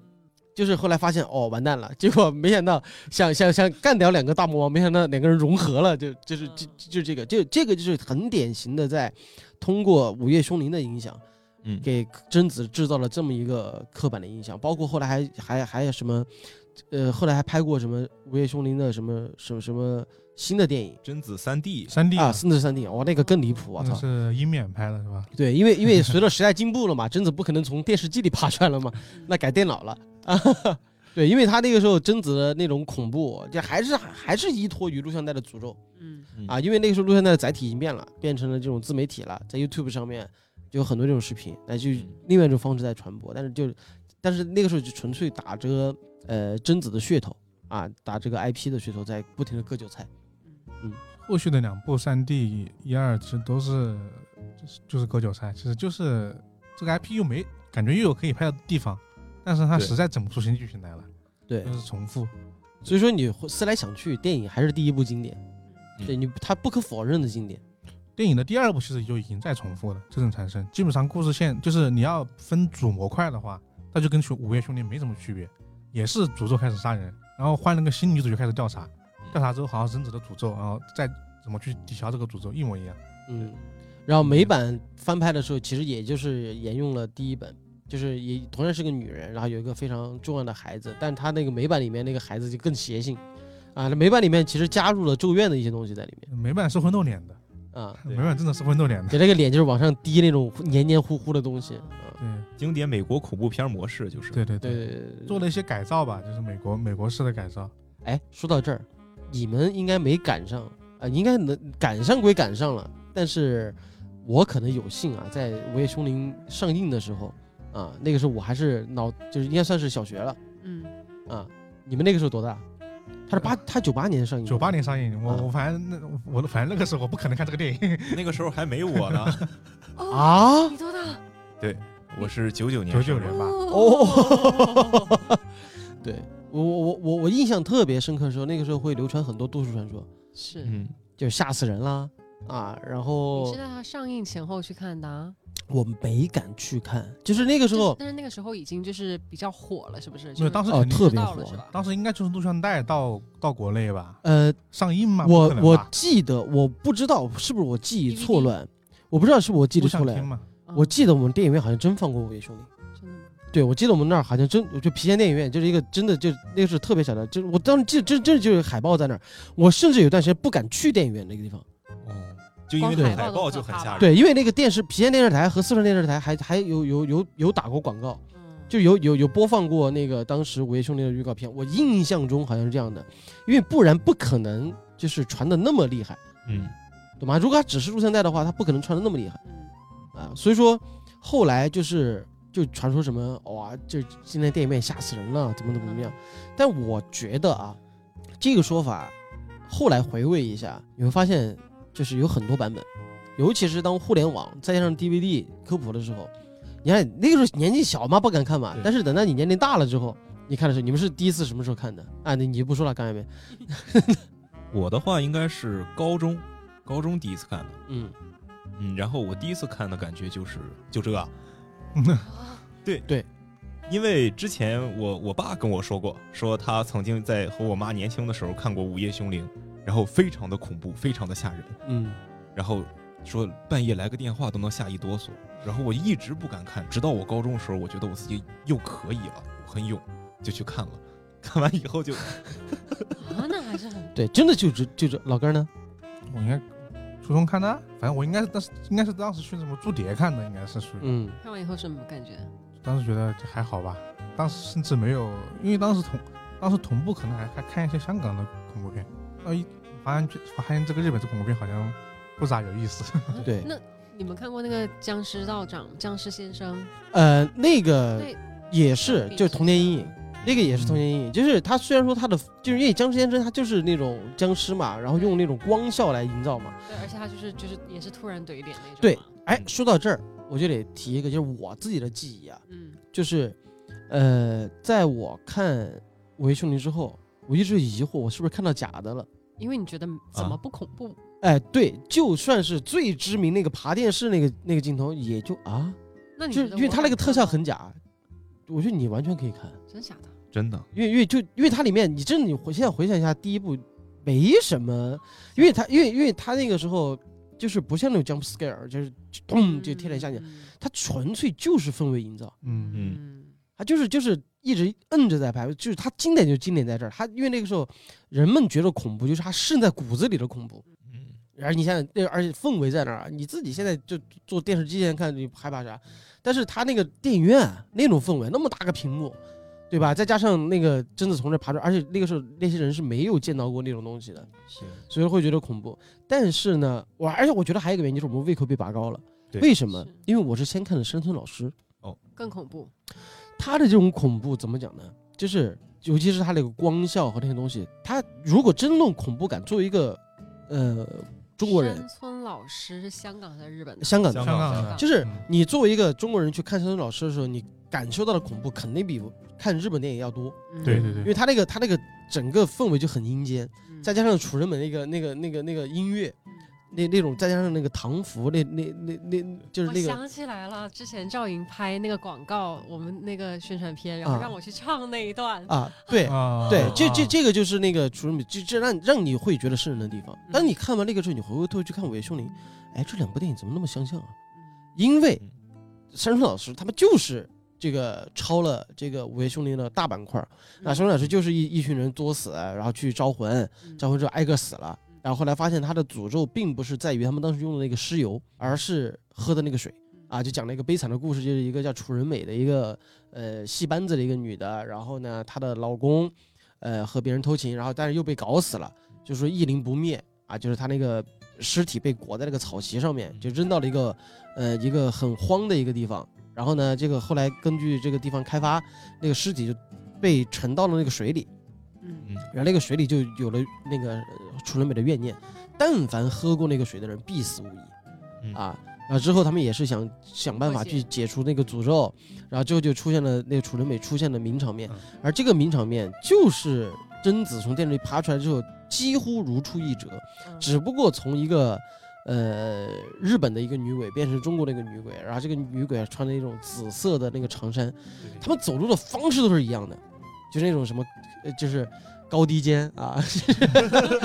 Speaker 1: 就是后来发现哦完蛋了，结果没想到想想想干掉两个大魔王，没想到两个人融合了，就就是就就这个就这个就是很典型的在通过《午夜凶铃》的影响。
Speaker 4: 嗯，
Speaker 1: 给贞子制造了这么一个刻板的印象，包括后来还还还有什么，呃，后来还拍过什么《午夜凶铃》的什么什么什么新的电影
Speaker 4: 贞子三 D
Speaker 2: 三 D
Speaker 1: 啊，甚至三 D，哇，那个更离谱，我
Speaker 2: 那
Speaker 1: 操！
Speaker 2: 是英缅拍的是吧？
Speaker 1: (laughs) 对，因为因为随着时代进步了嘛，贞子不可能从电视机里爬出来了嘛，
Speaker 3: 嗯
Speaker 1: 那改电脑了 (laughs) 啊。对，因为他那个时候贞子的那种恐怖，就还是还是依托于录像带的诅咒，
Speaker 3: 嗯，
Speaker 1: 啊，因为那个时候录像带的载体已经变了，变成了这种自媒体了，在 YouTube 上面就有很多这种视频，那就
Speaker 4: 嗯
Speaker 1: 另外一种方式在传播，但是就，但是那个时候就纯粹打这个呃贞子的噱头啊，打这个 IP 的噱头，在不停的割韭菜。
Speaker 2: 后续的两部三 D 一二其实都是就是就是割韭菜，其实就是这个 IP 又没感觉又有可以拍的地方，但是它
Speaker 4: 对
Speaker 2: 实在整不出新剧情来了，
Speaker 1: 对
Speaker 4: 嗯
Speaker 2: 就，是重复。
Speaker 1: 所以说你会思来想去，电影还是第一部经典，
Speaker 4: 嗯
Speaker 1: 对你它不可否认的经典。
Speaker 2: 电影的第二部其实就已经在重复了，这种产生基本上故事线就是你要分主模块的话，那就跟《午夜凶铃》没什么区别，也是诅咒开始杀人，然后换了个新女主就开始调查，
Speaker 1: 嗯
Speaker 2: 调查之后好好贞子的诅咒，然后再怎么去抵消这个诅咒，一模一样。
Speaker 1: 嗯，然后美版翻拍的时候，其实也就是沿用了第一本，就是也同样是个女人，然后有一个非常重要的孩子，但她那个美版里面那个孩子就更邪性，啊，那美版里面其实加入了咒怨的一些东西在里
Speaker 2: 美版是会露脸的，
Speaker 1: 面啊，
Speaker 4: 对
Speaker 2: 美版真的是会露脸的。
Speaker 1: 给那个脸就是往上滴那种黏黏糊糊的东西，啊，
Speaker 2: 对
Speaker 4: 经典美国恐怖片模式就是，
Speaker 2: 对对
Speaker 1: 对
Speaker 2: 对，
Speaker 1: 对对对
Speaker 2: 做
Speaker 1: 对。
Speaker 2: 了一些改造吧，就是美国美国式的改造。
Speaker 1: 哎，说到这儿，你们应该没赶上啊、应该能赶上归赶上了，但是我可能有幸啊，在《午夜凶铃》上映的时候啊，那个时候我还是脑就是应该算是小学了。
Speaker 3: 嗯，
Speaker 1: 啊，你们那个时候多大？啊他是八，他九八年上映的，
Speaker 2: 呃九八年上映，我
Speaker 1: 啊
Speaker 2: 我反正那我反正那个时候我不可能看这个电影，
Speaker 4: 那个时候还没我呢，
Speaker 3: 哦，
Speaker 1: 啊，
Speaker 3: (laughs) 你多大？
Speaker 4: 我是九九年
Speaker 2: 九
Speaker 4: 生
Speaker 2: 九
Speaker 4: 人
Speaker 2: 年吧。
Speaker 1: 哦， (laughs) 对我我我我我印象特别深刻的时候，那个时候会流传很多都市传说，
Speaker 3: 是，
Speaker 4: 嗯，
Speaker 1: 就是吓死人啦啊，然
Speaker 3: 你
Speaker 1: 后
Speaker 3: 知道它上映前后去看的啊？
Speaker 1: 我没敢去看，就是那个时
Speaker 3: 就是
Speaker 1: 候
Speaker 3: 但是那个时候已经就是比较火了，是不是？
Speaker 2: 没有，当
Speaker 3: 时
Speaker 2: 时
Speaker 1: 哦
Speaker 2: 肯定
Speaker 1: 特别
Speaker 3: 到
Speaker 1: 火
Speaker 3: 了是吧？
Speaker 2: 当时应该就是录像带到到国内吧，
Speaker 1: 呃，
Speaker 2: 上映吗？不
Speaker 1: 我
Speaker 2: 可能
Speaker 1: 我
Speaker 2: 吧
Speaker 1: 记得我不知道是不是我记忆错乱，我不知道是不是我记忆
Speaker 2: 录
Speaker 1: 错
Speaker 2: 像厅
Speaker 1: 乱，
Speaker 2: 嘛，
Speaker 3: 嗯
Speaker 1: 我记得我们电影院好像真放过《午夜凶铃》。
Speaker 3: 真的吗？
Speaker 1: 对，我记得我们那儿好像真就皮县电影院，就是一个真的就那个是特别小的，就是我当时记得真真的就是海报在那儿，我甚至有段时间不敢去电影院那个地方。
Speaker 4: 哦，就因为
Speaker 3: 光
Speaker 4: 那
Speaker 3: 海
Speaker 4: 个
Speaker 3: 报
Speaker 4: 海
Speaker 3: 都
Speaker 4: 报
Speaker 3: 可
Speaker 4: 就很
Speaker 3: 怕
Speaker 4: 吓
Speaker 3: 了
Speaker 4: 人，
Speaker 1: 对，因为那个电视皮县电视台和四川电视台还还有有有有打过广告，
Speaker 3: 嗯，
Speaker 1: 就有有有播放过那个当时《午夜凶铃》的预告片，我印象中好像是这样的，因为不然不可能就是传的那么厉害，
Speaker 4: 嗯，
Speaker 1: 懂吗？如果它只是录像带的话，它不可能传的那么厉害。
Speaker 3: 嗯
Speaker 1: 啊，所以说后来就是就传说什么哇，这今天电影院吓死人了，怎么怎么怎么样？但我觉得啊，这个说法后来回味一下，你会发现就是有很多版本，尤其是当互联网再加上 DVD 科普的时候，你看那个时候年纪小嘛，不敢看嘛
Speaker 4: 对，
Speaker 1: 但是等到你年龄大了之后。你看的时候，你们是第一次什么时候看的啊？你你就不说了，刚才没，
Speaker 4: 我的话应该是高中，高中第一次看的，
Speaker 1: 嗯，
Speaker 4: 嗯，然后我第一次看的感觉就是就这啊，因为之前我我爸跟我说过，说他曾经在和我妈年轻的时候看过《午夜凶铃》，然后非常的恐怖，非常的吓人，
Speaker 1: 嗯，
Speaker 4: 然后说半夜来个电话都能吓一哆嗦，然后我一直不敢看，直到我高中的时候，我觉得我自己又可以了，我很勇，就去看了。 (laughs) 看完以后就
Speaker 3: (laughs) 啊，那还是很
Speaker 1: 对，真的就这就这老根儿呢，
Speaker 2: 我应该初中看的，啊反正我应该是当时应该是当时去什么驻碟看的，应该是属于。
Speaker 1: 嗯，
Speaker 3: 看完以后什么感觉？
Speaker 2: 当时觉得这还好吧，当时甚至没有，因为当时同当时同步可能还看看一些香港的恐怖片，呃，一发现发现这个日本的恐怖片好像不咋有意思。
Speaker 1: (laughs) 对，
Speaker 3: 那你们看过那个僵尸道长、僵尸先生？
Speaker 1: 呃，那个
Speaker 3: 对
Speaker 1: 也是，就是童年阴影，那个也是童年阴影。就是他虽然说他的，就是因为僵尸先生他就是那种僵尸嘛，然后用那种光效来营造嘛。
Speaker 3: 对，而且他就是就是也是突然怼脸那种嘛。
Speaker 1: 对哎
Speaker 4: 嗯，
Speaker 1: 说到这儿，我就得提一个，就是我自己的记忆啊，
Speaker 3: 嗯，
Speaker 1: 就是，呃，在我看《午夜凶铃》之后，我一直疑惑我是不是看到假的了，
Speaker 3: 因为你觉得怎么不恐怖？
Speaker 1: 哎，对，就算是最知名那个爬电视那个那个镜头，也就啊，
Speaker 3: 那你
Speaker 1: 就是
Speaker 3: 觉得
Speaker 1: 因为
Speaker 3: 我
Speaker 1: 它那个
Speaker 3: 敢
Speaker 1: 特效
Speaker 3: 看吗
Speaker 1: 很假，我觉得你完全可以看，
Speaker 3: 真假的，
Speaker 4: 真的，
Speaker 1: 因为因为就因为它里面你真的你回现在回想一下第一部没什么，因为它因为因为它那个时候就是不像那种 jump scare，就是就咚就贴脸吓你，
Speaker 3: 嗯
Speaker 1: 它纯粹就是氛围营造，
Speaker 2: 嗯
Speaker 3: 嗯
Speaker 1: 它就是就是一直摁着在拍，就是它经典就经典在这儿，它因为那个时候人们觉得恐怖，就是它渗在骨子里的恐怖。
Speaker 4: 嗯，
Speaker 1: 而你想想，那而且氛围在那儿啊，你自己现在就坐电视机前看，你害怕啥？但是他那个电影院那种氛围，那么大个屏幕，对吧？再加上那个真的从这爬出来，而且那个时候那些人是没有见到过那种东西的，
Speaker 4: 是
Speaker 1: 所以会觉得恐怖。但是呢，我而且我觉得还有一个原因就是我们胃口被拔高了。
Speaker 4: 对
Speaker 1: 为什么
Speaker 3: 是？
Speaker 1: 因为我是先看的山村老师，
Speaker 3: 更恐怖，
Speaker 1: 他的这种恐怖怎么讲呢？就是尤其是他那个光效和那些东西，他如果真弄恐怖感，作为一个呃中国人，
Speaker 3: 山村老师是香港还是日本的？
Speaker 1: 香港的
Speaker 4: 香
Speaker 2: 香港
Speaker 4: 香
Speaker 2: 的
Speaker 4: 港
Speaker 1: 就是
Speaker 2: 嗯
Speaker 1: 你作为一个中国人去看山村老师的时候，你感受到的恐怖肯定比看日本电影要多，
Speaker 3: 嗯
Speaker 2: 对对，对
Speaker 1: 因为他那个他那个整个氛围就很阴间，
Speaker 3: 嗯
Speaker 1: 再加上楚人们那个那个那个那个音乐，那那种再加上那个唐服，那那那那就是
Speaker 3: 我
Speaker 1: 那个
Speaker 3: 想起来了，之前赵莹拍那个广告，我们那个宣传片，然后
Speaker 1: 啊
Speaker 3: 让我去唱那一段，
Speaker 1: 啊，对
Speaker 2: 啊，
Speaker 1: 对
Speaker 2: 啊，
Speaker 1: 这这这个就是那个楚人们，这这让让你会觉得瘆人的地方。当
Speaker 3: 嗯
Speaker 1: 你看完那个之后，你回过头去看《午夜凶铃》，哎，这两部电影怎么那么相像啊？
Speaker 3: 嗯
Speaker 1: 因为山村老师他们就是这个抄了这个《午夜凶铃》的大板块儿。那山村老师就是一一群人作死，然后去招魂，
Speaker 3: 嗯
Speaker 1: 招魂之后挨个死了。然后后来发现他的诅咒并不是在于他们当时用的那个尸油，而是喝的那个水啊，就讲了一个悲惨的故事，就是一个叫楚人美的一个呃戏班子的一个女的，然后呢她的老公呃和别人偷情，然后但是又被搞死了，就说一灵不灭啊，就是她那个尸体被裹在那个草席上面，就扔到了一个呃一个很荒的一个地方。然后呢，这个后来根据这个地方开发，那个尸体就被沉到了那个水里，
Speaker 3: 嗯
Speaker 4: 嗯
Speaker 1: 然后那个水里就有了那个呃楚人美的怨念，但凡喝过那个水的人必死无疑
Speaker 4: 嗯
Speaker 1: 啊。然后之后他们也是想想办法
Speaker 3: 破解
Speaker 1: 去解除那个诅咒，然后之后就出现了那个楚人美出现的名场面
Speaker 2: 嗯，
Speaker 1: 而这个名场面就是贞子从店里爬出来之后几乎如出一辙，
Speaker 3: 嗯
Speaker 1: 只不过从一个呃日本的一个女鬼变成中国的一个女鬼，然后这个女鬼穿着一种紫色的那个长衫，他们走路的方式都是一样的，就是那种什么，呃就是高低肩啊，
Speaker 4: (laughs)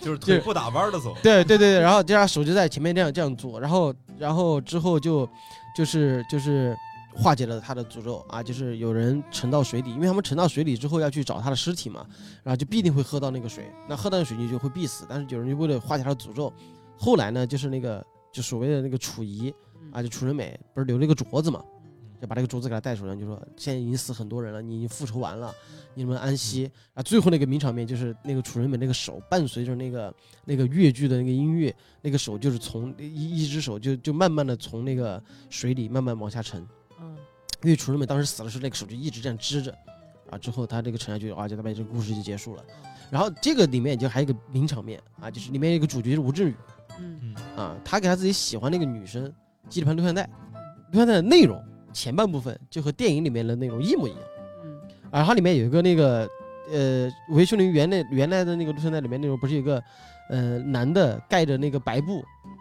Speaker 4: 就
Speaker 1: 就
Speaker 4: 是腿
Speaker 1: 是
Speaker 4: 不打弯的走，
Speaker 1: 对对对，然后这样手就在前面这样这样做，然后然后之后就就是就是化解了他的诅咒啊，就是有人沉到水底，因为他们沉到水里之后要去找他的尸体嘛，然后就必定会喝到那个水，那喝到那个水你就会必死，但是有人就为了化解他的诅咒，后来呢就是那个就所谓的那个楚仪啊，就楚人美不是留了一个镯子嘛。就把那个镯子给他戴手上，就说现在已经死很多人了，你已经复仇完了，你们安息。啊，最后那个名场面就是那个楚人美那个手伴随着那个那个越剧的那个音乐，那个手就是从一一只手就就慢慢的从那个水里慢慢往下沉，
Speaker 3: 嗯
Speaker 1: 因为楚人美当时死的时候那个手就一直这样支着，啊，之后他这个沉下去，啊，就大概这个故事就结束了。然后这个里面就还有一个名场面啊，就是里面有一个主角是吴镇宇
Speaker 3: 嗯
Speaker 4: 嗯
Speaker 1: 啊，他给他自己喜欢那个女生系了盘录像带，录像带的内容前半部分就和电影里面的内容一模一样。
Speaker 3: 嗯
Speaker 1: 啊，它里面有一个那个呃，维修林原来原来的那个录像带里面那种不是有个呃男的盖着那个白布，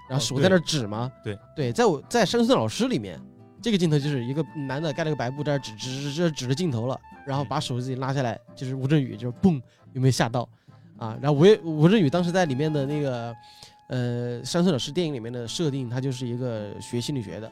Speaker 1: 然后
Speaker 4: 哦
Speaker 1: 手
Speaker 4: 对
Speaker 1: 在那儿指吗？
Speaker 4: 对
Speaker 1: 对，在我在山村老师里面，这个镜头就是一个男的盖了个白布在那儿指指指指指着镜头了，然
Speaker 4: 嗯
Speaker 1: 后把手自己拉下来，就是吴镇宇就是嘣，有没有吓到啊？然后吴吴镇宇当时在里面的那个呃山村老师电影里面的设定，他就是一个学心理学的。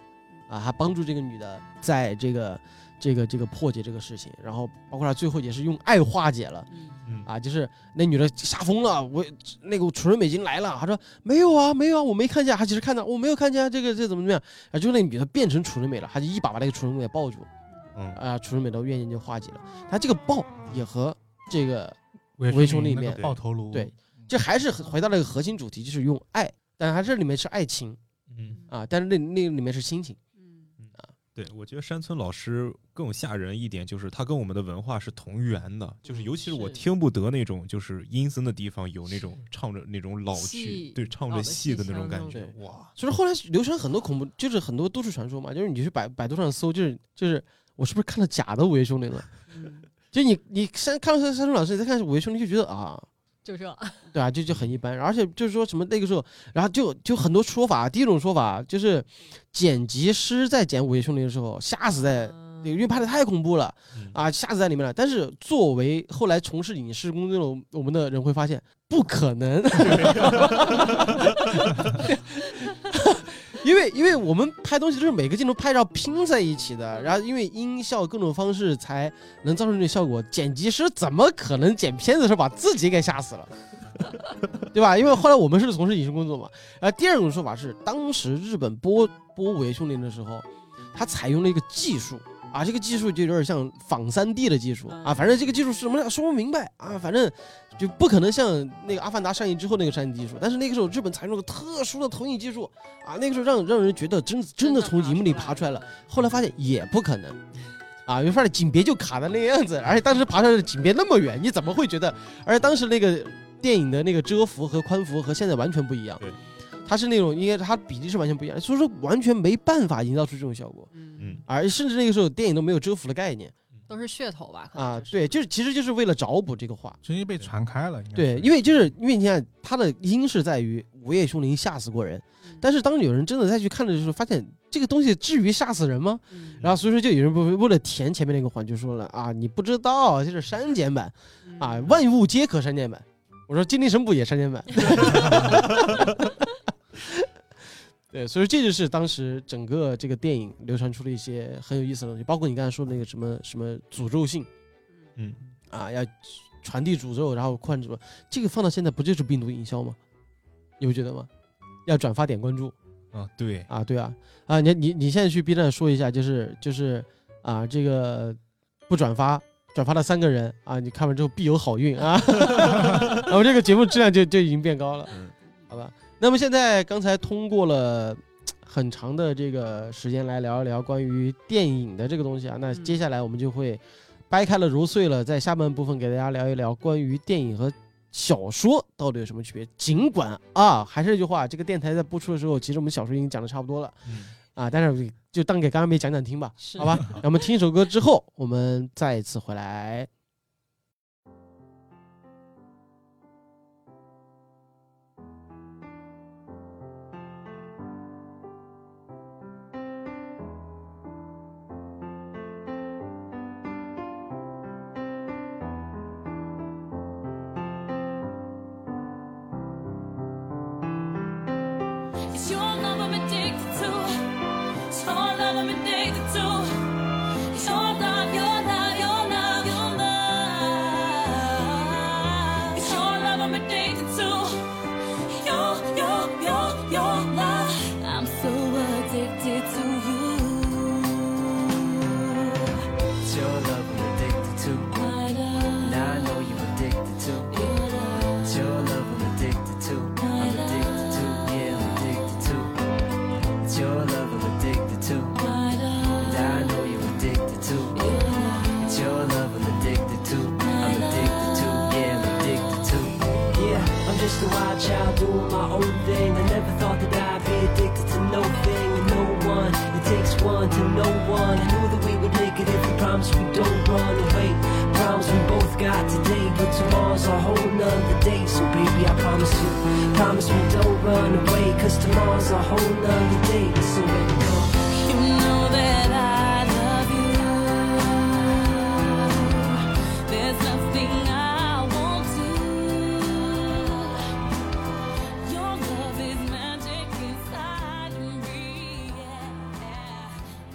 Speaker 1: 啊，他帮助这个女的在这个这个这个破解这个事情，然后包括他最后也是用爱化解了
Speaker 3: 嗯
Speaker 4: 嗯
Speaker 1: 啊，就是那女的吓疯了，我那个楚人美已经来了，她说没有啊，没有啊，我没看见，她其实看到我没有看见啊，这个这怎么怎么样，啊，就那女的变成楚人美了，她就一把把那个楚人美抱住，
Speaker 4: 嗯，
Speaker 1: 啊，楚人美的怨念就化解了，她这个抱也和这个
Speaker 2: 围
Speaker 1: 兄弟
Speaker 2: 那
Speaker 1: 面
Speaker 2: 个爆头颅，
Speaker 1: 对，这还是回到那个核心主题，就是用爱，但是它这里面是爱情
Speaker 4: 嗯，
Speaker 1: 啊，但是那那个里面是亲情，
Speaker 3: 嗯
Speaker 4: 对，我觉得山村老师更吓人一点，就是他跟我们的文化是同源的，就是尤其是我
Speaker 3: 是
Speaker 4: 听不得那种就是阴森的地方有那种唱着那种老
Speaker 3: 戏
Speaker 4: 剧，对，唱
Speaker 3: 老
Speaker 4: 着
Speaker 3: 的
Speaker 4: 戏
Speaker 3: 戏
Speaker 4: 的那种
Speaker 3: 腔
Speaker 4: 感
Speaker 3: 那
Speaker 4: 觉
Speaker 1: 种，
Speaker 4: 哇，
Speaker 1: 就是后来流传很多恐怖，就是很多都市传说嘛，就是你去百百度上搜，就是就是我是不是看了假的《午夜凶铃》了？
Speaker 3: 嗯
Speaker 1: 就你你先看了山山村老师，你再看《午夜凶铃》，就觉得啊，
Speaker 3: 就这，
Speaker 1: 对啊，就就很一般。而且就是说什么那个时候，然后就就很多说法。第一种说法就是，剪辑师在剪《午夜凶铃》的时候，吓死在
Speaker 3: 嗯
Speaker 1: 因为拍的太恐怖了
Speaker 4: 嗯
Speaker 1: 啊，吓死在里面了。但是作为后来从事影视工作的我们的人会发现，不可能， (laughs) 因为因为我们拍东西都是每个镜头拍照拼在一起的，然后因为音效各种方式才能造成这个效果。剪辑师怎么可能剪片子的时候把自己给吓死了？ (laughs) 对吧？因为后来我们是从事影视工作嘛。然后呃第二种说法是，当时日本播播《午夜凶铃》的时候，它采用了一个技术啊，这个技术就有点像仿三 D 的技术啊，
Speaker 3: 嗯
Speaker 1: 反正这个技术是什么呢说不明白啊，反正就不可能像那个《阿凡达》上映之后那个上映技术，但是那个时候日本采用了个特殊的投影技术啊，那个时候让让人觉得真真的从荧幕里爬出来了，，后来发现也不可能。啊，因为发现景别就卡在那个样子，而且当时爬上去景别那么远，你怎么会觉得？而且当时那个电影的那个遮幅和宽幅和现在完全不一样
Speaker 4: 对，
Speaker 1: 它是那种应该它比例是完全不一样，所以说完全没办法营造出这种效果，
Speaker 3: 嗯，
Speaker 4: 嗯，
Speaker 1: 而甚至那个时候电影都没有遮幅的概念
Speaker 3: 都是噱头吧？可能
Speaker 1: 啊，
Speaker 3: 就是
Speaker 1: 对，就是其实就是为了找补这个话，
Speaker 2: 直接被传开了。应该
Speaker 1: 对，
Speaker 2: 是
Speaker 1: 因为就是因为你看它的因是在于午夜凶铃吓死过人，
Speaker 3: 嗯
Speaker 1: 但是当有人真的再去看的时候，发现这个东西至于吓死人吗？
Speaker 3: 嗯
Speaker 1: 然后所以说就有人不为了填前面那个环，就说了啊，你不知道这是删减版啊，
Speaker 3: 嗯
Speaker 1: 万物皆可删减版。我说《精灵神捕》也删减版。 (laughs) 对，所以这就是当时整个这个电影流传出了一些很有意思的东西，包括你刚才说的那个什么什么诅咒性
Speaker 4: 嗯，
Speaker 1: 啊，要传递诅咒，然后控制吧，这个放到现在不就是病毒营销吗？你不觉得吗？要转发点关注，
Speaker 4: 啊，对，
Speaker 1: 啊，对啊，啊，你你你现在去 B 站说一下，就是就是啊，这个不转发，转发了三个人啊，你看完之后必有好运
Speaker 4: (laughs)
Speaker 1: 啊， (laughs) 我们这个节目质量就就已经变高了，
Speaker 4: 嗯
Speaker 1: 好吧？那么现在刚才通过了很长的这个时间来聊一聊关于电影的这个东西啊，那
Speaker 3: 嗯
Speaker 1: 接下来我们就会掰开了揉碎了，在下半部分给大家聊一聊关于电影和小说到底有什么区别？尽管啊，还是那句话，这个电台在播出的时候，其实我们小说已经讲的差不多了
Speaker 4: 嗯
Speaker 1: 啊，但是就当给刚刚没讲讲听吧，
Speaker 3: 是
Speaker 1: 好吧？ (laughs) 那我们听一首歌之后，我们再一次回来。
Speaker 5: It's your love I'm addicted to. It's your love I'm addicted to. It's your love, your love, your love, your love. It's your love I'm addicted to. Your, your, your, your love. I'm so addicted to you.
Speaker 6: It's your love I'm addicted to.
Speaker 5: My love.
Speaker 6: Now I know you're addicted to.
Speaker 5: Your love.
Speaker 6: It's your love I'm addicted to. I'm addicted to. Yeah, I'm addicted to. It's your love I'm addicted to.
Speaker 5: My love.
Speaker 6: Now I know you're addicted to.
Speaker 5: Your love.
Speaker 6: It's your love I'm addicted to. I'm addicted to. Yeah, I'm addicted to. Yeah, I'm just a wild child doing my own thing. I never thought that I'd be addicted to no thing and no one. It takes one to no one. I knew that we would make it if we promised we don't run away. Problems we both got today, but tomorrow's a whole nother day. So baby, I promise you, promise me don't run away. Cause tomorrow's a whole nother day. So let it go.
Speaker 5: You know that I love you. There's nothing I won't do. Your love is magic inside me.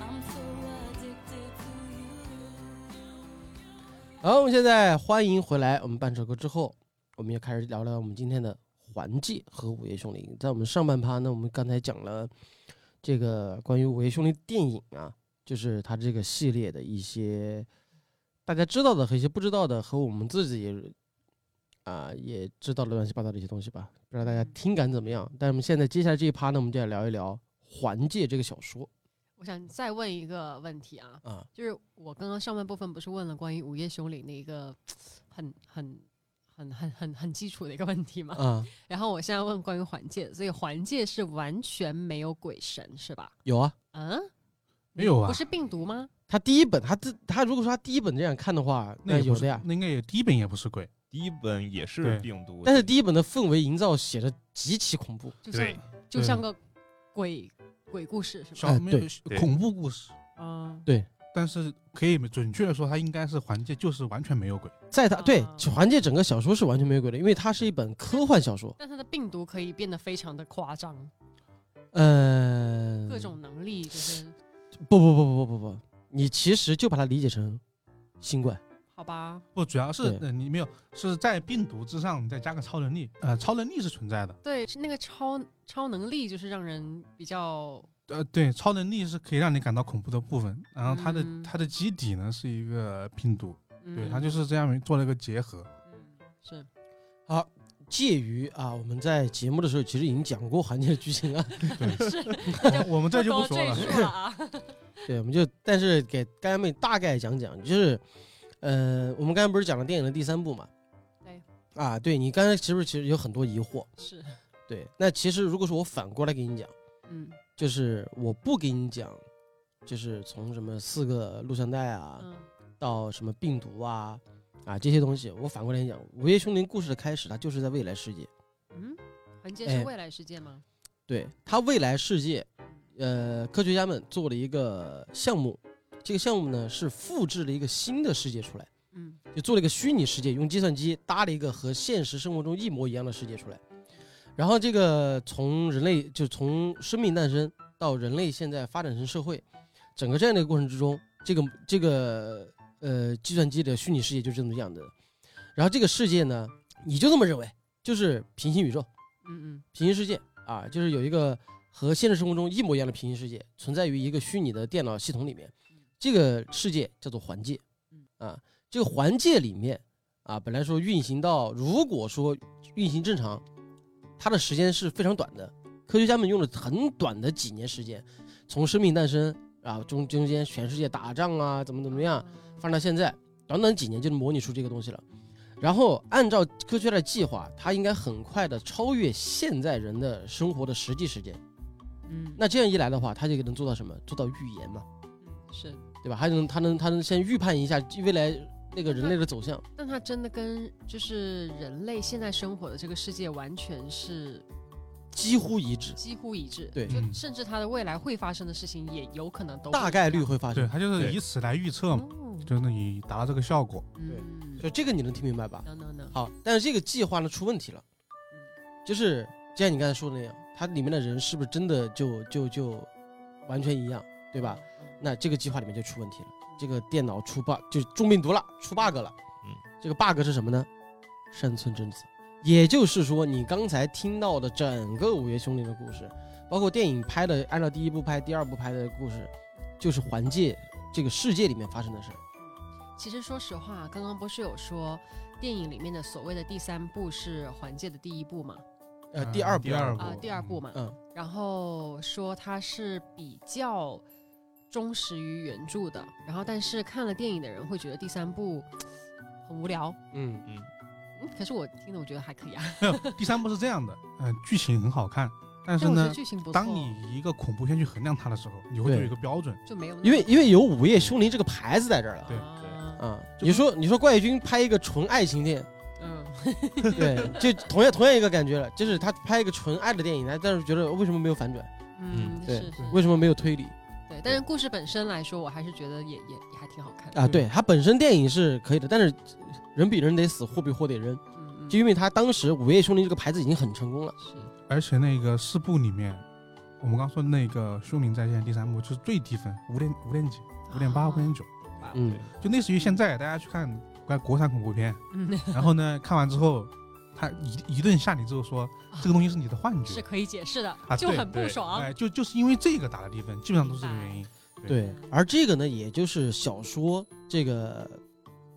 Speaker 5: I'm so addicted to you.
Speaker 1: 好，我们现在欢迎回来。我们半首歌之后，我们要开始聊聊我们今天的环界和午夜凶铃。在我们上半趴呢，我们刚才讲了这个关于午夜凶铃电影啊，就是它这个系列的一些大家知道的和一些不知道的，和我们自己啊、也知道的乱七八糟的一些东西吧。不知道大家听感怎么样？但我们现在接下来这一趴呢，我们就来聊一聊环界这个小说
Speaker 3: 我想再问一个问题啊，
Speaker 1: 啊。
Speaker 3: 就是我刚刚上半部分不是问了关于《午夜凶铃》的一个很很很很很很基础的一个问题吗？
Speaker 1: 啊，
Speaker 3: 然后我现在问关于环界，所以环界是完全没有鬼神是吧？
Speaker 1: 有啊，
Speaker 3: 嗯，
Speaker 2: 没有啊
Speaker 3: 不是病毒吗？
Speaker 1: 他第一本，他自他如果说他第一本这样看的话，
Speaker 2: 那也
Speaker 1: 有啊
Speaker 2: 不是
Speaker 1: 的呀。
Speaker 2: 那应该也第一本也不是鬼，
Speaker 4: 第第一本也是
Speaker 2: 对
Speaker 4: 病毒，
Speaker 1: 但是第一本的氛围营造写的极其恐怖，
Speaker 3: 就像
Speaker 4: 对
Speaker 3: 就像个鬼鬼故事是吧？
Speaker 2: 小没有
Speaker 1: 呃对
Speaker 4: 对
Speaker 2: 恐怖故事，
Speaker 3: 嗯，
Speaker 2: 但是可以准确的说，它应该是环界就是完全没有鬼。
Speaker 1: 在他对
Speaker 3: 啊
Speaker 1: 环界整个小说是完全没有鬼的，因为它是一本科幻小说，
Speaker 3: 但它的病毒可以变得非常的夸张，
Speaker 1: 嗯，
Speaker 3: 各种能力就是
Speaker 1: 不不不不不不不，你其实就把它理解成新冠，
Speaker 3: 好吧，
Speaker 2: 不，主要是
Speaker 1: 对
Speaker 2: 呃你没有是在病毒之上，你再加个超能力，呃，超能力是存在的，
Speaker 3: 对，是那个超超能力就是让人比较
Speaker 2: 呃，对，超能力是可以让你感到恐怖的部分。然后它的、
Speaker 3: 嗯
Speaker 2: 它的基底呢是一个病毒，
Speaker 3: 嗯
Speaker 2: 对，它就是这样做了一个结
Speaker 3: (laughs)
Speaker 2: 合。
Speaker 3: 嗯是
Speaker 1: 介于啊，我们在节目的时候其实已经讲过环界的剧情啊，
Speaker 2: 我们这就不说
Speaker 3: 多
Speaker 2: 了
Speaker 3: 赘，述
Speaker 2: (laughs)
Speaker 3: 了啊。
Speaker 1: (laughs) 对，我们就但是给干妹大概讲讲，就是，呃，我们刚才不是讲了电影的第三部嘛？
Speaker 3: 对。
Speaker 1: 啊，对你刚才是不是其实有很多疑惑？
Speaker 3: (laughs) 是，
Speaker 1: 对，那其实如果说我反过来给你讲，
Speaker 3: 嗯
Speaker 1: 就是我不给你讲，就是从什么四个录像带啊，
Speaker 3: 嗯
Speaker 1: 到什么病毒啊，啊这些东西，我反过来讲，《午夜凶铃》故事的开始，它就是在未来世界。
Speaker 3: 嗯，环节
Speaker 1: 哎
Speaker 3: 是未来世界吗？
Speaker 1: 对，它未来世界，呃，科学家们做了一个项目，这个项目呢是复制了一个新的世界出来，
Speaker 3: 嗯
Speaker 1: 就做了一个虚拟世界，用计算机搭了一个和现实生活中一模一样的世界出来。然后这个从人类就从生命诞生到人类现在发展成社会，整个这样的一个过程之中，这个这个呃计算机的虚拟世界就是这么样的。然后这个世界呢，你就这么认为，就是平行宇宙。
Speaker 3: 嗯
Speaker 1: 平行世界啊，就是有一个和现实生活中一模一样的平行世界，存在于一个虚拟的电脑系统里面。这个世界叫做环界，啊，这个环界里面啊，本来说运行到，如果说运行正常，它的时间是非常短的。科学家们用了很短的几年时间，从生命诞生啊，中中间全世界打仗啊，怎么怎么样，发展到现在，短短几年就能模拟出这个东西了。然后按照科学家的计划，它应该很快的超越现在人的生活的实际时间。
Speaker 3: 嗯嗯，
Speaker 1: 那这样一来的话，它就能做到什么？做到预言嘛，
Speaker 3: 嗯是，
Speaker 1: 对吧？还能它能它能先预判一下未来那个人类的走向。
Speaker 3: 但它真的跟就是人类现在生活的这个世界完全是
Speaker 1: 几乎一致，
Speaker 3: 几乎一致，
Speaker 1: 对
Speaker 3: 就
Speaker 2: 嗯
Speaker 3: 甚至它的未来会发生的事情也有可能都
Speaker 1: 大概率会发
Speaker 2: 对，
Speaker 1: 生。
Speaker 2: 它就是
Speaker 4: 对
Speaker 2: 以此来预测嘛，
Speaker 3: 哦，
Speaker 2: 就能以达到这个效果。
Speaker 3: 嗯，
Speaker 1: 就这个你能听明白吧？
Speaker 3: 能能能，
Speaker 1: 好，但是这个计划呢出问题了，就是就像你刚才说的那样，它里面的人是不是真的就就就完全一样，对吧？
Speaker 3: 嗯？
Speaker 1: 那这个计划里面就出问题了，这个电脑出 bug 就中病毒了，出 bug 了。
Speaker 4: 嗯，
Speaker 1: 这个 bug 是什么呢？山村贞子，也就是说你刚才听到的整个《午夜凶铃》的故事，包括电影拍的，按照第一部拍、第二部拍的故事，就是环界这个世界里面发生的事儿。
Speaker 3: 其实说实话，刚刚不是有说电影里面的所谓的第三部是环界的第一部嘛？
Speaker 1: 呃，
Speaker 2: 嗯
Speaker 1: 第二部，
Speaker 2: 第二部
Speaker 3: 啊、第二部嘛，
Speaker 1: 嗯，
Speaker 3: 然后说它是比较忠实于原著的，然后但是看了电影的人会觉得第三部很无聊，
Speaker 1: 嗯
Speaker 4: 嗯，
Speaker 3: 嗯，可是我听的我觉得还可以啊，
Speaker 2: 第三部是这样的，嗯、剧情很好看，但是
Speaker 3: 但我觉
Speaker 2: 呢
Speaker 3: 得，剧情不错，啊
Speaker 2: 当你以一个恐怖片去衡量它的时候，你会
Speaker 1: 对
Speaker 2: 有一个标准。
Speaker 3: 就没有那
Speaker 1: 因为
Speaker 3: 么
Speaker 1: 因为有《午夜凶铃》这个牌子在这儿了。
Speaker 2: 对
Speaker 3: 啊
Speaker 1: 啊、
Speaker 2: 就
Speaker 1: 你说你说怪军拍一个纯爱情 (laughs) 电，
Speaker 3: 嗯，
Speaker 1: 对，就同样同样一个感觉了，就是他拍一个纯爱的电影，他但是觉得为什么没有反转？
Speaker 3: 嗯，
Speaker 1: 对
Speaker 3: 是是，
Speaker 1: 为什么没有推理
Speaker 3: 对，但是故事本身来说，我还是觉得也也也还挺好看的，
Speaker 1: 啊？对，它本身电影是可以的，但是人比人得死，货比货得扔，
Speaker 3: 嗯嗯，
Speaker 1: 就因为它当时《午夜凶铃》这个牌子已经很成功了。
Speaker 3: 是
Speaker 2: 而且那个四部里面，我们刚说那个《凶灵在线》第三部就是最低分，五点五点几，五点八、五点九，
Speaker 3: 啊
Speaker 1: 嗯，
Speaker 2: 就类似于现在大家去看国国产恐怖
Speaker 3: (laughs)
Speaker 2: 片，
Speaker 3: (laughs) 嗯，
Speaker 2: 然后呢看完之后，他一一顿吓你之后说这个东西是你的幻
Speaker 3: 啊是
Speaker 2: 觉，
Speaker 3: 可以解释的，
Speaker 2: 啊
Speaker 3: (laughs) 就
Speaker 2: 对
Speaker 3: 很不
Speaker 4: 对
Speaker 3: 爽，
Speaker 2: 哎，就就是因为这个打的低分，基本上都是这个原因。
Speaker 1: 对。而这个呢，也就是小说这个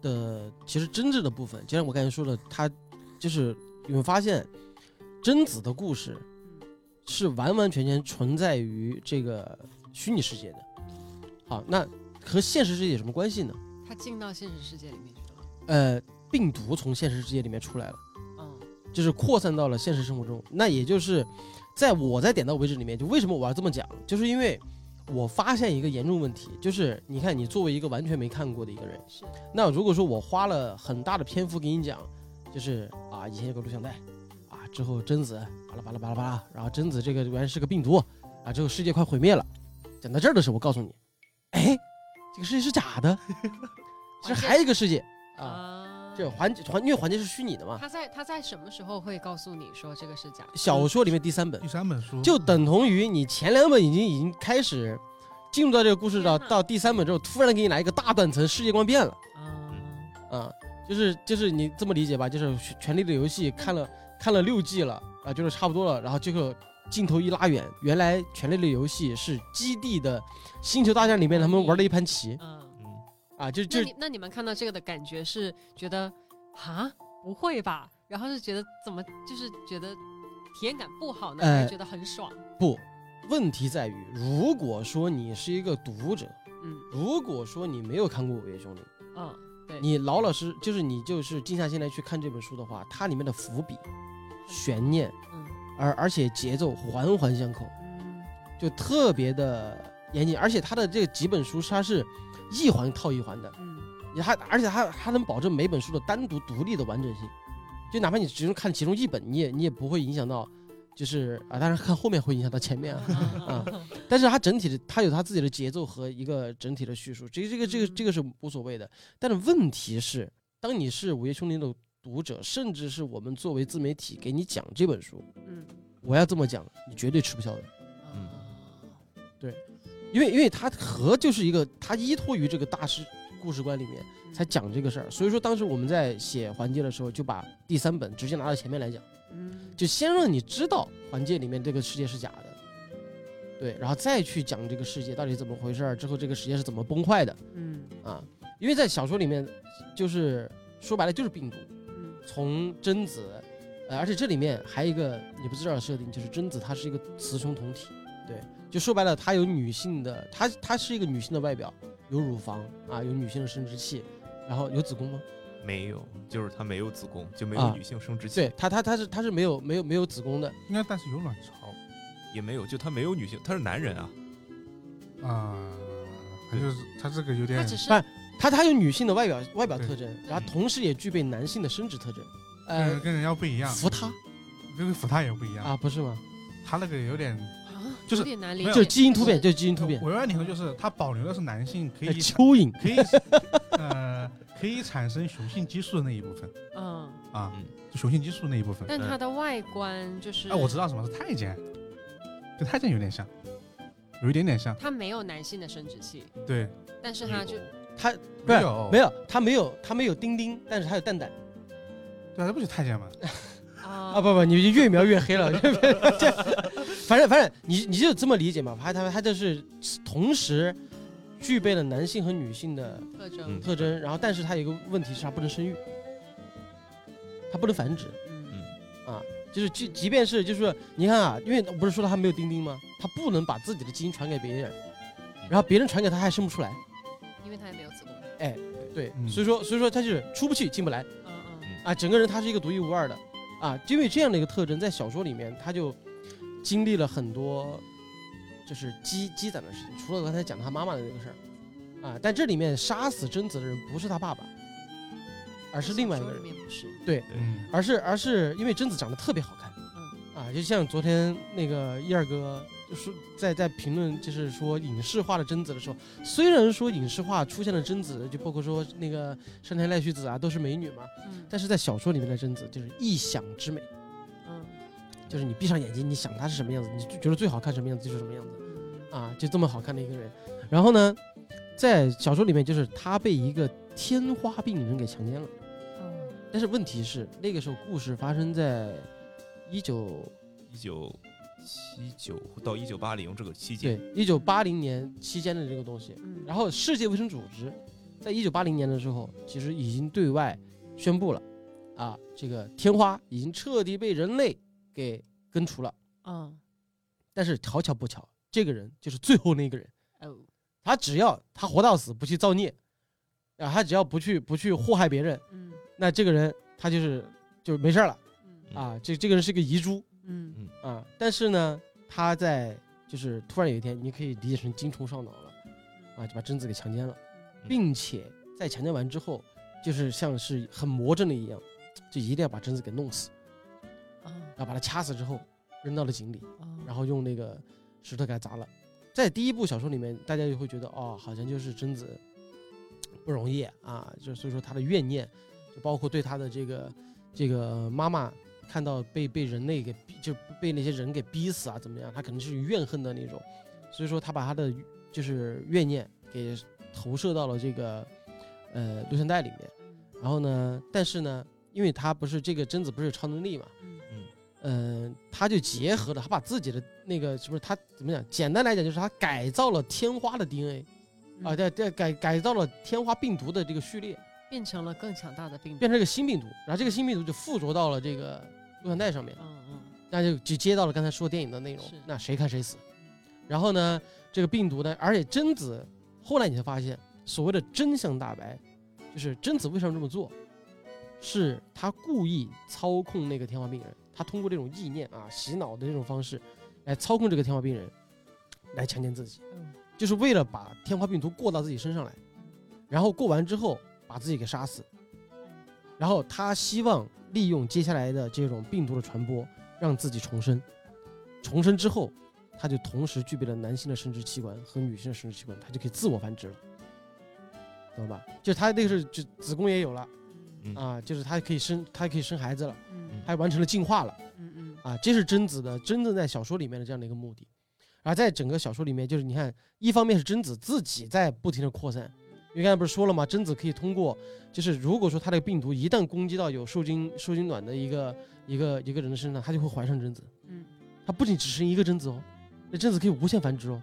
Speaker 1: 的其实真挚的部分，就像我刚才说的，它就是你会发现贞子的故事是完完全全存在于这个虚拟世界的。好，那和现实世界有什么关系呢？
Speaker 3: 他进到现实世界里面去了，
Speaker 1: 呃，病毒从现实世界里面出来了。
Speaker 3: 嗯
Speaker 1: 就是扩散到了现实生活中。那也就是，在我在点到为止里面，就为什么我要这么讲，就是因为我发现一个严重问题，就是你看，你作为一个完全没看过的一个人，
Speaker 3: 是，
Speaker 1: 那如果说我花了很大的篇幅给你讲就是啊，以前有个录像带，啊，之后贞子巴拉巴拉巴拉巴拉，然后贞子这个原来是个病毒，啊，之后世界快毁灭了。讲到这儿的时候，我告诉你，哎，这个世界是假的，其实还有一个世界啊，
Speaker 3: 啊
Speaker 1: 这环节环因为环节是虚拟的嘛。
Speaker 3: 他在他在什么时候会告诉你说这个是假的？
Speaker 1: 小说里面第三本
Speaker 2: 第三本书
Speaker 1: 就等同于你前两本已经已经开始进入到这个故事到
Speaker 3: 天哪
Speaker 1: 到第三本之后，突然给你来一个大断层，世界观变了
Speaker 3: 啊，
Speaker 1: 啊、就是就是你这么理解吧，就是《权力的游戏》看了看了六季了啊，就是差不多了，然后这个镜头一拉远，原来《权力的游戏》是基地的《星球大战》里面他们玩的一盘棋
Speaker 3: 嗯，
Speaker 4: 嗯，
Speaker 1: 啊，就
Speaker 3: 那
Speaker 1: 就
Speaker 3: 你那你们看到这个的感觉是觉得啊不会吧？然后是觉得怎么就是觉得体验感不好呢？
Speaker 1: 呃
Speaker 3: 还是觉得很爽？
Speaker 1: 不。问题在于，如果说你是一个读者，
Speaker 3: 嗯
Speaker 1: 如果说你没有看过《午夜凶铃》。
Speaker 3: 嗯，
Speaker 1: 你老老实就是你就是静下心来去看这本书的话，它里面的伏笔、悬念，
Speaker 3: 嗯
Speaker 1: 而而且节奏环环相扣，
Speaker 3: 嗯
Speaker 1: 就特别的严谨。而且它的这几本书它是一环套一环的，
Speaker 3: 嗯
Speaker 1: 你还而且它它能保证每本书的单独独立的完整性，就哪怕你只用看其中一本，你也你也不会影响到，就是啊，当然看后面会影响到前面啊，啊，但是它整体的，它有它自己的节奏和一个整体的叙述，这个这个这个这个是无所谓的。但是问题是，当你是《午夜凶铃》的读者，甚至是我们作为自媒体给你讲这本书，
Speaker 3: 嗯
Speaker 1: 我要这么讲，你绝对吃不消的，
Speaker 3: 嗯
Speaker 1: 因为因为它和就是一个它依托于这个大师故事观里面才讲这个事儿。所以说，当时我们在写环节的时候，就把第三本直接拿到前面来讲，
Speaker 3: 嗯
Speaker 1: 就先让你知道环节里面这个世界是假的。对，然后再去讲这个世界到底怎么回事儿，之后这个世界是怎么崩坏的，
Speaker 3: 嗯
Speaker 1: 啊，因为在小说里面，就是说白了就是病毒，
Speaker 3: 嗯
Speaker 1: 从贞子，呃，而且这里面还有一个你不知道的设定，就是贞子她是一个雌雄同体，对，就说白了她有女性的，她她是一个女性的外表，有乳房啊，有女性的生殖器，然后有子宫吗？
Speaker 4: 没有，就是它没有子宫，就没
Speaker 1: 啊
Speaker 4: 有女性生殖器，
Speaker 1: 对，她她她是她是没有没有没有子宫的，
Speaker 2: 应该但是有卵巢
Speaker 4: 也没有，就它没有女性，它是男人啊，
Speaker 2: 啊，他就是他这个有
Speaker 3: 他
Speaker 2: 点
Speaker 3: 只是
Speaker 1: 但她她有女性的外表外表
Speaker 2: 对
Speaker 1: 特征，然后同时也具备男性的生殖特征，
Speaker 2: 跟
Speaker 1: 呃，
Speaker 2: 跟人家不一样，
Speaker 1: 扶她
Speaker 2: 跟扶他也不一样，
Speaker 1: 啊，不是吗？
Speaker 2: 他那个有点
Speaker 3: 啊，
Speaker 2: 就是
Speaker 3: 有点难理
Speaker 2: 没
Speaker 3: 解，
Speaker 2: 有
Speaker 1: 就是基因突变，就是基因突变，
Speaker 2: 委婉点说就是他保留的是男性可
Speaker 1: 呃
Speaker 2: 以
Speaker 1: 蚯蚓。
Speaker 2: 可以呃可以产生雄性激素的那一部分
Speaker 3: 嗯，
Speaker 2: 啊
Speaker 4: 嗯，
Speaker 2: 就雄性激素那一部分。
Speaker 3: 但它的外观就是，
Speaker 2: 哎，我知道什么是太监，跟太监有点像，有一点点像，
Speaker 3: 它没有男性的生殖器，
Speaker 2: 对，
Speaker 3: 但是它就
Speaker 4: 有
Speaker 1: 她不
Speaker 2: 没
Speaker 1: 是
Speaker 2: 有
Speaker 1: 没，有，他没有，他没有丁丁，但是他有蛋蛋
Speaker 2: 对啊，这不就太监吗？
Speaker 1: 啊！
Speaker 3: 啊
Speaker 1: 不不，你越描越黑了，这这，反正反正你你就这么理解嘛。他他他就是同时具备了男性和女性的
Speaker 3: 特征
Speaker 4: 嗯，
Speaker 1: 特征，然后但是他有一个问题是他不能生育，他不能繁殖，啊
Speaker 3: 嗯
Speaker 1: 就是即即便是就是你看啊，因为我不是说他没有丁丁吗？他不能把自己的基因传给别人，然后别人传给他还生不出来，
Speaker 3: 因为它也没有子宫，
Speaker 1: 对，
Speaker 2: 嗯
Speaker 1: 所以说所以说他就是出不去进不来。
Speaker 3: 嗯嗯
Speaker 1: 啊，整个人他是一个独一无二的啊，因为这样的一个特征，在小说里面他就经历了很多就是积积攒的事情，除了刚才讲他妈妈的那个事儿啊，但这里面杀死贞子的人不是他爸爸，而是另外一个人
Speaker 3: 小说，里面不是，
Speaker 2: 嗯，
Speaker 1: 而是而是因为贞子长得特别好看，
Speaker 3: 嗯
Speaker 1: 啊，就像昨天那个一二哥就说在在评论就是说影视化的贞子的时候，虽然说影视化出现的贞子，就包括说那个山田赖须子啊都是美女嘛，
Speaker 3: 嗯
Speaker 1: 但是在小说里面的贞子就是一想之美，
Speaker 3: 嗯
Speaker 1: 就是你闭上眼睛，你想她是什么样子，你就觉得最好看什么样子就是什么样子啊，就这么好看的一个人。然后呢，在小说里面就是她被一个天花病人给强奸了，
Speaker 3: 嗯
Speaker 1: 但是问题是那个时候故事发生在一九
Speaker 4: 一九七九到一九八零这个期间
Speaker 1: 对，一九八零年期间的这个东西。
Speaker 3: 嗯，
Speaker 1: 然后世界卫生组织在一九八零年的时候，其实已经对外宣布了，啊，这个天花已经彻底被人类给根除了。
Speaker 3: 嗯
Speaker 1: 但是好巧不巧，这个人就是最后那个人，
Speaker 3: 哦
Speaker 1: 他只要他活到死，不去造孽，啊，他只要不去不去祸害别人，
Speaker 3: 嗯
Speaker 1: 那这个人他就是就是没事儿了
Speaker 3: 嗯
Speaker 1: 啊。这这个人是个遗珠
Speaker 3: 嗯
Speaker 1: 啊，但是呢，他在就是突然有一天，你可以理解成精虫上脑了
Speaker 3: 嗯
Speaker 1: 啊，就把贞子给强奸了，并且在强奸完之后，就是像是很魔怔的一样，就一定要把贞子给弄死，
Speaker 3: 啊
Speaker 1: 然后把他掐死之后扔到了井里，
Speaker 3: 啊，
Speaker 1: 然后用那个石头给他砸了。在第一部小说里面，大家就会觉得哦，好像就是贞子不容易啊，就所以说她的怨念，就包括对她的这个这个妈妈看到被被人类给逼就被那些人给逼死啊，怎么样，她肯定是有怨恨的那种，所以说她把她的就是怨念给投射到了这个呃录像带里面，然后呢，但是呢，因为她不是这个贞子不是有超能力嘛，
Speaker 3: 嗯
Speaker 1: 嗯，他就结合了，他把自己的那个是不是他怎么讲？简单来讲，就是他改造了天花的 DNA
Speaker 3: 嗯
Speaker 1: 啊，对对，改改造了天花病毒的这个序列，
Speaker 3: 变成了更强大的病毒，
Speaker 1: 变成一个新病毒，然后这个新病毒就附着到了这个录像带上面，
Speaker 3: 嗯
Speaker 1: 那就就接到了刚才说电影的内容
Speaker 3: 是，
Speaker 1: 那谁看谁死。然后呢，这个病毒呢，而且贞子后来你才发现，所谓的真相大白，就是贞子为什么这么做，是她故意操控那个天花病人，她通过这种意念啊洗脑的这种方式，来操控这个天花病人，来强奸自己，
Speaker 3: 嗯
Speaker 1: 就是为了把天花病毒过到自己身上来，然后过完之后把自己给杀死，
Speaker 3: 嗯
Speaker 1: 然后她希望利用接下来的这种病毒的传播，让自己重生，重生之后。她就同时具备了男性的生殖器官和女性的生殖器官，她就可以自我繁殖了。懂吧？就他那个是就子宫也有了
Speaker 4: 嗯
Speaker 1: 啊，就是他可以生，他可以生孩子了，
Speaker 3: 嗯
Speaker 1: 他完成了进化了
Speaker 3: 嗯嗯
Speaker 1: 啊，这是贞子的真正在小说里面的这样的一个目的。而在整个小说里面，就是你看，一方面是贞子自己在不停的扩散，因为刚才不是说了吗？贞子可以通过，就是如果说她的病毒一旦攻击到有受精受精卵的一个一个一个人的身上，她就会怀上贞子。
Speaker 3: 嗯
Speaker 1: 它不仅只生一个贞子哦，那贞子可以无限繁殖哦，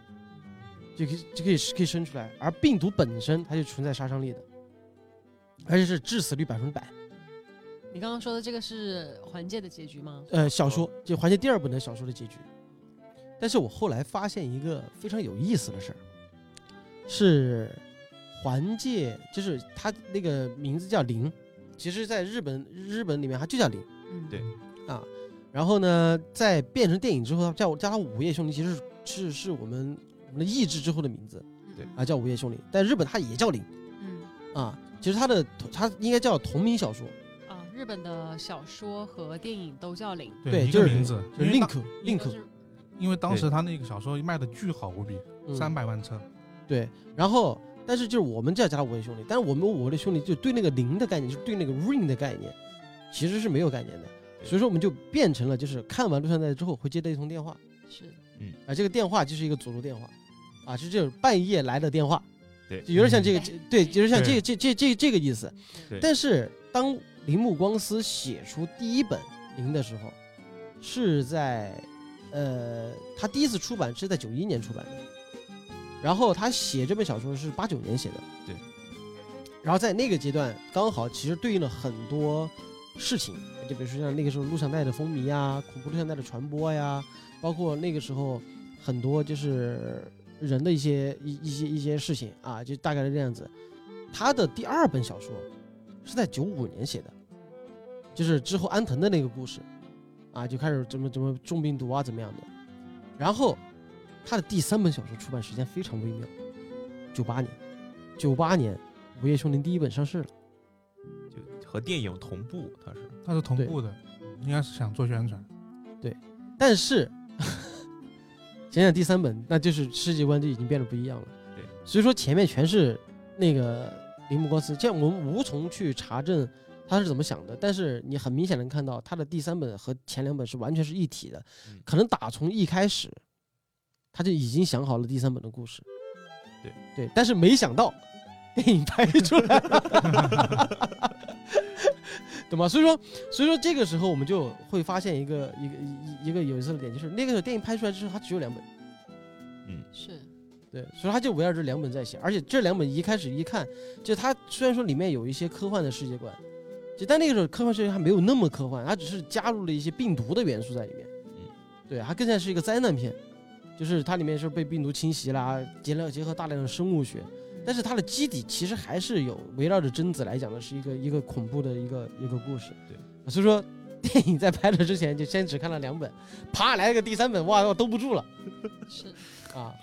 Speaker 1: 就可以就可以可以生出来。而病毒本身它就存在杀伤力的，而且是致死率百分之百。
Speaker 3: 嗯，你刚刚说的这个是环界的结局吗？
Speaker 1: 呃，
Speaker 2: 哦
Speaker 1: 小说就环节第二本的小说的结局。但是我后来发现一个非常有意思的事儿，是环界，就是它那个名字叫零，其实在日本日本里面它就叫零。
Speaker 3: 嗯，
Speaker 4: 对
Speaker 1: 啊，然后呢，在变成电影之后，叫叫它《午夜凶铃》，其实是是是我们我们的译制之后的名字
Speaker 3: 嗯
Speaker 4: 对
Speaker 1: 啊，叫《午夜凶铃》，但日本它也叫铃
Speaker 3: 嗯
Speaker 1: 啊。其实它的它应该叫同名小说，
Speaker 3: 啊，日本的小说和电影都叫零，
Speaker 1: 对，
Speaker 2: 一
Speaker 1: 就
Speaker 2: 个
Speaker 1: 是
Speaker 2: 名字，
Speaker 1: 就
Speaker 2: 因
Speaker 1: 是
Speaker 2: 为当
Speaker 1: Link
Speaker 3: 就
Speaker 1: Link
Speaker 3: 是
Speaker 2: 因为当时他那个小说卖的巨好无比，
Speaker 1: 嗯
Speaker 2: 三百万册，
Speaker 1: 对，然后但是就是我们就要叫它《午夜凶铃》，但是我们我的兄弟就对那个铃的概念，就是对那个 ring 的概念，其实是没有概念的，所以说我们就变成了就是看完录像带之后会接到一通电话，
Speaker 3: 是
Speaker 1: 啊，这个电话就是一个诅咒电话，啊，是这种半夜来的电话，
Speaker 4: 对
Speaker 1: 就有点像这个，
Speaker 3: 嗯
Speaker 1: 对，就是像这
Speaker 2: 对
Speaker 1: 个这这这这个意思
Speaker 4: 对。
Speaker 1: 但是当铃木光司写出第一本《铃》的时候，是在呃，他第一次出版是在九一年出版的，然后他写这本小说是八九年写的，
Speaker 4: 对。
Speaker 1: 然后在那个阶段，刚好其实对应了很多事情，就比如说像那个时候录像带的风靡呀，恐怖录像带的传播呀，包括那个时候很多就是人的一些一一些一些事情啊，就大概是这样子。他的第二本小说是在九五年写的，就是之后安藤的那个故事，啊，就开始怎么怎么中病毒啊怎么样的。然后他的第三本小说出版时间非常微妙，九八年，九八年《午夜凶铃》第一本上市了，
Speaker 4: 就和电影同步，它是
Speaker 2: 它是同步的，应该是想做宣传。
Speaker 1: 但是 (laughs) 想想第三本，那就是世界观就已经变得不一样了。
Speaker 4: 对，
Speaker 1: 所以说前面全是那个铃木光司，这样我们无从去查证他是怎么想的，但是你很明显能看到他的第三本和前两本是完全是一体的，
Speaker 4: 嗯
Speaker 1: 可能打从一开始他就已经想好了第三本的故事。
Speaker 4: 对
Speaker 1: 对，但是没想到电影拍出来了， (laughs) 懂吗？所以说，所以说这个时候我们就会发现一个一个一一个有意思的点，就是那个时候电影拍出来之后，它只有两本。
Speaker 3: 是，
Speaker 1: 对，所以他就围绕这两本在写，而且这两本一开始一看，就他虽然说里面有一些科幻的世界观，就但那个时候科幻世界还没有那么科幻，它只是加入了一些病毒的元素在里面。
Speaker 4: 嗯，
Speaker 1: 对，它更像是一个灾难片，就是它里面是被病毒侵袭啦，结了结合大量的生物学，但是它的基底其实还是有围绕着贞子来讲的是一个一个恐怖的一个一个故事。对，所以说。电影在拍了之前就先只看了两本，啪来个第三本，哇，我兜不住了
Speaker 3: 是
Speaker 1: 啊！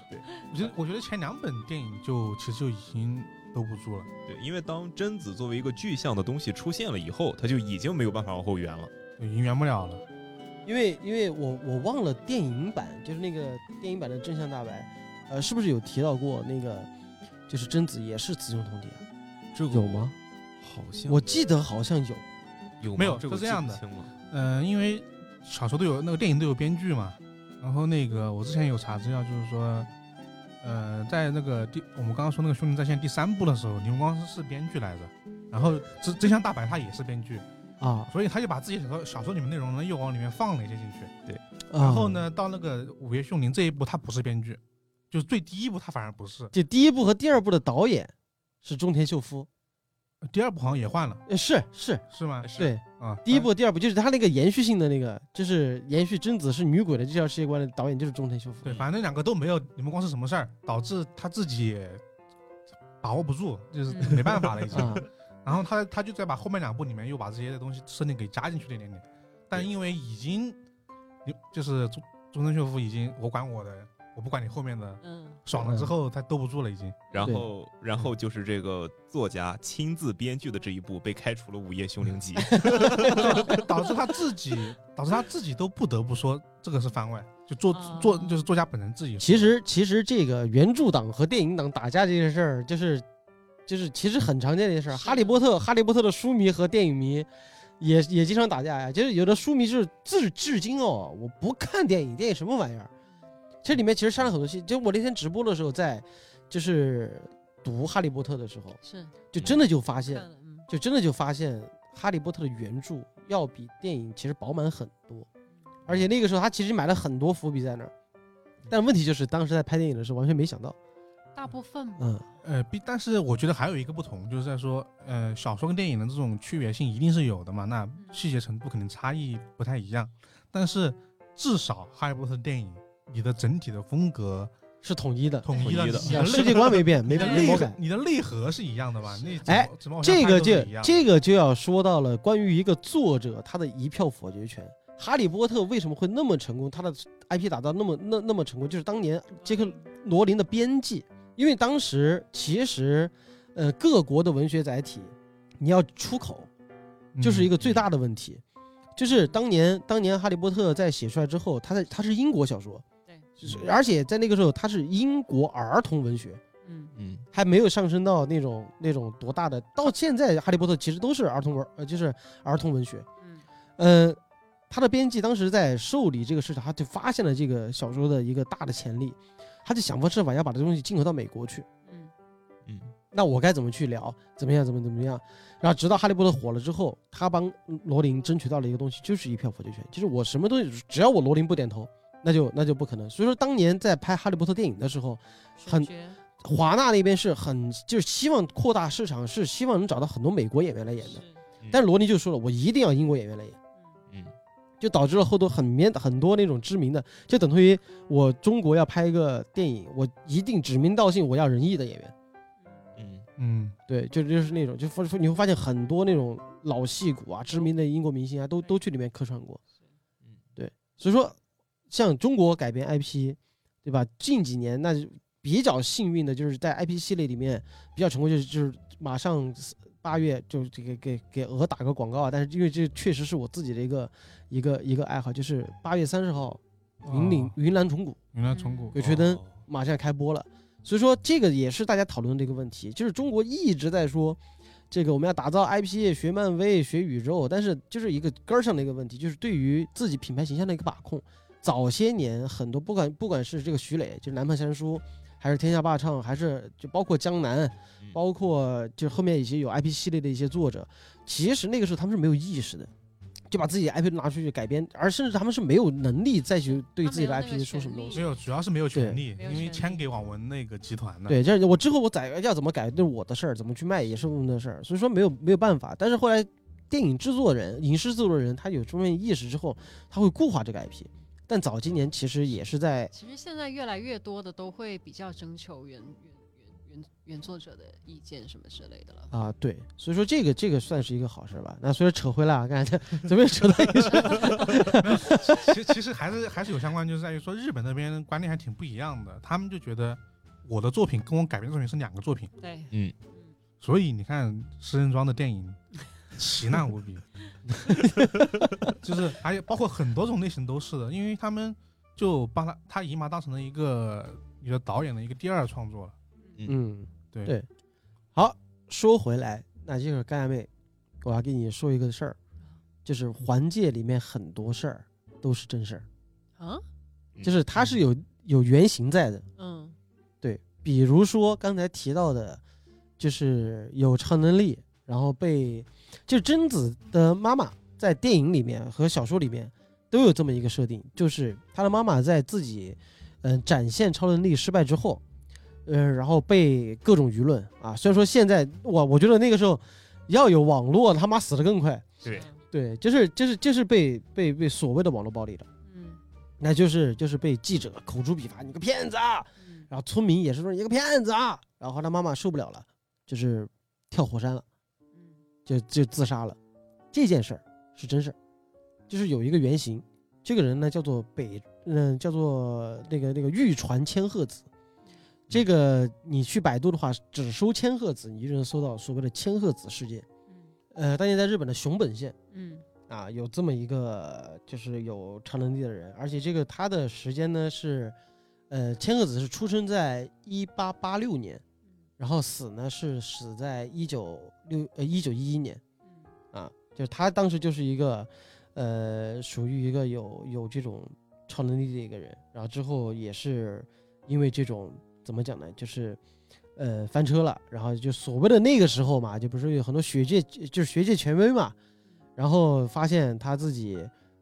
Speaker 2: 我觉得我觉得前两本电影就其实就已经兜不住了。
Speaker 4: 对，因为当贞子作为一个具象的东西出现了以后，它就已经没有办法往后圆了。
Speaker 2: 对已经圆不了了。
Speaker 1: 因为因为我我忘了电影版，就是那个电影版的《真相大白》，呃，是不是有提到过那个，就是贞子也是雌雄同体啊？
Speaker 4: 这
Speaker 1: 有吗？
Speaker 4: 好像
Speaker 1: 我记得好像有。
Speaker 4: 有吗
Speaker 2: 没有
Speaker 4: 这个
Speaker 2: 是这样
Speaker 4: 记不
Speaker 2: 的
Speaker 4: 清了
Speaker 2: 嗯、因为小说都有那个电影都有编剧嘛，然后那个我之前有查资料，就是说，呃，在那个第我们刚刚说那个《兄弟在线》第三部的时候，李文光是是编剧来着，然后真真相大白他也是编剧，
Speaker 1: 啊，
Speaker 2: 所以他就把自己小说小说里面内容呢又往里面放了一些进去。
Speaker 1: 然
Speaker 2: 然后？呢，到那个《午夜凶铃》这一部他不是编剧，就是最第一部他反而不是，
Speaker 1: 这第一部和第二部的导演是中田秀夫，
Speaker 2: 第二部好像也换了，
Speaker 1: 呃，是是，
Speaker 2: 是吗？
Speaker 4: 是
Speaker 1: 对，
Speaker 2: 啊，
Speaker 1: 第一部、第二部就是他那个延续性的那个，就是延续贞子是女鬼的这条世界观的导演就是中田秀夫。
Speaker 2: 对，反正那两个都没有你们光是什么事儿，导致他自己也把握不住，就是
Speaker 3: 嗯
Speaker 2: 没办法
Speaker 3: (laughs)
Speaker 2: 了已经。
Speaker 1: 啊，
Speaker 2: 然后他他就再把后面两部里面又把这些东西设定给加进去了一点点，但因为已经，你就是中中村秀夫已经我管我的，我不管你后面的，
Speaker 3: 嗯，
Speaker 2: 爽了之后他兜不住了已经。 (laughs)
Speaker 4: 然后，然后就是这个作家亲自编剧的这一部被开除了《午夜凶
Speaker 1: (laughs)
Speaker 4: 铃集》。
Speaker 2: 导致他自己，导致他自己都不得不说这个是番外，就作作
Speaker 3: 哦
Speaker 2: 就是作家本人自己说。
Speaker 1: 其实其实这个原著党和电影党打架这件事儿，就是就是其实很常见的一件事儿。
Speaker 3: 是
Speaker 1: 哈利波特，哈利波特的书迷和电影迷也也经常打架呀。就是有的书迷就是至至今哦，我不看电影，电影什么玩意儿？这里面其实删了很多戏。就我那天直播的时候在，就是读哈利波特的时候，
Speaker 3: 是
Speaker 1: 就真的就发现
Speaker 3: 看，了，嗯，
Speaker 1: 就真的就发现《哈利波特》的原著要比电影其实饱满很多，而且那个时候他其实埋了很多伏笔在那儿，但问题就是当时在拍电影的时候完全没想到，
Speaker 3: 大部分吧，
Speaker 1: 嗯
Speaker 2: 呃，毕但是我觉得还有一个不同，就是在说，呃，小说跟电影的这种区别性一定是有的嘛，
Speaker 3: 嗯
Speaker 2: 那细节程度可能差异不太一样，但是至少《哈利波特》电影，你的整体的风格
Speaker 1: 是统一的，
Speaker 2: 统
Speaker 4: 一
Speaker 2: 一了，
Speaker 4: 的
Speaker 2: 你
Speaker 1: 啊 (laughs)
Speaker 2: 的
Speaker 1: 世界观没变，
Speaker 2: 你
Speaker 1: 没
Speaker 2: 的
Speaker 1: 没
Speaker 2: 内
Speaker 1: 魔
Speaker 2: 核
Speaker 1: 改。
Speaker 2: 你的内核是一样的吧？那
Speaker 1: 哎，
Speaker 2: 怎么
Speaker 1: 这个就这
Speaker 2: 个
Speaker 1: 个就要说到了关于一个作者他的一票否决权。哈利波特为什么会那么成功？他的 IP 打造那么那那么成功，就是当年杰克罗琳的编辑，因为当时其实，呃，各国的文学载体，你要出口，
Speaker 2: 嗯
Speaker 1: 就是一个最大的问题，就是当年当年《哈利波特》在写出来之后，它在它是英国小说，
Speaker 3: 对，
Speaker 1: 就是而且在那个时候它是英国儿童文学，
Speaker 3: 嗯，
Speaker 4: (laughs) 嗯，
Speaker 1: 还没有上升到那种那种多大的。到现在，《哈利波特》其实都是儿童文，呃，就是儿童文学。
Speaker 3: 嗯，
Speaker 1: 嗯，他的编辑当时在受理这个市场，他就发现了这个小说的一个大的潜力，他就想方设法要把这东西进口到美国去。
Speaker 3: 嗯，
Speaker 4: 嗯，
Speaker 1: 那我该怎么去聊？怎么样？怎么怎么样？然后直到《哈利波特》火了之后，他帮罗琳争取到了一个东西，就是一票否决权。就是我什么东西，只要我罗琳不点头，那就那就不可能。所以说，当年在拍《哈利波特》电影的时候，很
Speaker 3: 选角
Speaker 1: 华纳那边是很就是希望扩大市场，是希望能找到很多美国演员来演的。
Speaker 3: 是
Speaker 4: 嗯
Speaker 1: 但罗琳就说了，我一定要英国演员来演。
Speaker 3: 嗯
Speaker 4: 嗯
Speaker 1: 就导致了后头很面很多那种知名的，就等同于我中国要拍一个电影，我一定指名道姓我要仁义的演员，
Speaker 4: 嗯，
Speaker 2: 嗯
Speaker 1: 对，就就是那种，就发你会发现很多那种老戏骨啊，知名的英国明星啊，都都去里面客串过
Speaker 4: 嗯，
Speaker 1: 对，所以说像中国改编 IP，对吧？近几年那就比较幸运的就是在 IP 系列里面比较成功，就是就是马上八月就这个给给鹅打个广告啊，但是因为这确实是我自己的一个一个一个爱好，就是八月三十号云岭、
Speaker 2: 哦
Speaker 1: 云南虫谷
Speaker 2: 云南虫谷
Speaker 1: 鬼吹灯
Speaker 4: 哦
Speaker 1: 马上要开播了，所以说这个也是大家讨论的一个问题，就是中国一直在说。这个我们要打造 IP，学漫威，学宇宙，但是就是一个根儿上的一个问题，就是对于自己品牌形象的一个把控。早些年很多不管不管是这个徐磊，就是南派三叔，还是天下霸唱，还是就包括江南，
Speaker 4: 嗯
Speaker 1: 包括就后面一些有 IP 系列的一些作者，其实那个时候他们是没有意识的，就把自己的 IP 拿出去改编，而甚至他们是没有能力再去对自己的
Speaker 3: 他没有那
Speaker 1: IP
Speaker 3: 个
Speaker 1: 说什么东
Speaker 3: 权
Speaker 1: 西
Speaker 2: 没。有，主要是没有权利，
Speaker 3: 没有
Speaker 2: 因为
Speaker 3: 权利
Speaker 2: 签给网文那个集团的。
Speaker 1: 对，这是我之后我改要怎么改，那是我的事儿，怎么去卖也是我们的事儿，所以说没有没有办法。但是后来电影制作人、影视制作人他有这么意识之后，他会固化这个 IP。但早几年其实也是在
Speaker 3: 其实现在越来越多的都会比较征求原原原原原作者的意见什么之类的了。
Speaker 1: 啊、对，所以说这个这个算是一个好事儿吧。那所以扯回来啊，刚才 (laughs) 怎么又扯到一起
Speaker 2: 其实其实还是还是有相关，就是在于说日本那边观念还挺不一样的，他们就觉得我的作品跟我改编的作品是两个作品，
Speaker 3: 对，
Speaker 4: 嗯
Speaker 3: 嗯，
Speaker 2: 所以你看石人庄的电影奇难无比， (laughs) 就是还有包括很多种类型都是的，因为他们就把他他姨妈当成了一个你的导演的一个第二创作了。
Speaker 1: 嗯，
Speaker 2: 对
Speaker 1: 对。好，说回来，那就是干妹，我要跟你说一个事儿，就是环界里面很多事儿都是真事儿，
Speaker 3: 啊，
Speaker 4: 嗯
Speaker 1: 就是它是有有原型在的。
Speaker 3: 嗯
Speaker 1: 对，比如说刚才提到的，就是有超能力，然后被就贞子的妈妈在电影里面和小说里面都有这么一个设定，就是她的妈妈在自己嗯、呃展现超能力失败之后，呃，然后被各种舆论啊，虽然说现在我我觉得那个时候要有网络，他妈死得更快，
Speaker 4: 对
Speaker 3: 是啊
Speaker 1: 对，就是就是就是被被被所谓的网络暴力的，
Speaker 3: 嗯
Speaker 1: 那就是就是被记者口诛笔伐，你个骗子啊！
Speaker 3: 嗯
Speaker 1: 然后村民也是说你个骗子啊，然后他妈妈受不了了，就是跳火山了，
Speaker 3: 嗯
Speaker 1: 就就自杀了。这件事儿是真事儿，就是有一个原型，这个人呢叫做北，嗯、叫做那个那个玉传千鹤子。这个你去百度的话，只搜千鹤子，你就能搜到所谓的千鹤子事件。
Speaker 3: 嗯
Speaker 1: 呃，当年在日本的熊本县
Speaker 3: 嗯
Speaker 1: 啊，有这么一个就是有超能力的人，而且这个他的时间呢是，呃，千鹤子是出生在一八八六年，然后死呢是死在一九六呃一九一一年
Speaker 3: 嗯
Speaker 1: 啊，就是他当时就是一个，呃，属于一个有有这种超能力的一个人，然后之后也是因为这种怎么讲呢，就是。呃，翻车了，然后就所谓的那个时候嘛，就不是有很多学界，就是学界权威嘛，然后发现他自己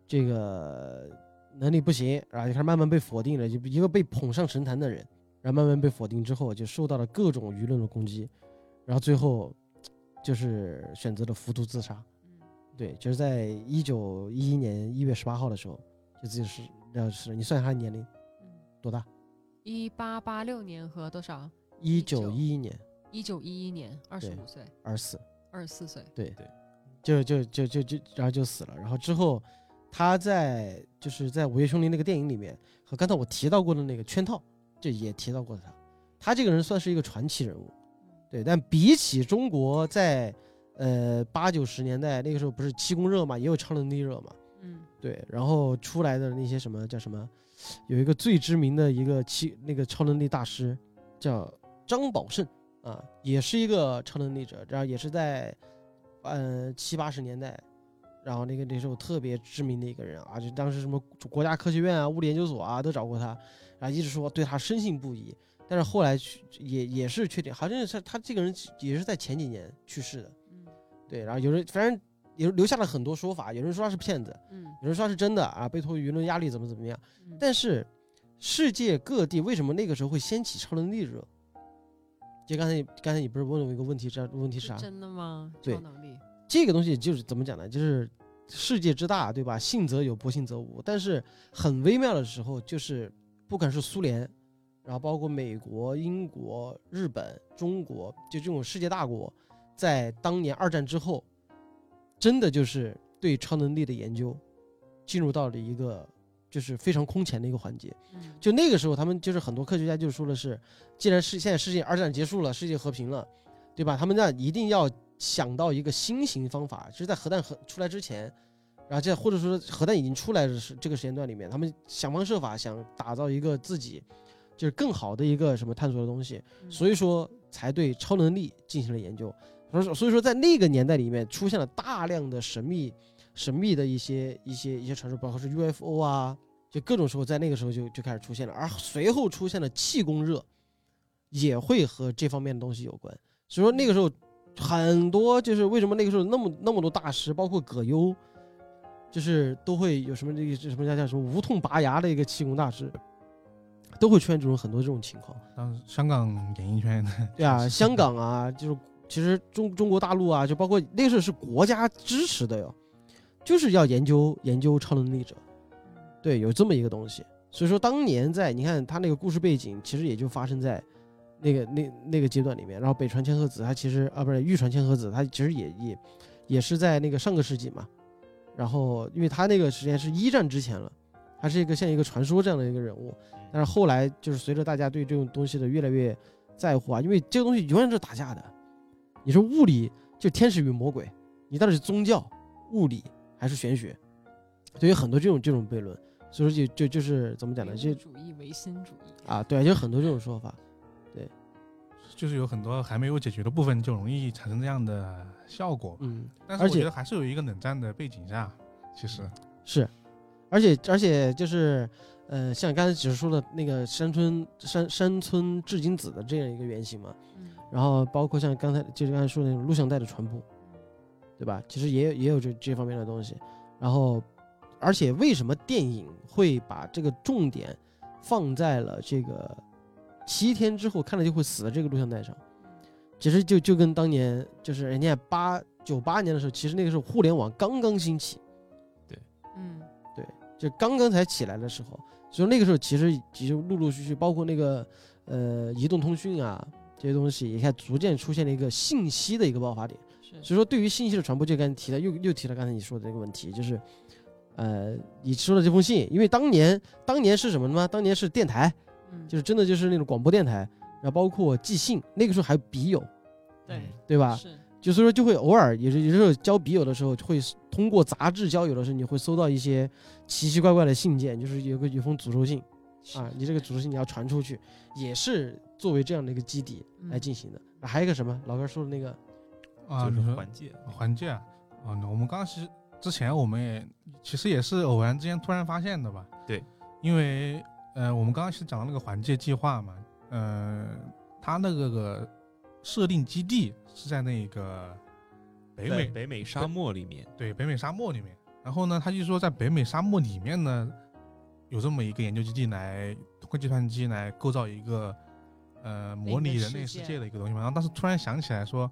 Speaker 1: 这个能力不行，然后就开始慢慢被否定了，就一个被捧上神坛的人，然后慢慢被否定之后，就受到了各种舆论的攻击，然后最后就是选择了服毒自杀。
Speaker 3: 嗯
Speaker 1: 对，就是在一九一一年一月十八号的时候，就自己是要是你算一下他年龄
Speaker 3: 嗯，
Speaker 1: 多大？
Speaker 3: 一八八六年和多少？
Speaker 1: 一九一一年
Speaker 3: 一九一一年，二十
Speaker 1: 对
Speaker 3: 五岁，
Speaker 1: 二十四。
Speaker 3: 二十四岁。
Speaker 1: 就就就就就然后就死了。然后之后，他在就是在《午夜凶铃》那个电影里面，和刚才我提到过的那个圈套，这也提到过他。他这个人算是一个传奇人物，对。但比起中国在呃八九十年代那个时候，不是七公热嘛，也有超能力热嘛，
Speaker 3: 嗯
Speaker 1: 对。然后出来的那些什么叫什么，有一个最知名的一个七那个超能力大师叫张宝胜啊，也是一个超能力者，然后也是在嗯，七八十年代，然后那个那时候特别知名的一个人啊，就当时什么国家科学院啊、物理研究所啊都找过他，然后一直说对他深信不疑。但是后来去也也是确定，好像是他这个人也是在前几年去世的。
Speaker 3: 嗯
Speaker 1: 对，然后有人反正有留下了很多说法，有人说他是骗子，
Speaker 3: 嗯
Speaker 1: 有人说他是真的啊，被迫于舆论压力怎么怎么样。
Speaker 3: 嗯，
Speaker 1: 但是世界各地为什么那个时候会掀起超能力热？就刚才你刚才你不是问了我一个问题，这问题是
Speaker 3: 是
Speaker 1: 啥？
Speaker 3: 真的吗？
Speaker 1: 对
Speaker 3: 超能力。
Speaker 1: 这个东西就是怎么讲呢？就是世界之大，对吧？信则有，不信则无。但是很微妙的时候，就是不管是苏联，然后包括美国、英国、日本、中国，就这种世界大国，在当年二战之后，真的就是对超能力的研究进入到了一个就是非常空前的一个环节。
Speaker 3: 嗯
Speaker 1: 就那个时候，他们就是很多科学家就说的是，既然是现在世界二战结束了，世界和平了，对吧？他们那一定要想到一个新型方法，就是在核弹核出来之前，然后这或者说核弹已经出来的时这个时间段里面，他们想方设法想打造一个自己就是更好的一个什么探索的东西，
Speaker 3: 嗯
Speaker 1: 所以说才对超能力进行了研究。所以说，所以说在那个年代里面出现了大量的神秘、神秘的一些一些一些传说，包括是 UFO 啊，就各种时候在那个时候就就开始出现了，而随后出现了气功热，也会和这方面的东西有关。所以说那个时候很多就是为什么那个时候那么那么多大师，包括葛优，就是都会有什么这个什么叫叫什么无痛拔牙的一个气功大师，都会出现这种很多这种情况。
Speaker 2: 当时香港演艺圈， (laughs)
Speaker 1: 对啊，香港啊，就是其实中中国大陆啊，就包括那个时候是国家支持的哟，就是要研究研究超能力者，对，有这么一个东西。所以说当年在你看他那个故事背景，其实也就发生在那个那那个阶段里面。然后北川千鹤子，他其实啊不是玉川千鹤子，他其实也也也是在那个上个世纪嘛。然后因为他那个时间是一战之前了，他是一个像一个传说这样的一个人物。但是后来就是随着大家对这种东西的越来越在乎啊，因为这个东西永远是打架的，你是物理就天使与魔鬼，你到底是宗教、物理还是玄学？所以很多这种这种悖论，所以说就就就是怎么讲呢？就
Speaker 3: 民族主义、唯心主义，
Speaker 1: 啊，对，就很多这种说法。
Speaker 2: 就是有很多还没有解决的部分，就容易产生这样的效果。
Speaker 1: 嗯，
Speaker 2: 但是
Speaker 1: 而
Speaker 2: 我
Speaker 1: 且
Speaker 2: 觉得还是有一个冷战的背景下，其实
Speaker 1: 是，而且而且就是，呃，像刚才只是说的那个山村山山村至今子的这样一个原型嘛，
Speaker 3: 嗯，
Speaker 1: 然后包括像刚才就是刚才说的那种录像带的传播，对吧？其实也有也有这这方面的东西。然后，而且为什么电影会把这个重点放在了这个七天之后看了就会死的这个录像带上？其实就就跟当年就是人家八九八年的时候，其实那个时候互联网刚刚兴起，
Speaker 3: 嗯，
Speaker 1: 就刚刚才起来的时候，所以那个时候其实其实陆陆续续，包括那个呃移动通讯啊这些东西，也开始逐渐出现了一个信息的一个爆发点。
Speaker 3: 是，
Speaker 1: 所以说，对于信息的传播，就刚才提了，又又提了刚才你说的这个问题，就是，呃，你说的这封信，因为当年当年是什么呢？当年是电台，
Speaker 3: 嗯，
Speaker 1: 就是真的就是那种广播电台，然后包括寄信，那个时候还有笔友，
Speaker 3: 对，
Speaker 1: 对吧？
Speaker 3: 是，
Speaker 1: 就所以说就会偶尔，有时有时候交笔友的时候，会通过杂志交友的时候，你会收到一些奇奇怪怪的信件，就是有个有封诅咒信啊，你这个诅咒信你要传出去，也是作为这样的一个基底来
Speaker 3: 嗯
Speaker 1: 进行的。啊还有一个什么，老哥说的那个，
Speaker 2: 啊，
Speaker 4: 嗯就
Speaker 2: 你
Speaker 4: 是
Speaker 2: 说
Speaker 4: 环界。
Speaker 2: 环界啊，啊，那我们刚刚其实之前我们也其实也是偶然之间突然发现的吧？
Speaker 4: 对，
Speaker 2: 因为呃，我们刚刚是讲到那个环界计划嘛，呃，它那个个设定基地是在那个北
Speaker 4: 在
Speaker 2: 美，
Speaker 4: 北美沙漠里面，
Speaker 2: 对，北美沙漠里面。然后呢，他就说在北美沙漠里面呢，有这么一个研究基地来通过计算机来构造一个呃模拟人类世界的一个东西嘛。然后当时突然想起来说，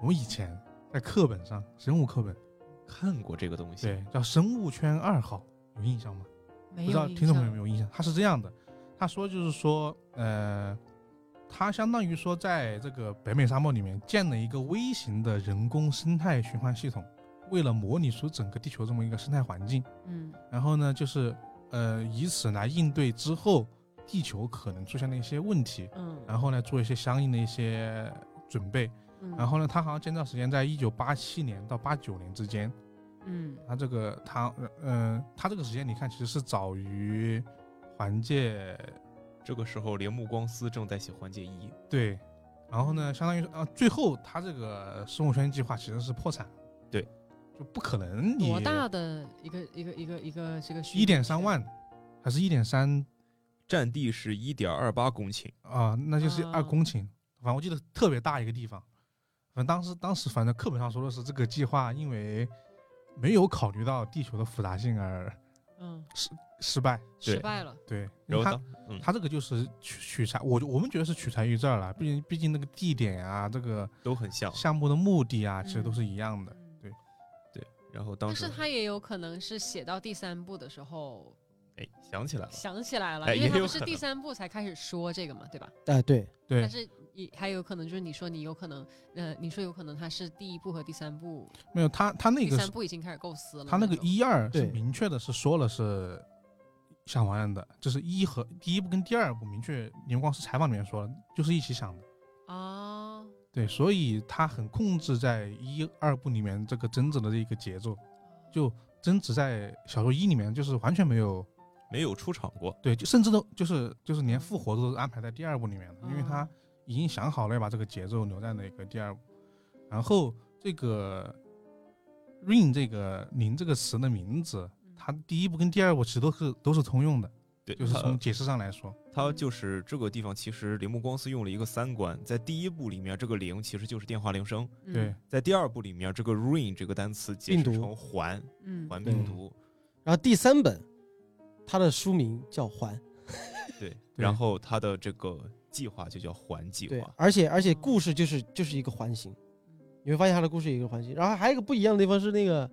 Speaker 2: 我们以前在课本上生物课本，
Speaker 4: 看过这个东西。
Speaker 2: 对，叫生物圈二号，有印象吗？
Speaker 3: 没
Speaker 2: 不知道
Speaker 3: 有
Speaker 2: 听众朋友有没有印象？他是这样的，他说就是说，呃，他相当于说在这个北美沙漠里面建了一个微型的人工生态循环系统，为了模拟出整个地球这么一个生态环境，
Speaker 3: 嗯，
Speaker 2: 然后呢，就是呃以此来应对之后地球可能出现的一些问题，
Speaker 3: 嗯，
Speaker 2: 然后呢做一些相应的一些准备，
Speaker 3: 嗯，
Speaker 2: 然后呢，他好像建造时间在一九八七年到八九年之间。
Speaker 3: 嗯，
Speaker 2: 它这个它呃，它这个时间你看其实是早于环界
Speaker 4: 这个时候，铃木光司正在写环界一，
Speaker 2: 对，然后呢，相当于啊，最后它这个生物圈计划其实是破产，
Speaker 4: 对，
Speaker 2: 就不可能你
Speaker 3: 多大的一个一个一个一个这个虚
Speaker 2: 一
Speaker 3: 拟
Speaker 2: 点
Speaker 3: 圈
Speaker 2: 三万还是一点三
Speaker 4: 占地是一点二八公顷，
Speaker 2: 啊，那就是
Speaker 3: 啊
Speaker 2: 二公顷，反正我记得特别大一个地方，反正当时当时反正课本上说的是这个计划因为没有考虑到地球的复杂性而
Speaker 3: 嗯，
Speaker 2: 失败，
Speaker 4: 对
Speaker 3: 失败了，
Speaker 2: 对，因为
Speaker 4: 然后
Speaker 2: 它
Speaker 4: 当嗯
Speaker 2: 它这个就是取取材，我就我们觉得是取材于这儿了，毕竟毕竟那个地点啊，这个
Speaker 4: 都很像。
Speaker 2: 项目的目的啊，其实
Speaker 3: 嗯
Speaker 2: 都是一样的。对
Speaker 4: 然后当
Speaker 3: 但
Speaker 4: 时
Speaker 3: 是他也有可能是写到第三部的
Speaker 2: (laughs)
Speaker 3: 时候
Speaker 4: 哎想起来了，
Speaker 3: 想起来了，
Speaker 4: 哎
Speaker 3: 因为
Speaker 4: 也
Speaker 3: 他
Speaker 4: 有
Speaker 3: 们是
Speaker 4: 可
Speaker 3: 第
Speaker 4: 能
Speaker 3: 三部才开始说这个嘛，对吧？
Speaker 1: 哎，对，
Speaker 2: 对，
Speaker 3: 但是你还有可能就是你说你有可能，呃，你说有可能他是第一部和第三部，
Speaker 2: 没有他他那
Speaker 3: 第
Speaker 2: 个
Speaker 3: 三
Speaker 2: 是
Speaker 3: 部已经开始构思了。
Speaker 2: 他那个
Speaker 3: 种，
Speaker 2: 一二是
Speaker 1: 对
Speaker 2: 明确的是说了是想完了的，就是一和第一部跟第二部明确，林光是采访里面说了，就是一起想的。
Speaker 3: 啊，
Speaker 2: 对，所以他很控制在一二部里面这个争执的这个节奏，就争执在小说一里面就是完全没有
Speaker 4: 没有出场过，
Speaker 2: 对，就甚至都就是就是连复活都是安排在第二部里面的，因为他
Speaker 3: 嗯
Speaker 2: 已经想好了要把这个节奏留在那个第二部。然后这个 “ring” 这个“铃”这个词的名字，它第一部跟第二部其实都是都是通用的，
Speaker 4: 对，
Speaker 2: 就是
Speaker 4: 他
Speaker 1: 呃
Speaker 2: 从解释上来说，
Speaker 4: 它就是这个地方，其实铃木光司用了一个三关，在第一部里面，这个铃其实就是电话铃声；
Speaker 3: 嗯
Speaker 2: 对，
Speaker 4: 在第二部里面，这个 ring 这个单词解释
Speaker 1: 病毒
Speaker 4: 成环
Speaker 3: 嗯，
Speaker 4: 环病毒，
Speaker 1: 然后第三本，它的书名叫《还》，
Speaker 4: 对。然后它的这个计划就叫环计
Speaker 1: 对
Speaker 4: 划，，
Speaker 1: 而且而且故事就是就是一个环形，你会发现它的故事有一个环形。然后还有一个不一样的地方是那个，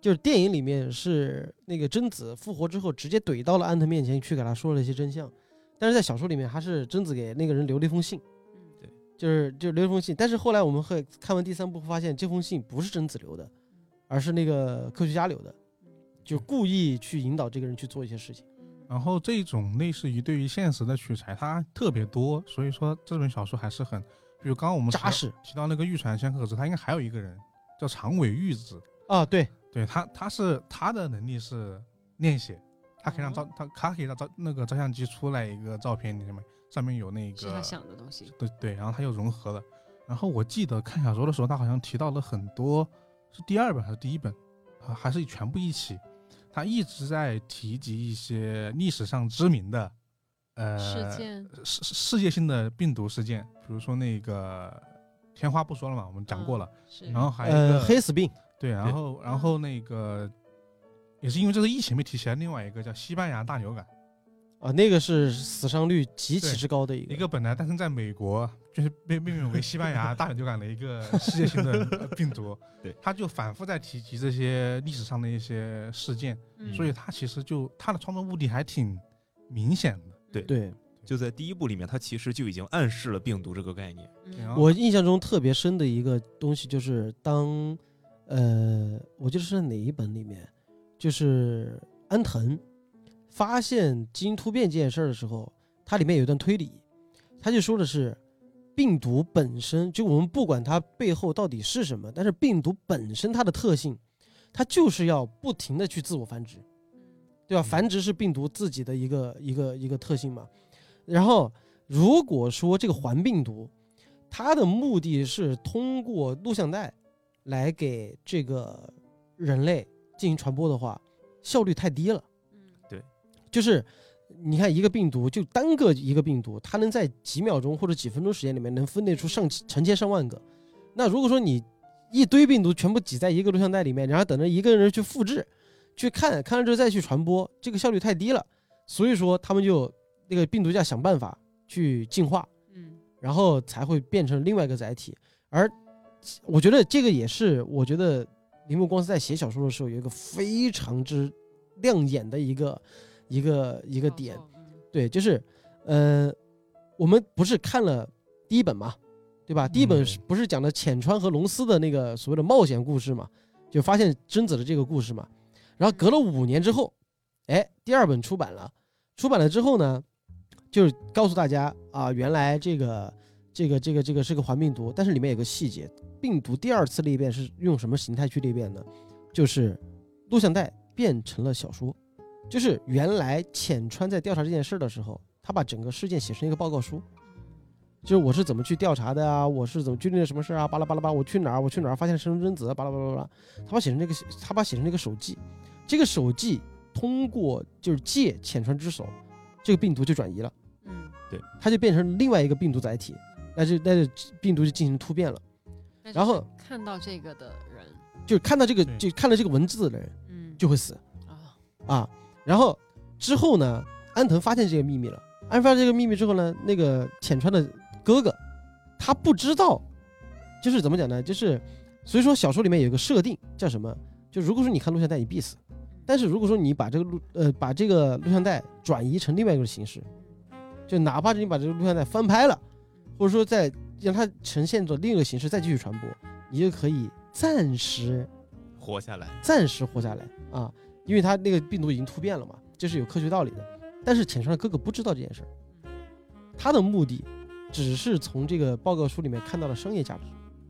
Speaker 1: 就是电影里面是那个贞子复活之后直接怼到了安藤面前去给他说了一些真相，但是在小说里面还是贞子给那个人留了一封信，
Speaker 3: 嗯
Speaker 4: 对
Speaker 1: 就是就留了一封信。但是后来我们会看完第三部发现这封信不是贞子留的，而是那个科学家留的，就
Speaker 2: 嗯
Speaker 1: 故意去引导这个人去做一些事情。
Speaker 2: 然后这种类似于对于现实的取材，它特别多，所以说这本小说还是很啊比如刚刚我们提到
Speaker 1: 扎实
Speaker 2: 提到那个玉川香克子，他应该还有一个人叫长尾玉子，
Speaker 1: 啊，对，
Speaker 2: 对他，他是他的能力是练习，他可以让
Speaker 3: 哦
Speaker 2: 照他他可以让照那个照相机出来一个照片，你上面上面有那个
Speaker 3: 是他想的东西。
Speaker 2: 对对，然后他又融合了。然后我记得看小说的时候，他好像提到了很多，是第二本还是第一本，啊还是全部一起，他一直在提及一些历史上知名的，呃，
Speaker 3: 事件
Speaker 2: 世世世界性的病毒事件，比如说那个天花不说了嘛，我们讲过了，
Speaker 3: 嗯是，
Speaker 2: 然后还有一个、
Speaker 1: 呃，黑死病，
Speaker 2: 对，然后然后那个也是因为这个疫情被提起来，另外一个叫西班牙大流感，
Speaker 1: 啊，那个是死伤率极其
Speaker 2: 对
Speaker 1: 之高的一个。
Speaker 2: 一个本来诞生在美国，就是被被命名为西班牙大流感的一个世界性的呃病毒，
Speaker 4: 对，
Speaker 2: 他就反复在提及这些历史上的一些事件，
Speaker 3: 嗯
Speaker 2: 所以他其实就他的创作目的还挺明显的。
Speaker 3: 嗯
Speaker 1: 对
Speaker 4: 就在第一部里面，它其实就已经暗示了病毒这个概念。
Speaker 3: 嗯
Speaker 2: 然后
Speaker 1: 我印象中特别深的一个东西就是当，呃，我记得是在哪一本里面，就是安藤发现基因突变这件事儿的时候，它里面有一段推理，他就说的是。病毒本身就我们不管它背后到底是什么，但是病毒本身它的特性，它就是要不停的去自我繁殖。对吧？繁殖是病毒自己的一个一个一个特性嘛。然后，如果说这个环病毒，它的目的是通过录像带来给这个人类进行传播的话，效率太低了。
Speaker 3: 嗯
Speaker 1: 就是你看一个病毒，就单个一个病毒，它能在几秒钟或者几分钟时间里面能分裂出上千成千上万个。那如果说你一堆病毒全部挤在一个录像带里面，然后等着一个人去复制、去看，看了之后再去传播，这个效率太低了。所以说他们就那个病毒就要想办法去进化，
Speaker 3: 嗯
Speaker 1: 然后才会变成另外一个载体。而我觉得这个也是，我觉得铃木光司在写小说的时候有一个非常之亮眼的一个一个一
Speaker 3: 一
Speaker 1: 个点，
Speaker 3: 嗯
Speaker 1: 对，就是呃，我们不是看了第一本嘛，对吧？第一本是不是讲的浅川和龙司的那个所谓的冒险故事嘛，就发现贞子的这个故事嘛。然后隔了五年之后，哎，第二本出版了，出版了之后呢，就是告诉大家啊，原来这个这个这个这个是个环病毒，但是里面有个细节，病毒第二次裂变是用什么形态去裂变呢？就是录像带变成了小说，就是原来浅川在调查这件事的时候，他把整个事件写成一个报告书，就是我是怎么去调查的啊，我是怎么经历了什么事儿啊，巴拉巴拉巴拉，我去哪儿，我去哪儿，发现生贞子，巴拉巴拉巴拉，他把写成这个，他把写成这个手记，这个手记通过就是借浅川之手，这个病毒就转移了。
Speaker 3: 嗯，
Speaker 1: 它就变成另外一个病毒载体，那就那就病毒就进行突变了。
Speaker 3: 那
Speaker 1: 然
Speaker 3: 就是
Speaker 1: 后
Speaker 3: 看到这个的人，
Speaker 1: 就看到这个
Speaker 2: 对
Speaker 1: 就看到这个文字的人
Speaker 3: 嗯，
Speaker 1: 就会死
Speaker 3: 啊，
Speaker 1: 啊。然后之后呢，安藤发现这个秘密了。安藤发现这个秘密之后呢，那个浅川的哥哥，他不知道，就是怎么讲呢？就是所以说小说里面有一个设定叫什么？就如果说你看录像带，你必死。但是如果说你把这个录呃把这个录像带转移成另外一个形式，就哪怕是你把这个录像带翻拍了，或者说再让它呈现着另一个形式再继续传播，你就可以暂时
Speaker 4: 活下来，
Speaker 1: 暂时活下来啊，因为他那个病毒已经突变了嘛，这是有科学道理的。但是浅川的哥哥不知道这件事儿，他的目的只是从这个报告书里面看到了商业价值，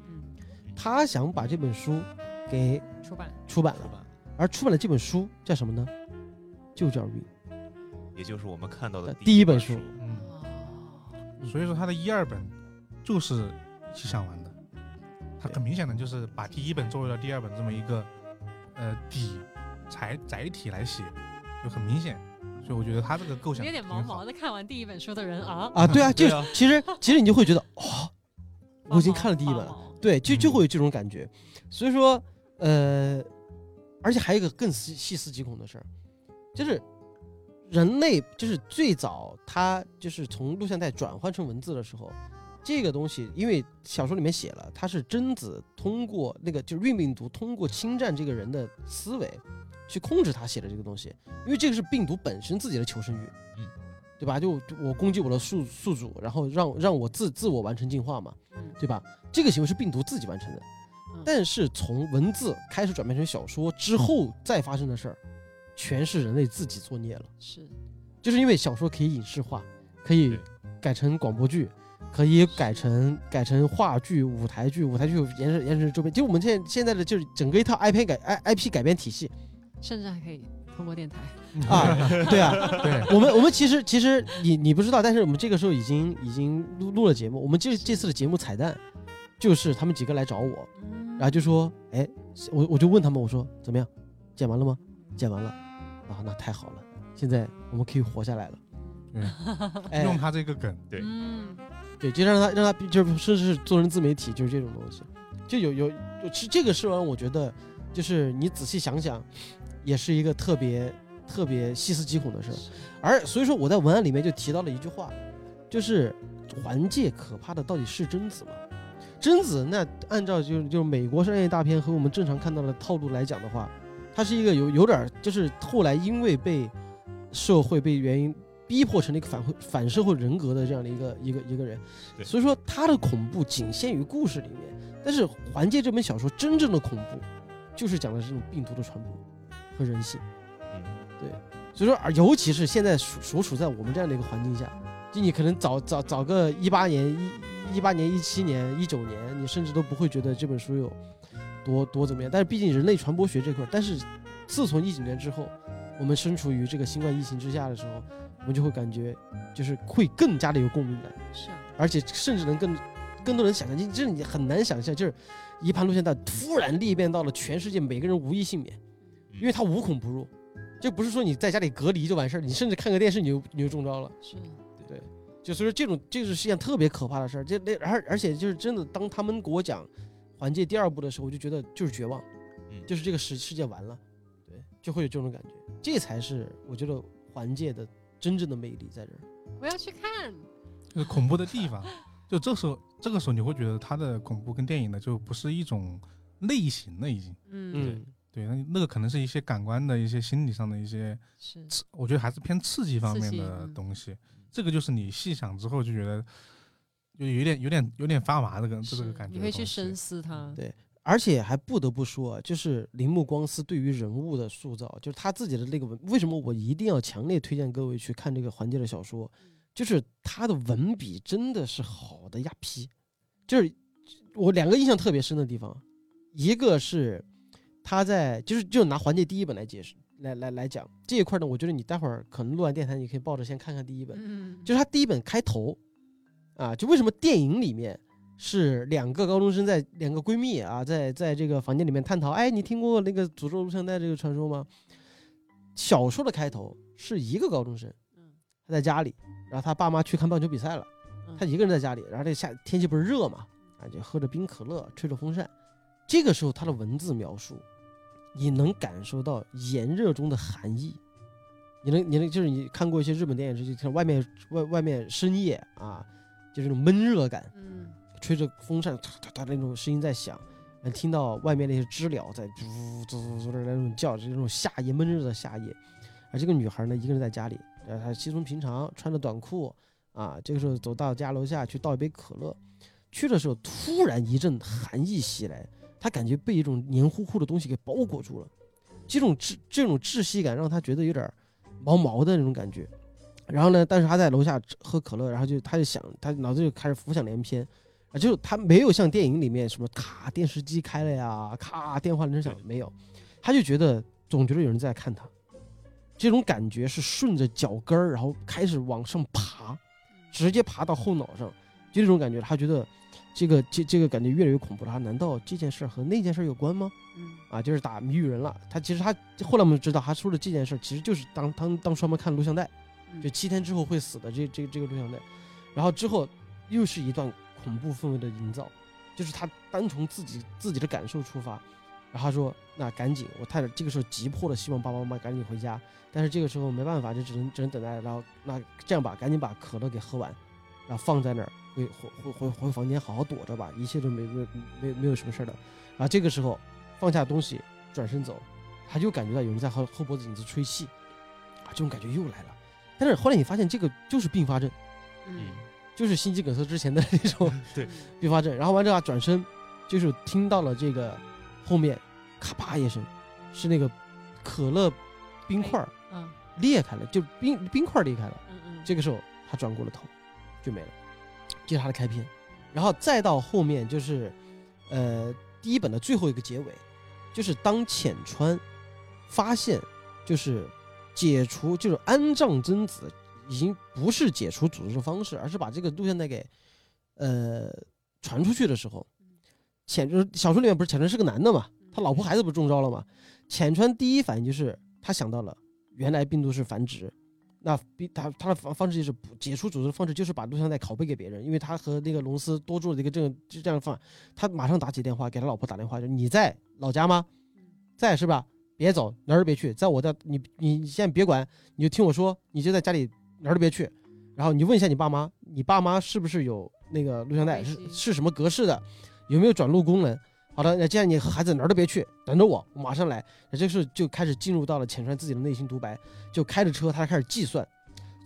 Speaker 3: 嗯，
Speaker 1: 他想把这本书给
Speaker 3: 出版，
Speaker 1: 出版
Speaker 4: 是
Speaker 1: 了，
Speaker 4: 吧？
Speaker 1: 而出版的这本书叫什么呢？就叫《Win
Speaker 4: 也就是我们看到的
Speaker 1: 呃第一本
Speaker 4: 书
Speaker 1: 书。
Speaker 2: 嗯，
Speaker 3: 哦，
Speaker 1: 嗯
Speaker 2: 所以说他的一二本就是一起想完的，他很明显的就是把第一本作为了第二本这么一个呃底载载体来写，就很明显。所以我觉得他这个构想
Speaker 3: 哦有点
Speaker 2: 挺
Speaker 3: 毛
Speaker 2: 好
Speaker 3: 毛的。看完第一本书的人啊，》
Speaker 1: 啊，对
Speaker 4: (laughs)
Speaker 1: 啊，就
Speaker 4: 对
Speaker 1: 是
Speaker 4: 啊
Speaker 1: 其实其实你就会觉得，哦，我已经
Speaker 3: 发毛
Speaker 1: 看了第一本了
Speaker 3: 发，毛
Speaker 1: 对，就就
Speaker 2: 嗯
Speaker 1: 会有这种感觉。所以说，呃，而且还有一个更细细思极恐的事儿，就是人类就是最早它就是从录像带转换成文字的时候，这个东西因为小说里面写了，它是贞子通过那个就是运病毒通过侵占这个人的思维去控制他写的这个东西，因为这个是病毒本身自己的求生欲，
Speaker 4: 嗯，
Speaker 1: 对吧？就就我攻击我的宿宿主，然后让让我自自我完成进化嘛。
Speaker 3: 嗯
Speaker 1: 对吧？这个行为是病毒自己完成的
Speaker 3: 嗯，
Speaker 1: 但是从文字开始转变成小说之后再发生的事儿，全是人类自己作孽了。
Speaker 3: 是，
Speaker 1: 就是因为小说可以影视化，可以
Speaker 4: 对
Speaker 1: 改成广播剧，可以改成改成话剧、舞台剧、舞台剧延伸延伸周边，就我们现在现在的就是整个一套 IP 改 I IP 改编体系
Speaker 3: 甚至还可以通过电台。
Speaker 1: 啊，对啊，
Speaker 2: (laughs) 对，
Speaker 1: 我们我们其实其实你你不知道，但是我们这个时候已经已经录录了节目。我们这这次的节目彩蛋，就是他们几个来找我，然后就说，哎，我我就问他们，我说怎么样，剪完了吗？剪完了，啊，那太好了，现在我们可以活下来了。哎
Speaker 2: 用他这个梗，
Speaker 4: 对
Speaker 3: 嗯，
Speaker 1: 对，就让他让他就是甚至是做成自媒体，就是这种东西，就有有就其实这个事完，我觉得就是你仔细想想，也是一个特别特别细思极恐的事儿。而所以说我在文案里面就提到了一句话，就是环界可怕的到底是贞子吗？贞子那按照就是就是美国商业大片和我们正常看到的套路来讲的话，它是一个有有点儿就是后来因为被社会被原因逼迫成了一个反会反社会人格的这样的一个一个一个人，
Speaker 4: 对
Speaker 1: 所以说他的恐怖仅限于故事里面，但是《环界》这本小说真正的恐怖，就是讲的是这种病毒的传播和人性。
Speaker 4: 嗯
Speaker 1: 所以说，而尤其是现在所所处在我们这样的一个环境下，就你可能早早早个一八年、一一八年、一七年、一九年，你甚至都不会觉得这本书有多多怎么样。但是毕竟人类传播学这块儿，但是自从一九年之后，我们身处于这个新冠疫情之下的时候，我们就会感觉就是会更加的有共鸣感，
Speaker 3: 是啊，
Speaker 1: 而且甚至能更更多人想象，就就是你很难想象，就是一盘录像带突然裂变到了全世界每个人无一幸免。因
Speaker 4: 嗯
Speaker 1: 为它无孔不入，就不是说你在家里隔离就完事儿，你甚至看个电视你就你就中招了。
Speaker 3: 是啊
Speaker 1: 就所以说这种这是一件特别可怕的事儿。这那而而且就是真的，当他们给我讲环界第二部的时候，我就觉得就是绝望，
Speaker 4: 嗯
Speaker 1: 就是这个世世界完了，对，就会有这种感觉。这才是我觉得环界的真正的魅力在这儿。
Speaker 3: 我要去看。
Speaker 2: 就是恐怖的地方。就这时候，这个时候你会觉得他的恐怖跟电影呢，就不是一种类型了，已经。
Speaker 3: 嗯，
Speaker 2: 对，那那个可能是一些感官的一些心理上的一些
Speaker 3: 是
Speaker 2: 刺，我觉得还是偏刺激方
Speaker 3: 刺
Speaker 2: 面
Speaker 3: 激
Speaker 2: 的
Speaker 3: 嗯
Speaker 2: 东西。这个就是你细想之后就觉得，就有点有点有点发麻这个这
Speaker 3: 是
Speaker 2: 个感觉的东西。
Speaker 3: 你会去深思它。
Speaker 1: 对而且还不得不说，啊就是铃木光司对于人物的塑造，就是他自己的那个文，为什么我一定要强烈推荐各位去看这个环节的小说，就是他的文笔真的是好的呀批，就是我两个印象特别深的地方，一个是他在就是就拿环节第一本来解释来来来讲这一块呢，我觉得你待会儿可能录完电台，你可以抱着先看看第一本，
Speaker 3: 嗯，
Speaker 1: 就是他第一本开头，啊，就为什么电影里面是两个高中生在两个闺蜜啊，在在这个房间里面探讨，哎，你听过那个诅咒录像带这个传说吗？小说的开头是一个高中生，他在家里，然后他爸妈去看棒球比赛了，
Speaker 3: 嗯
Speaker 1: 他一个人在家里，然后这夏天气不是热嘛，啊，就喝着冰可乐，吹着风扇，这个时候他的文字描述，你能感受到炎热中的寒意。你能，你能，就是你看过一些日本电影，就看外面外外面深夜啊，就这种闷热感，
Speaker 3: 嗯
Speaker 1: 吹着风扇，哒哒哒那种声音在响，能听到外面那些知了在嘟嘟嘟嘟的那种叫，就是那种夏夜闷热的夏夜。而这个女孩呢，一个人在家里，呃，她稀松平常，穿着短裤啊，这个时候走到家楼下去倒一杯可乐，去的时候突然一阵寒意袭来，她感觉被一种黏糊糊的东西给包裹住了，这种窒这种窒息感让她觉得有点儿毛毛的那种感觉。然后呢，但是她在楼下喝可乐，然后就她就想，她脑子就开始浮想联翩。啊，就是他没有像电影里面什么咔电视机开了呀，咔电话铃响了没有，他就觉得总觉得有人在看他，这种感觉是顺着脚跟儿，然后开始往上爬，直接爬到后脑上，就这种感觉，他觉得这个这这个感觉越来越恐怖了。他难道这件事儿和那件事儿有关吗？
Speaker 3: 嗯
Speaker 1: 啊，就是打谜语人了。他其实他后来我们知道，他说的这件事儿其实就是当当当双方看录像带，
Speaker 3: 嗯
Speaker 1: 就七天之后会死的这这这个录像带，然后之后又是一段恐怖氛围的营造，就是他单从自己自己的感受出发，然后他说那赶紧，我太太这个时候急迫的希望爸爸妈妈赶紧回家，但是这个时候没办法，就只能只能等待，然后那这样吧，赶紧把可乐给喝完，然后放在那儿回回回回回房间好好躲着吧，一切都没没没没有什么事儿的，然后这个时候放下东西转身走，他就感觉到有人在后后脖子颈子吹气，啊，这种感觉又来了。但是后来你发现这个就是并发症，
Speaker 3: 嗯
Speaker 1: 就是心肌梗塞之前的那 (laughs) 种
Speaker 4: 对
Speaker 1: 并发症。然后完之后啊转身，就是听到了这个后面咔吧一声，是那个可乐冰块儿
Speaker 3: 嗯
Speaker 1: 裂开了，就冰冰块儿裂开了。
Speaker 3: 嗯嗯，
Speaker 1: 这个时候他转过了头，就没了。这是它的开篇，然后再到后面就是，呃，第一本的最后一个结尾，就是当浅川发现就是解除就是安葬贞子已经不是解除诅咒的方式，而是把这个录像带给呃传出去的时候，浅就是小说里面不是浅川是个男的嘛，
Speaker 3: 嗯
Speaker 1: 他老婆孩子不是中招了嘛，浅川第一反应就是他想到了原来病毒是繁殖。那比他他的方方式就是不解除诅咒的方式，就是把录像带拷贝给别人，因为他和那个龙司多住了一个这个就这样放，他马上打起电话给他老婆打电话，就你在老家吗？在是吧？别走，哪儿都别去，在我的你你你现在别管，你就听我说，你就在家里哪儿都别去。然后你问一下你爸妈，你爸妈是不是有那个录像带，是
Speaker 3: 信息
Speaker 1: 是什么格式的，有没有转录功能？好的，那既然你和孩子哪儿都别去，等着我，我马上来。那这是就开始进入到了浅川自己的内心独白，就开着车，他开始计算，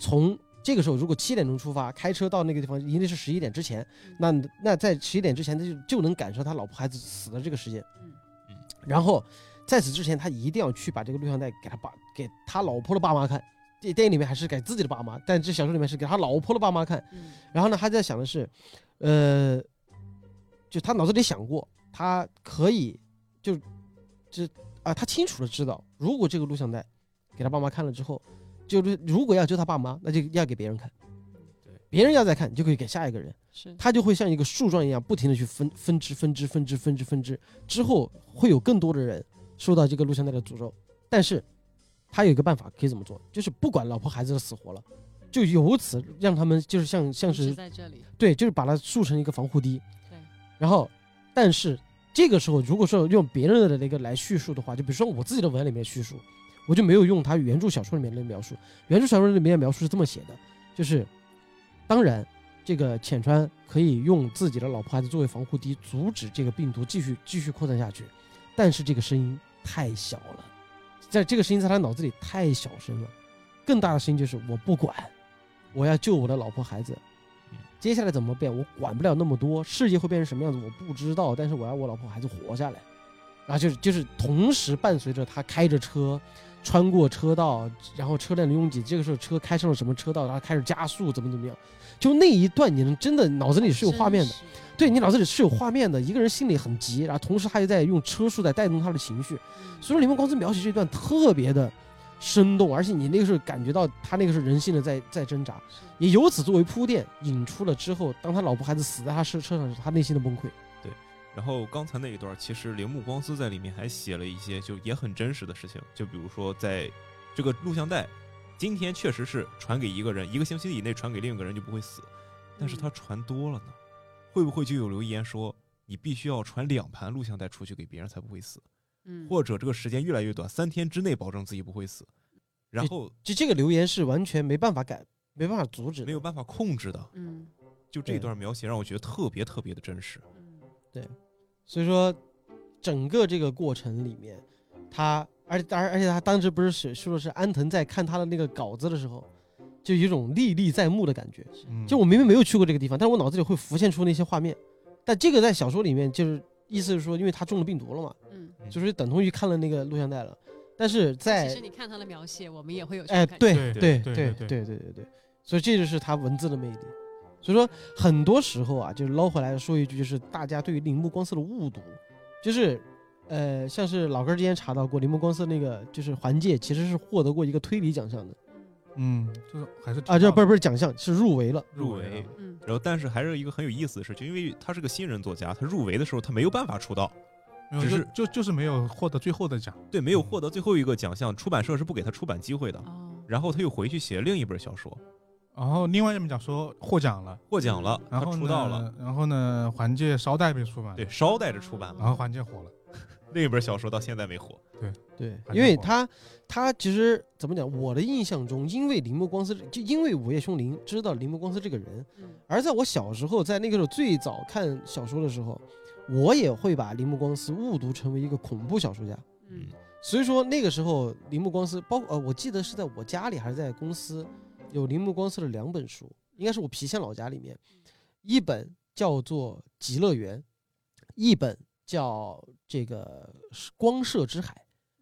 Speaker 1: 从这个时候如果七点钟出发，开车到那个地方一定是十一点之前，那那在十一点之前他就就能赶上他老婆孩子死的这个时间
Speaker 3: 嗯，
Speaker 4: 嗯
Speaker 1: 然后在此之前他一定要去把这个录像带给他爸给他老婆的爸妈看，电电影里面还是给自己的爸妈，但这小说里面是给他老婆的爸妈看，
Speaker 3: 嗯
Speaker 1: 然后呢，他在想的是，呃，就他脑子里想过，他可以就这啊，他清楚的知道，如果这个录像带给他爸妈看了之后，就是如果要救他爸妈，那就要给别人看，别人要再看，你就可以给下一个人，
Speaker 3: 是
Speaker 1: 他就会像一个树状一样，不停的去分分支、分支、分支、分支、分支，之后会有更多的人受到这个录像带的诅咒。但是，他有一个办法可以怎么做，就是不管老婆孩子的死活了，就由此让他们就是像像
Speaker 3: 一直
Speaker 1: 是
Speaker 3: 在这里，
Speaker 1: 对，就是把它竖成一个防护堤。
Speaker 3: 对，
Speaker 1: 然后，但是这个时候，如果说用别人的那个来叙述的话，就比如说我自己的文案里面叙述，我就没有用他原著小说里面的描述。原著小说里面的描述是这么写的，就是当然，这个浅川可以用自己的老婆孩子作为防护堤，阻止这个病毒继续继续扩散下去。但是这个声音太小了，在这个声音在他脑子里太小声了。更大的声音就是我不管，我要救我的老婆孩子
Speaker 4: 嗯。
Speaker 1: 接下来怎么变，我管不了那么多，世界会变成什么样子我不知道，但是我要我老婆孩子活下来。然后就是就是同时伴随着他开着车，穿过车道，然后车辆的拥挤，这个时候车开上了什么车道，然后开始加速，怎么怎么样，就那一段你能真的脑子里是有画面的。
Speaker 3: 真实，
Speaker 1: 对你脑子里是有画面的，一个人心里很急，然后同时他又在用车速在带动他的情绪，
Speaker 3: 嗯
Speaker 1: 所以说李梦光子描写这段特别的生动，而且你那个时候感觉到他那个是人性的在在挣扎，
Speaker 3: 是
Speaker 1: 也由此作为铺垫，引出了之后当他老婆孩子死在他车车上时，他内心的崩溃。
Speaker 4: 然后刚才那一段，其实铃木光司在里面还写了一些就也很真实的事情，就比如说在这个录像带，今天确实是传给一个人，一个星期以内传给另一个人就不会死，但是他传多了呢，会不会就有留言说你必须要传两盘录像带出去给别人才不会死，
Speaker 3: 嗯
Speaker 4: 或者这个时间越来越短，三天之内保证自己不会死，然后
Speaker 1: 就这个留言是完全没办法改，没办法阻止的，
Speaker 4: 没有办法控制的，
Speaker 3: 嗯
Speaker 4: 就这段描写让我觉得特别特别的真实。
Speaker 3: 嗯
Speaker 1: 所以说，整个这个过程里面，他而且而而且他当时不是是说是安藤在看他的那个稿子的时候，就有一种历历在目的感觉。
Speaker 2: 嗯
Speaker 1: 就我明明没有去过这个地方，但是我脑子里会浮现出那些画面。但这个在小说里面就是意思是说，因为他中了病毒了嘛，
Speaker 3: 嗯，
Speaker 1: 就是等同于看了那个录像带了。但是在
Speaker 3: 其实你看他的描写，我们也会有这种
Speaker 1: 哎，
Speaker 3: 感
Speaker 1: 对
Speaker 2: 对
Speaker 1: 对
Speaker 2: 对
Speaker 1: 对
Speaker 2: 对
Speaker 1: 对对对，所以这就是他文字的魅力。所以说，很多时候啊，就是捞回来说一句，就是大家对于铃木光司的误读，就是，呃，像是老哥之前查到过，铃木光司那个就是环界其实是获得过一个推理奖项的
Speaker 2: 嗯，就是还是
Speaker 1: 啊，这不
Speaker 2: 不
Speaker 1: 是不是奖项，是入围了。
Speaker 4: 入围
Speaker 2: 围了，
Speaker 3: 嗯
Speaker 4: 然后，但是还是一个很有意思的事情，因为他是个新人作家，他入围的时候他没有办法出道，
Speaker 2: 没有
Speaker 4: 只
Speaker 2: 就是就就是没有获得最后的奖，
Speaker 4: 对，没有获得最后一个奖项，出版社是不给他出版机会的。
Speaker 3: 哦，
Speaker 4: 然后他又回去写另一本小说，
Speaker 2: 然后另外一本小说获奖了，
Speaker 4: 获奖了，
Speaker 2: 然
Speaker 4: 他
Speaker 2: 后
Speaker 4: 出道了，
Speaker 2: 呢，然后呢，环界捎带被出版，
Speaker 4: 对，，捎带着出版了。
Speaker 2: 然后环界火了，
Speaker 4: 另一本小说到现在没火，
Speaker 1: 对，
Speaker 2: 还
Speaker 1: 因
Speaker 2: 没
Speaker 1: 为
Speaker 2: 火
Speaker 1: 他他其实怎么讲，我的印象中，因为铃木光司，就因为午夜凶铃知道铃木光司这个人，
Speaker 3: 嗯
Speaker 1: 而在我小时候，在那个时候最早看小说的时候，我也会把铃木光司误读成为一个恐怖小说家。
Speaker 3: 嗯
Speaker 1: 所以说那个时候，铃木光司，包括呃，我记得是在我家里还是在公司，有铃木光司的两本书，应该是我郫县老家里面，
Speaker 3: 嗯
Speaker 1: 一本叫做《极乐园》，一本叫这个《光射之海》，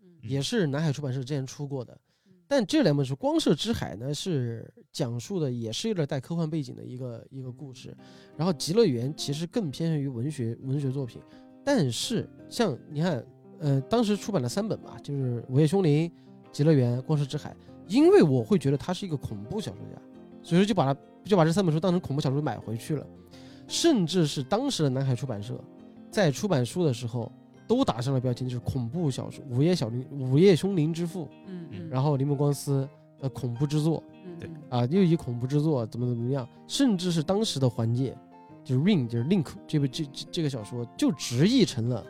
Speaker 3: 嗯
Speaker 1: 也是南海出版社之前出过的。
Speaker 3: 嗯
Speaker 1: 但这两本书，《光射之海》呢是讲述的也是有点带科幻背景的一个一个故事，
Speaker 3: 嗯
Speaker 1: 然后《极乐园》其实更偏向于文学文学作品，但是像你看，呃，当时出版了三本吧，就是《午夜凶铃》《极乐园》《光射之海》，因为我会觉得他是一个恐怖小说家，所以说就把他就把这三本书当成恐怖小说买回去了，甚至是当时的南海出版社在出版书的时候都打上了标签，就是恐怖小说《午夜小铃》《午夜凶铃之父》。
Speaker 3: 嗯嗯，
Speaker 1: 然后林本光司的恐怖之作
Speaker 3: 嗯
Speaker 4: 对
Speaker 3: 嗯
Speaker 1: 啊，又以恐怖之作怎么怎么样，甚至是当时的环界，就是 Ring 就是 Link 这部这这这个小说就直译成了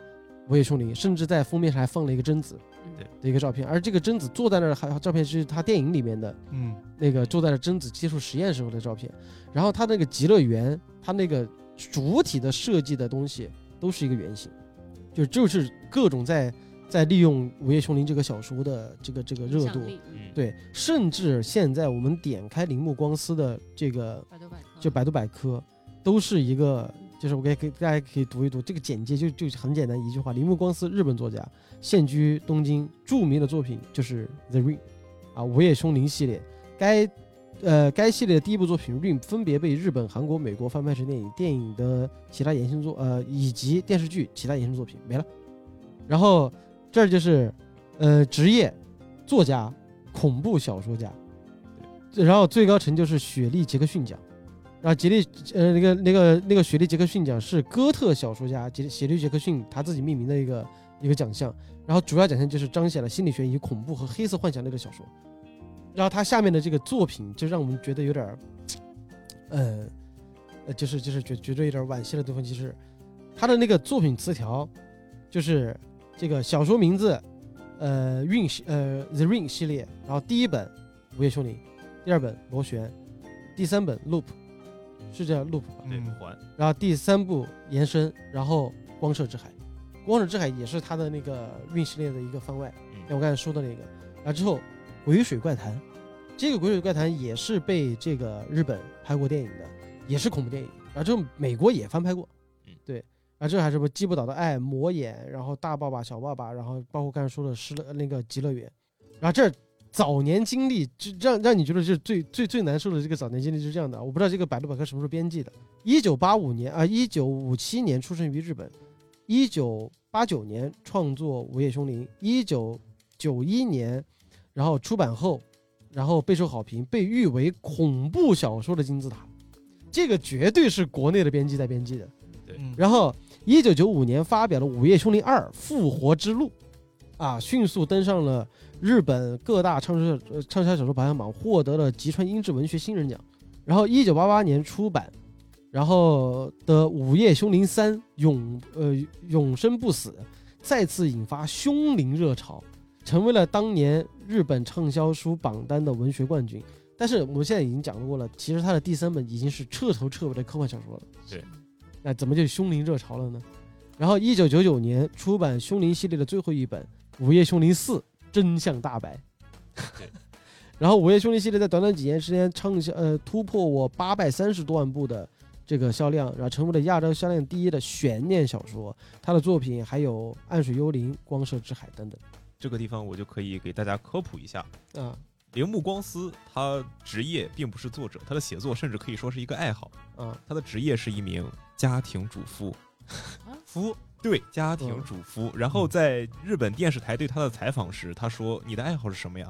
Speaker 1: 《午夜凶铃》，甚至在封面上还放了一个贞子
Speaker 3: 嗯
Speaker 4: 对
Speaker 1: 的一个照片，而这个贞子坐在那儿，还照片是他电影里面的
Speaker 2: 嗯，
Speaker 1: 那个坐在了贞子接受实验时候的照片，然后他那个极乐园，他那个主体的设计的东西都是一个原型，就就是各种在在利用《午夜凶铃》这个小说的这个这个热
Speaker 3: 影响
Speaker 1: 度，
Speaker 3: 力嗯，
Speaker 1: 对，甚至现在我们点开铃木光司的这个
Speaker 3: 百度百科
Speaker 1: 就百度百科，都是一个，就是我给给大家可以读一读这个简介就，就很简单一句话：铃木光司，日本作家，现居东京，著名的作品就是《The Ring》啊，《午夜凶铃》系列。该呃该系列的第一部作品《Ring》分别被日本、韩国、美国翻拍成电影，电影的其他衍生作呃以及电视剧其他衍生作品没了。然后这儿就是呃职业作家、恐怖小说家，然后最高成就是雪莉·杰克逊奖。然后杰利，呃，那个那个那个雪莉·杰克逊奖是哥特小说家杰雪莉·杰克逊他自己命名的一个一个奖项。然后主要奖项就是彰显了心理学以及恐怖和黑色幻想类的小说。然后他下面的这个作品就让我们觉得有点儿，呃，呃，就是就是觉觉得有点惋惜的地方，就是他的那个作品词条，就是这个小说名字，呃，Ring 系呃 The Ring 系列，然后第一本《午夜凶铃》，第二本《螺旋》，第三本《Loop》，是这样 Loop 吧？
Speaker 4: 对
Speaker 2: 嗯
Speaker 4: 还
Speaker 1: 然后第三部延伸，然后光射之海，光射之海也是他的那个运系列的一个番外，像
Speaker 4: 嗯
Speaker 1: 我刚才说的那个。然后之后鬼水怪谈，这个鬼水怪谈也是被这个日本拍过电影的，也是恐怖电影。然后之后美国也翻拍过
Speaker 4: 嗯，
Speaker 1: 对。然后这还是什么击不倒的爱、魔眼，然后大爸爸、小爸爸，然后包括刚才说的失乐那个极乐园。然后这早年经历，就让让你觉得就是最最最难受的这个早年经历就是这样的。我不知道这个百度百科什么时候编辑的。一九八五年啊，一九五七年出生于日本，一九八九年创作《午夜凶铃》，一九九一年，然后出版后，然后备受好评，被誉为恐怖小说的金字塔。这个绝对是国内的编辑在编辑的。
Speaker 2: 嗯
Speaker 1: 然后，一九九五年发表了《午夜凶铃二：复活之路》，啊，迅速登上了日本各大畅销呃畅销小说排行榜，获得了吉川英治文学新人奖。然后，一九八八年出版，然后的《午夜凶铃三：永呃永生不死》再次引发凶灵热潮，成为了当年日本畅销书榜单的文学冠军。但是我们现在已经讲过了，其实它的第三本已经是彻头彻尾的科幻小说了。那怎么就凶铃热潮了呢？然后，一九九九年出版凶铃系列的最后一本《午夜凶铃四：真相大白》
Speaker 4: 对。
Speaker 1: (laughs) 然后，《午夜凶铃》系列在短短几年时间畅销，呃，突破我八百三十多万部的这个销量，然后成为了亚洲销量第一的悬念小说。他的作品还有《暗水幽灵》《光射之海》等等
Speaker 4: 这个地方我就可以给大家科普一下，
Speaker 1: 啊
Speaker 4: 铃木光司他职业并不是作者，他的写作甚至可以说是一个爱好。
Speaker 1: 啊，
Speaker 4: 他的职业是一名家庭主妇，夫对家庭主妇。然后在日本电视台对他的采访时，他说：“你的爱好是什么呀？”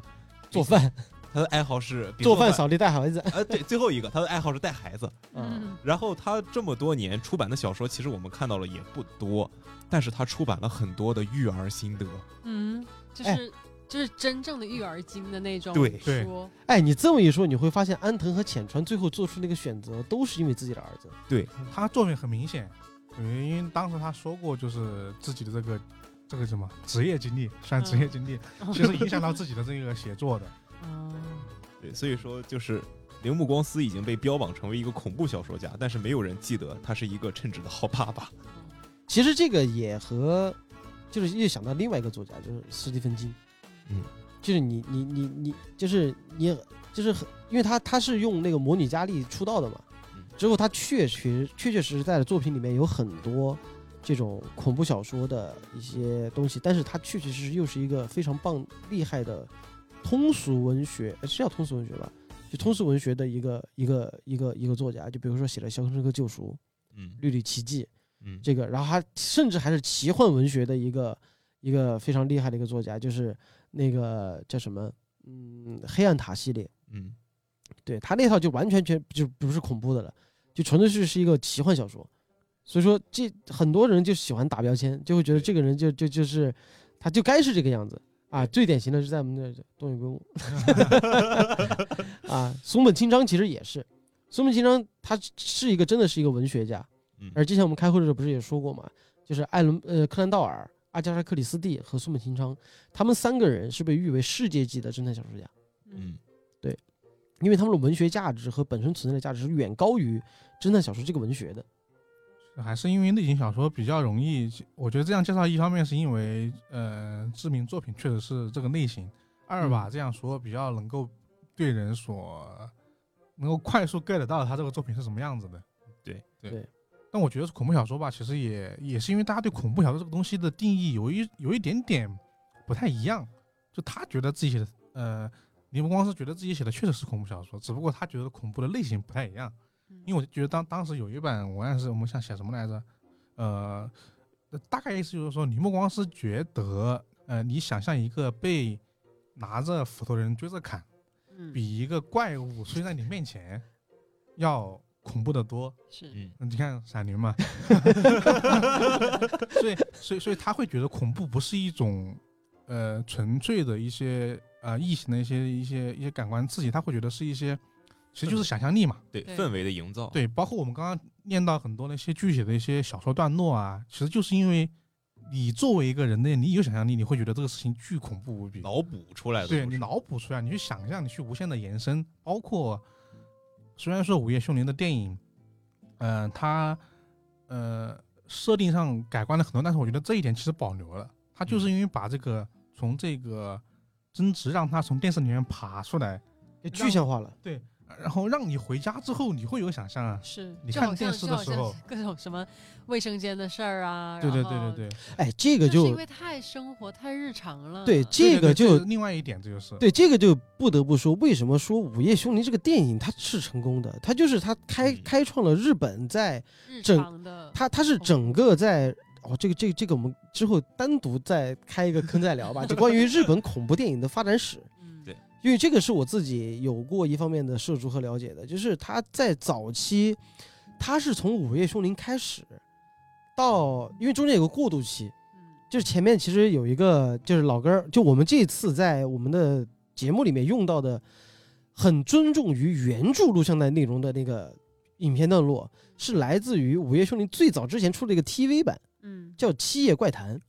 Speaker 1: 做饭、
Speaker 4: 他的爱好是比
Speaker 1: 做
Speaker 4: 饭
Speaker 1: 饭、扫地、带孩子
Speaker 4: 呃，对，最后一个他的爱好是带孩子。
Speaker 1: 啊，
Speaker 3: 嗯
Speaker 4: 然后他这么多年出版的小说，其实我们看到了也不多，但是他出版了很多的育儿心得。
Speaker 3: 嗯，就
Speaker 1: 哎
Speaker 3: 是就是真正的育儿经的那种
Speaker 4: 对
Speaker 2: 对
Speaker 3: 说，哦
Speaker 1: 哎，你这么一说，你会发现安藤和浅川最后做出那个选择，都是因为自己的儿子。
Speaker 2: 他作品很明显，因为当时他说过，就是自己的这个这个什么职业经历，算职业经历，其实影响到自己的这个写作的。
Speaker 3: 嗯
Speaker 4: 对，所以说就是铃木光司已经被标榜成为一个恐怖小说家，但是没有人记得他是一个称职的好爸爸。
Speaker 1: 其实这个也和，就是又想到另外一个作家，就是斯蒂芬金，
Speaker 4: 嗯，
Speaker 1: 就是你你你你，就是你就是很，因为他他是用那个魔女佳丽出道的嘛
Speaker 4: 嗯，
Speaker 1: 之后他确实确确实实在的作品里面有很多这种恐怖小说的一些东西，但是他确确实实又是一个非常棒厉害的通俗文学，呃是叫通俗文学吧？就通俗文学的一个一个一个一个作家，就比如说写了《肖申克救赎》《
Speaker 4: 嗯
Speaker 1: 绿里奇迹》
Speaker 4: 嗯，
Speaker 1: 这个，然后还甚至还是奇幻文学的一个一个非常厉害的一个作家，就是那个叫什么，嗯，黑暗塔系列，
Speaker 4: 嗯
Speaker 1: 对他那套就完全全就不是恐怖的了，就纯粹是是一个奇幻小说。所以说这很多人就喜欢打标签，就会觉得这个人就就就是他就该是这个样子啊。最典型的是在我们那儿东野圭吾 (laughs) 啊，松本清张其实也是，松本清张他是一个真的是一个文学家，
Speaker 4: 嗯
Speaker 1: 而之前我们开会的时候不是也说过嘛，就是艾伦呃柯南道尔、阿加莎克里斯蒂和松本清张，他们三个人是被誉为世界级的侦探小说家。
Speaker 4: 嗯
Speaker 1: 因为他们的文学价值和本身存在的价值是远高于侦探小说这个文学的。
Speaker 2: 还是因为类型小说比较容易，我觉得这样介绍，一方面是因为呃知名作品确实是这个类型，二吧、这样说比较能够对人所能够快速 get 到他这个作品是什么样子的。
Speaker 4: 对
Speaker 2: 对
Speaker 1: 对
Speaker 2: 但我觉得恐怖小说吧，其实也也是因为大家对恐怖小说这个东西的定义有一有一点点不太一样，就他觉得自己写的呃，你不光是觉得自己写的确实是恐怖小说，只不过他觉得恐怖的类型不太一样。
Speaker 3: 嗯
Speaker 2: 因为我就觉得当当时有一版文案是我们想写什么来着，呃，大概意思就是说，你不光是觉得，呃，你想象一个被拿着斧头的人追着砍，
Speaker 3: 嗯
Speaker 2: 比一个怪物出现在你面前要恐怖的多。
Speaker 3: 是
Speaker 4: 嗯
Speaker 2: 你看《闪灵》嘛， (laughs) 所以所以所以他会觉得恐怖不是一种呃纯粹的一些呃异形的一些一些一些感官刺激，他会觉得是一些其实就是想象力嘛。
Speaker 4: 对
Speaker 3: 对
Speaker 4: 氛围的营造，
Speaker 2: 对，包括我们刚刚念到很多那些具体的一些小说段落啊，其实就是因为你作为一个人类，你有想象力，你会觉得这个事情巨恐怖无比，
Speaker 4: 脑补出来的
Speaker 2: 对
Speaker 4: 故
Speaker 2: 你
Speaker 4: 事
Speaker 2: 脑补出来，你去想象，你去无限的延伸。包括虽然说《午夜凶铃》的电影，嗯，它呃设定上改观了很多，但是我觉得这一点其实保留了，它
Speaker 4: 嗯
Speaker 2: 就是因为把这个从这个争执让它从电视里面爬出来，
Speaker 1: 就具象化了，
Speaker 2: 然后让你回家之后你会有想象啊。
Speaker 3: 是，
Speaker 2: 你
Speaker 3: 就
Speaker 2: 看
Speaker 3: 好像
Speaker 2: 电视
Speaker 3: 就
Speaker 2: 的
Speaker 3: 好
Speaker 2: 时
Speaker 3: 像
Speaker 2: 候
Speaker 3: 各种什么卫生间的事儿啊，
Speaker 2: 对对
Speaker 3: 然
Speaker 2: 对
Speaker 3: 后
Speaker 2: 对对，
Speaker 1: 哎，这个
Speaker 3: 就是
Speaker 1: 就
Speaker 3: 因为太生活太日常了。
Speaker 1: 对
Speaker 2: 对
Speaker 1: 这
Speaker 2: 对
Speaker 1: 个
Speaker 2: 对这
Speaker 1: 就是
Speaker 2: 另外一点，这就是
Speaker 1: 对这个就不得不说，为什么说《午夜凶铃》这个电影它是成功的？它就是它开
Speaker 4: 嗯
Speaker 1: 开创了日本在
Speaker 3: 日
Speaker 1: 整
Speaker 3: 常的，嗯
Speaker 1: 它它是整个在哦，这个这个这个我们之后单独再开一个坑再聊吧，就关于日本恐怖电影的发展史。
Speaker 3: 嗯
Speaker 4: 对
Speaker 1: 因为这个是我自己有过一方面的涉足和了解的，就是他在早期，他是从《午夜凶铃》开始，到因为中间有个过渡期，
Speaker 3: 嗯
Speaker 1: 就是前面其实有一个就是老根儿，就我们这次在我们的节目里面用到的，很尊重于原著录像带内容的那个影片段落，是来自于《午夜凶铃》最早之前出的一个 TV 版，
Speaker 3: 嗯
Speaker 1: 叫《七夜怪谈》。
Speaker 3: 嗯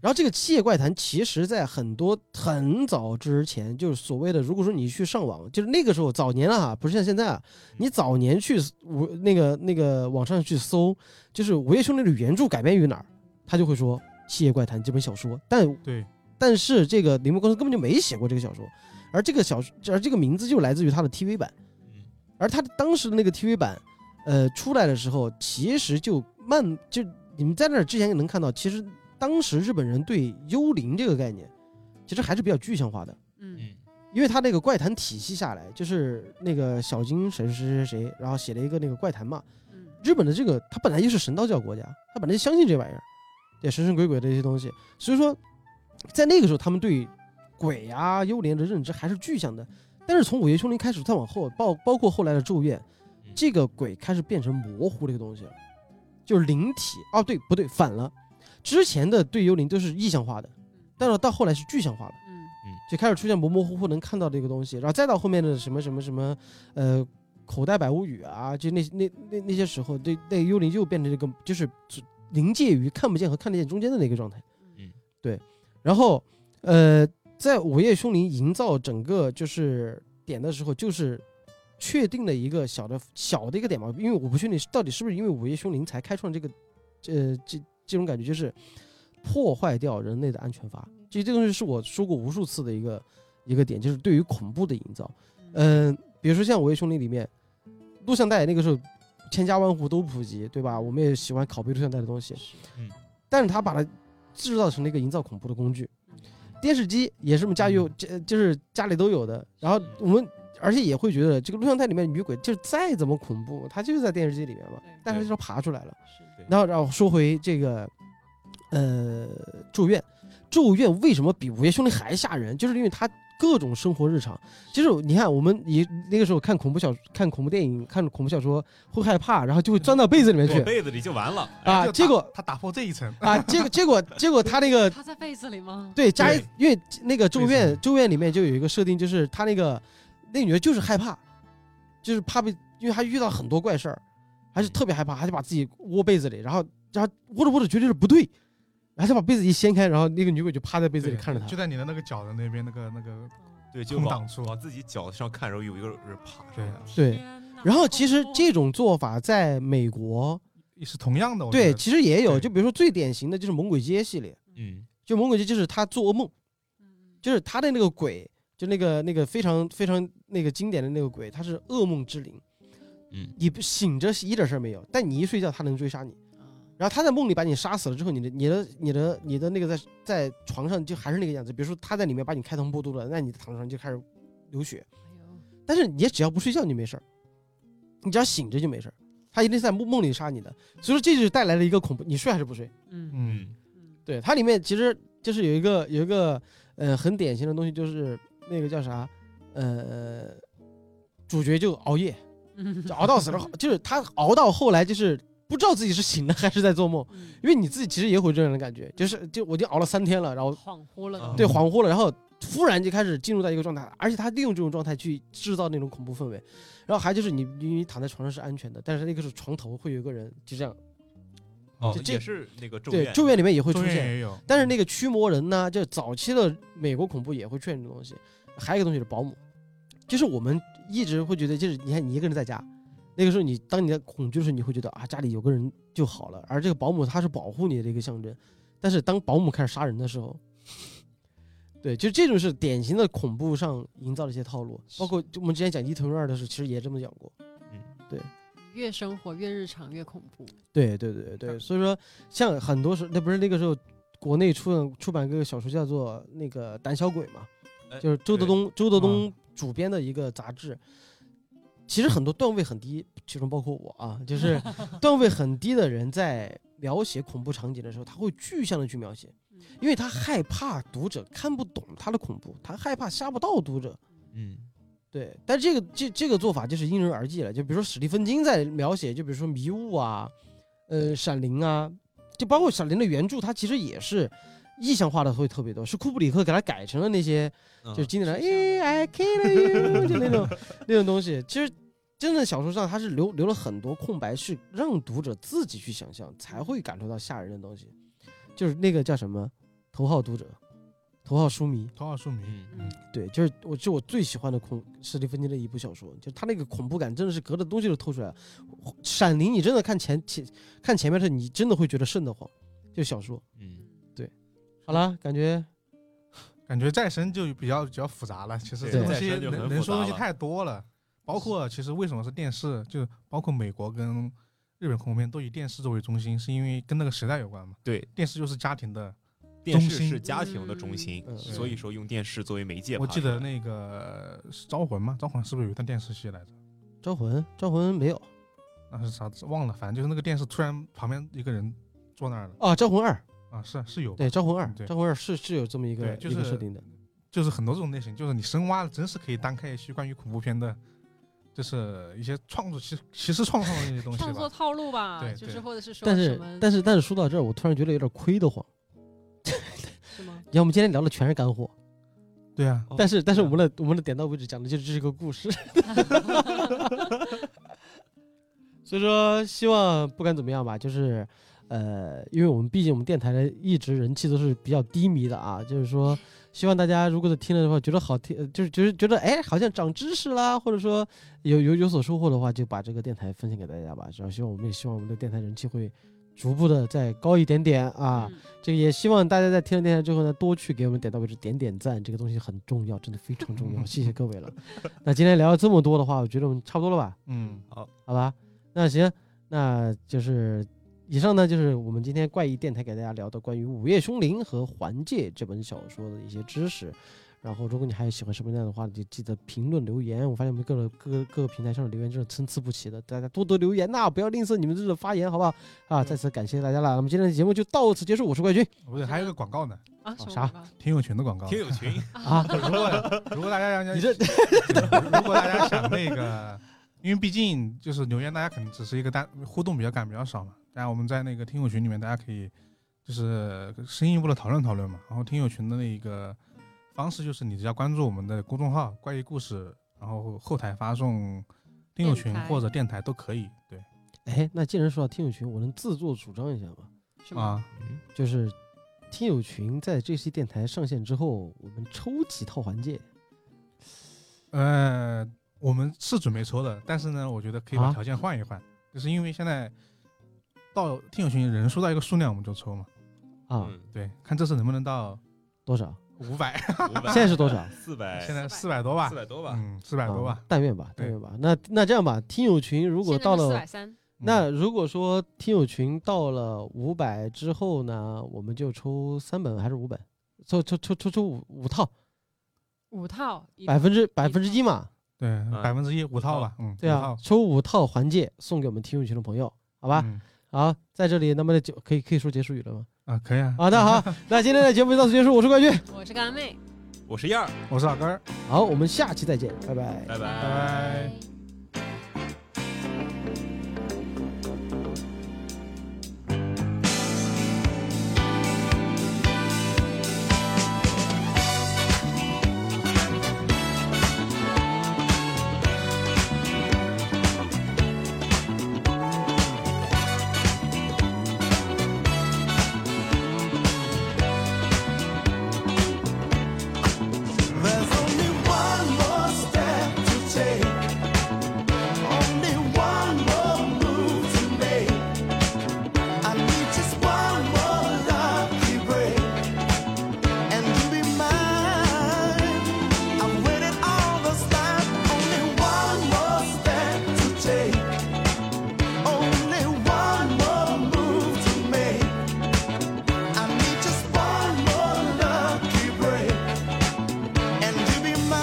Speaker 1: 然后这个《七夜怪谈》其实，在很多很早之前，就是所谓的，如果说你去上网，就是那个时候早年了哈，不是像现在啊，你早年去我那个那个网上去搜，就是《午夜凶铃》的原著改编于哪儿，他就会说《七夜怪谈》这本小说，但
Speaker 2: 对
Speaker 1: 但是这个铃木公司根本就没写过这个小说，而这个小而这个名字就来自于他的 TV 版，
Speaker 4: 嗯
Speaker 1: 而他当时的那个 TV 版，呃，出来的时候，其实就慢就你们在那儿之前也能看到，其实当时日本人对幽灵这个概念，其实还是比较具象化的，
Speaker 3: 嗯
Speaker 4: 嗯
Speaker 1: 因为他那个怪谈体系下来，就是那个小金谁谁谁谁，然后写了一个那个怪谈嘛，
Speaker 3: 嗯
Speaker 1: 日本的这个，它本来就是神道教国家，它本来就相信这玩意儿，对神神鬼鬼的一些东西。所以说，在那个时候，他们对鬼啊、幽灵的认知还是具象的。但是从《午夜凶铃》开始，再往后，包包括后来的《咒怨》，这个鬼开始变成模糊这个东西了，就是灵体。哦，对，不对，反了。之前的对幽灵都是意象化的，但是到后来是具象化的，
Speaker 3: 嗯
Speaker 1: 就开始出现模模糊糊能看到的一个东西，然后再到后面的什么什么什么，呃，口袋百物语啊，就那那那那些时候，对那个幽灵就变成这个就是临界于看不见和看得见中间的那个状态。
Speaker 4: 嗯，
Speaker 1: 对。然后呃，在午夜凶铃营造整个就是点的时候，就是确定了一个小的小的一个点嘛，因为我不确定是到底是不是因为午夜凶铃才开创这个呃这这种感觉，就是破坏掉人类的安全阀。这这个东西是我说过无数次的一个一个点，就是对于恐怖的营造。嗯、比如说像《午夜凶铃》里面，录像带那个时候千家万户都普及，对吧？我们也喜欢
Speaker 4: 嗯
Speaker 1: 拷贝录像带的东西，
Speaker 3: 是
Speaker 1: 但是他把它制造成了一个营造恐怖的工具
Speaker 3: 嗯。
Speaker 1: 电视机也是我们家
Speaker 2: 嗯
Speaker 1: 有，这就是家里都有的。然
Speaker 3: 嗯
Speaker 1: 后我们而且也会觉得这个录像带里面的女鬼，就是再怎么恐怖，她就是在电视机里面嘛
Speaker 3: 对，
Speaker 1: 但是就爬出来了。
Speaker 3: 是
Speaker 1: 然后然后说回这个，呃，咒怨，咒怨为什么比午夜凶铃还吓人？就是因为它各种生活日常。其实你看，我们也那个时候看恐怖小看恐怖电影、看恐怖小说会害怕，然后就会钻到被子里面
Speaker 4: 躲
Speaker 1: 去
Speaker 4: 被子里就完了。哎
Speaker 1: 啊。
Speaker 2: 就
Speaker 1: 结
Speaker 2: 打
Speaker 1: 果
Speaker 2: 他打破这一层，
Speaker 1: (laughs) 啊，结果结果结果他那个
Speaker 3: 他在被子里吗？
Speaker 1: 对，加一
Speaker 2: 对，
Speaker 1: 因为那个咒
Speaker 2: 为什
Speaker 1: 怨
Speaker 2: 么
Speaker 1: 咒怨里面就有一个设定，就是她那个那女的就是害怕，就是怕被，因为她遇到很多怪事儿，还是特别害怕，她就把自己窝被子里，然后然后窝着窝着觉得是不对，然后她把被子一掀开，然后那个女鬼就趴在被子里
Speaker 2: 对
Speaker 1: 看着她
Speaker 2: 就，在你的那个脚的那边那个那个，
Speaker 4: 对，就
Speaker 2: 空
Speaker 4: 往
Speaker 2: 档处
Speaker 4: 往自己脚上看，然后有一个人爬上
Speaker 2: 对
Speaker 4: 来
Speaker 2: 啊，
Speaker 1: 对。然后其
Speaker 3: 啊
Speaker 1: 实这种做法在美国，
Speaker 2: 哦是同样的。我觉
Speaker 1: 对，
Speaker 2: 得
Speaker 1: 其实也有，
Speaker 2: 对
Speaker 1: 就比如说最典型的就是《猛鬼街》系列，
Speaker 4: 嗯，
Speaker 1: 就《猛鬼街》就是她做噩梦，就是她的那个鬼，就那个那个非常非常那个经典的那个鬼，她是噩梦之灵。
Speaker 4: 嗯，
Speaker 1: 你不醒着一点事儿没有，但你一睡觉，他能追杀你。然后他在梦里把你杀死了之后，你的、你的、你的、你的那个在在床上就还是那个样子。比如说他在里面把你开膛破肚了，那你躺上就开始流血。
Speaker 3: 哎
Speaker 1: 但是你只要不睡觉，你没事儿，你只要醒着就没事儿。他一定是在梦梦里杀你的，所以说这就是带来了一个恐怖。你睡还是不睡？
Speaker 3: 嗯
Speaker 2: 嗯，
Speaker 3: 嗯
Speaker 1: 对，它里面其实就是有一个有一个呃很典型的东西，就是那个叫啥呃主角就熬夜， (laughs)
Speaker 3: 嗯
Speaker 1: 就熬到死了，就是他熬到后来就是不知道自己是醒了还是在做梦，因为你自己其实也会有这样的感觉，就是就我已经熬了三天了，然
Speaker 3: (laughs)
Speaker 1: 后
Speaker 3: (laughs) 恍惚了
Speaker 4: 啊
Speaker 3: 都，
Speaker 1: 对恍惚了，然后突然就开始进入到一个状态，而且他利用这种状态去制造那种恐怖氛围，然后还就是你你你躺在床上是安全的，但是那个是床头会有一个人就这样，
Speaker 4: 哦，
Speaker 1: 这
Speaker 4: 也是那个咒
Speaker 1: 对，
Speaker 4: 怨，
Speaker 1: 咒怨里面也嗯会出
Speaker 2: 中间
Speaker 1: 现，
Speaker 2: 也有，
Speaker 1: 但是那个驱魔人呢，就早期的美国恐怖也会出现这种东西，还有一个东西是保姆，就是我们一直会觉得，就是你看你一个人在家，那个时候你当你在恐惧的时候，你会觉得啊家里有个人就好了，而这个保姆她是保护你的一个象征，但是当保姆开始杀人的时候， (laughs) 对，就这种是典型的恐怖上营造的一些套路，包括就我们之前讲一屯二的时候，其实也这么讲过。
Speaker 3: 越生活越日常越恐怖。
Speaker 1: 对对对对，
Speaker 2: 嗯
Speaker 1: 所以说像很多时候，那不是那个时候国内出版出版一个小说叫做那个《胆小鬼》嘛，
Speaker 4: 哎
Speaker 1: 就是周德
Speaker 4: 对嗯
Speaker 1: 东周德东主编的一个杂志。其实很多段位很低，其中包括我啊，就是
Speaker 4: (laughs)
Speaker 1: 段位很低的人在描写恐怖场景的时候，他会具象的去描写，
Speaker 4: 嗯
Speaker 1: 因为他害怕读者看不懂他的恐怖，他害怕吓不到读者，
Speaker 4: 嗯，
Speaker 1: 对，但这个这这个做法就是因人而异了。就比如说史蒂芬金在描写，就比如说迷雾啊，呃，闪灵啊，就包括闪灵的原著，它其实也是意象化的会特别多，是库布里克给它改成了那些
Speaker 4: 嗯
Speaker 1: 就是经典的
Speaker 3: 啊是这
Speaker 1: 哎
Speaker 3: 样
Speaker 1: I kill you 就那种那种东西。其实真正小说上它是留留了很多空白，是让读者自己去想象才会感受到吓人的东西。就是那个叫什么头号读者、头号书迷，
Speaker 2: 头号书迷，
Speaker 4: 嗯
Speaker 1: 对，就是我就我最喜欢的恐史蒂芬金的一部小说，就是他那个恐怖感真的是隔着东西都透出来了。闪灵，你真的看前前看前面的时候，你真的会觉得瘆得慌。就小说，
Speaker 4: 嗯，
Speaker 1: 好了，感觉
Speaker 2: 感觉再生就比较比较复杂了。其实
Speaker 1: 对
Speaker 2: 这东西
Speaker 4: 再生就很
Speaker 2: 能
Speaker 4: 复杂
Speaker 2: 能说东西
Speaker 4: 了
Speaker 2: 太多了，包括其实为什么是电视，就包括美国跟日本恐怖片都以电视作为中心，是因为跟那个时代有关嘛。
Speaker 4: 对，
Speaker 2: 电视就是家庭的。
Speaker 4: 电
Speaker 2: 中
Speaker 4: 视
Speaker 2: 心
Speaker 4: 是家庭的中心，
Speaker 1: 嗯
Speaker 4: 所以说用电视作为媒介爬
Speaker 2: 我
Speaker 4: 出来。
Speaker 2: 记得那个呃是《招魂》嘛，《招魂》是不是有一段电视戏来着？
Speaker 1: 招魂，招魂没有
Speaker 2: 那是啥子忘了，反正就是那个电视突然旁边一个人坐那儿了
Speaker 1: 啊？招魂二，
Speaker 2: 啊，是是有吧，
Speaker 1: 对，招魂二
Speaker 2: 嗯，对
Speaker 1: 招魂二是是有这么一个
Speaker 2: 对就
Speaker 1: 一个
Speaker 2: 是
Speaker 1: 设定的。
Speaker 2: 就是很多这种类型，就是你深挖了，真是可以单开一期关于恐怖片的，就是一些创作，其实其实创作的那些东西
Speaker 3: 创作
Speaker 2: 吧。
Speaker 3: 套路吧
Speaker 2: 对，
Speaker 3: 就是
Speaker 2: 对
Speaker 3: 或者是说
Speaker 1: 但
Speaker 3: 什
Speaker 1: 是
Speaker 3: 么，
Speaker 1: 但是但是说到这儿，我突然觉得有点亏得慌。
Speaker 3: 是吗？
Speaker 1: 你看我们今天聊的全是干货，
Speaker 2: 对啊，
Speaker 1: 但是但是我们的我们的点到为止讲的就是这是个故事。所以说，希望不管怎么样吧，就是，呃，因为我们毕竟我们电台的一直人气都是比较低迷的啊，就是说，希望大家如果是听了的话，觉得好听，呃就是觉得觉得哎，好像长知识啦，或者说有有有所收获的话，就把这个电台分享给大家吧。然后希望我们也希望我们的电台人气会逐步的再高一点点啊。
Speaker 3: 嗯
Speaker 1: 这个也希望大家在听了电台之后呢，多去给我们点到为止点点赞，这个东西很重要，真的非常重要，谢谢各位了。那今天聊了这么多的话，我觉得我们差不多了吧？
Speaker 2: 嗯，
Speaker 1: 好吧，那行，那就是以上呢就是我们今天怪异电台给大家聊的关于《午夜凶铃》和《环界》这本小说的一些知识。然后，如果你还有喜欢什么样的话，就记得评论留言。我发现我们各个各个各个平台上的留言真的参差不齐的，大家多多留言呐、不要吝啬你们自己的发言，好不好？啊，再次感谢大家了。那么今天的节目就到此结束，我是怪军。
Speaker 2: 不对，还有一个广告呢，
Speaker 3: 啊，什么
Speaker 1: 哦啥
Speaker 3: 广告
Speaker 2: 听友群的广告。
Speaker 4: 听友群，
Speaker 1: 啊，
Speaker 2: 如果如果大家想，
Speaker 1: (laughs) 你这
Speaker 2: (laughs) 如果大家想那个，因为毕竟就是留言，大家可能只是一个单互动比较感比较少嘛。当然我们在那个听友群里面，大家可以就是深一步的讨论讨论嘛。然后听友群的那个方式就是，你只要关注我们的公众号“怪异故事”，然后后台发送听友群
Speaker 3: 电台
Speaker 2: 或者电台都可以。对
Speaker 1: 哎，那既然说到听友群，我能自作主张一下吗？
Speaker 3: 什么？
Speaker 2: 啊，
Speaker 1: 就是听友群在这期电台上线之后，我们抽几套环界。
Speaker 2: 呃，我们是准备抽的，但是呢，我觉得可以把
Speaker 1: 啊
Speaker 2: 条件换一换，就是因为现在到听友群人数到一个数量我们就抽嘛。
Speaker 1: 啊，
Speaker 4: 嗯，
Speaker 2: 对，看这次能不能到
Speaker 1: 多少？
Speaker 2: 五百，
Speaker 1: 啊现在是多少？
Speaker 4: 四百，
Speaker 2: 现在四
Speaker 3: 四
Speaker 2: 百多吧
Speaker 4: 哎四，百多吧？
Speaker 2: 嗯，四百多吧
Speaker 1: 啊。但愿吧，
Speaker 2: 对
Speaker 1: 但愿吧。那那这样吧，听友群如
Speaker 3: 如
Speaker 1: 果到
Speaker 3: 四
Speaker 1: 了
Speaker 3: 百，三，
Speaker 1: 那
Speaker 2: 嗯
Speaker 1: 如果说听友群到了五百之后呢，我们就抽三本还是五本？抽抽抽抽抽五五套，
Speaker 3: 五套，一
Speaker 1: 百分之百分之一嘛，
Speaker 4: 嗯
Speaker 2: 对百分之一五套嗯吧，嗯，
Speaker 1: 对啊，抽五套环界送给我们听友群的朋友，好
Speaker 2: 好
Speaker 1: 吧？好，在这里，那么就可以可以说结束语了吗？
Speaker 2: 啊，可以啊。
Speaker 1: 好的，好，那今天的节目就到此结束，我是冠军，
Speaker 3: 我是干妹，
Speaker 4: 我是燕儿，
Speaker 2: 我是老根儿，
Speaker 1: 好，我们下期再见，拜拜。
Speaker 4: 拜
Speaker 2: 拜拜。
Speaker 7: There's only one more step to take, only one more move to make. I need just one more lucky break, and you'll be mine. I've waited all this time. Only one more step to take, only one more move to make. I need just one more lucky break and you be mine.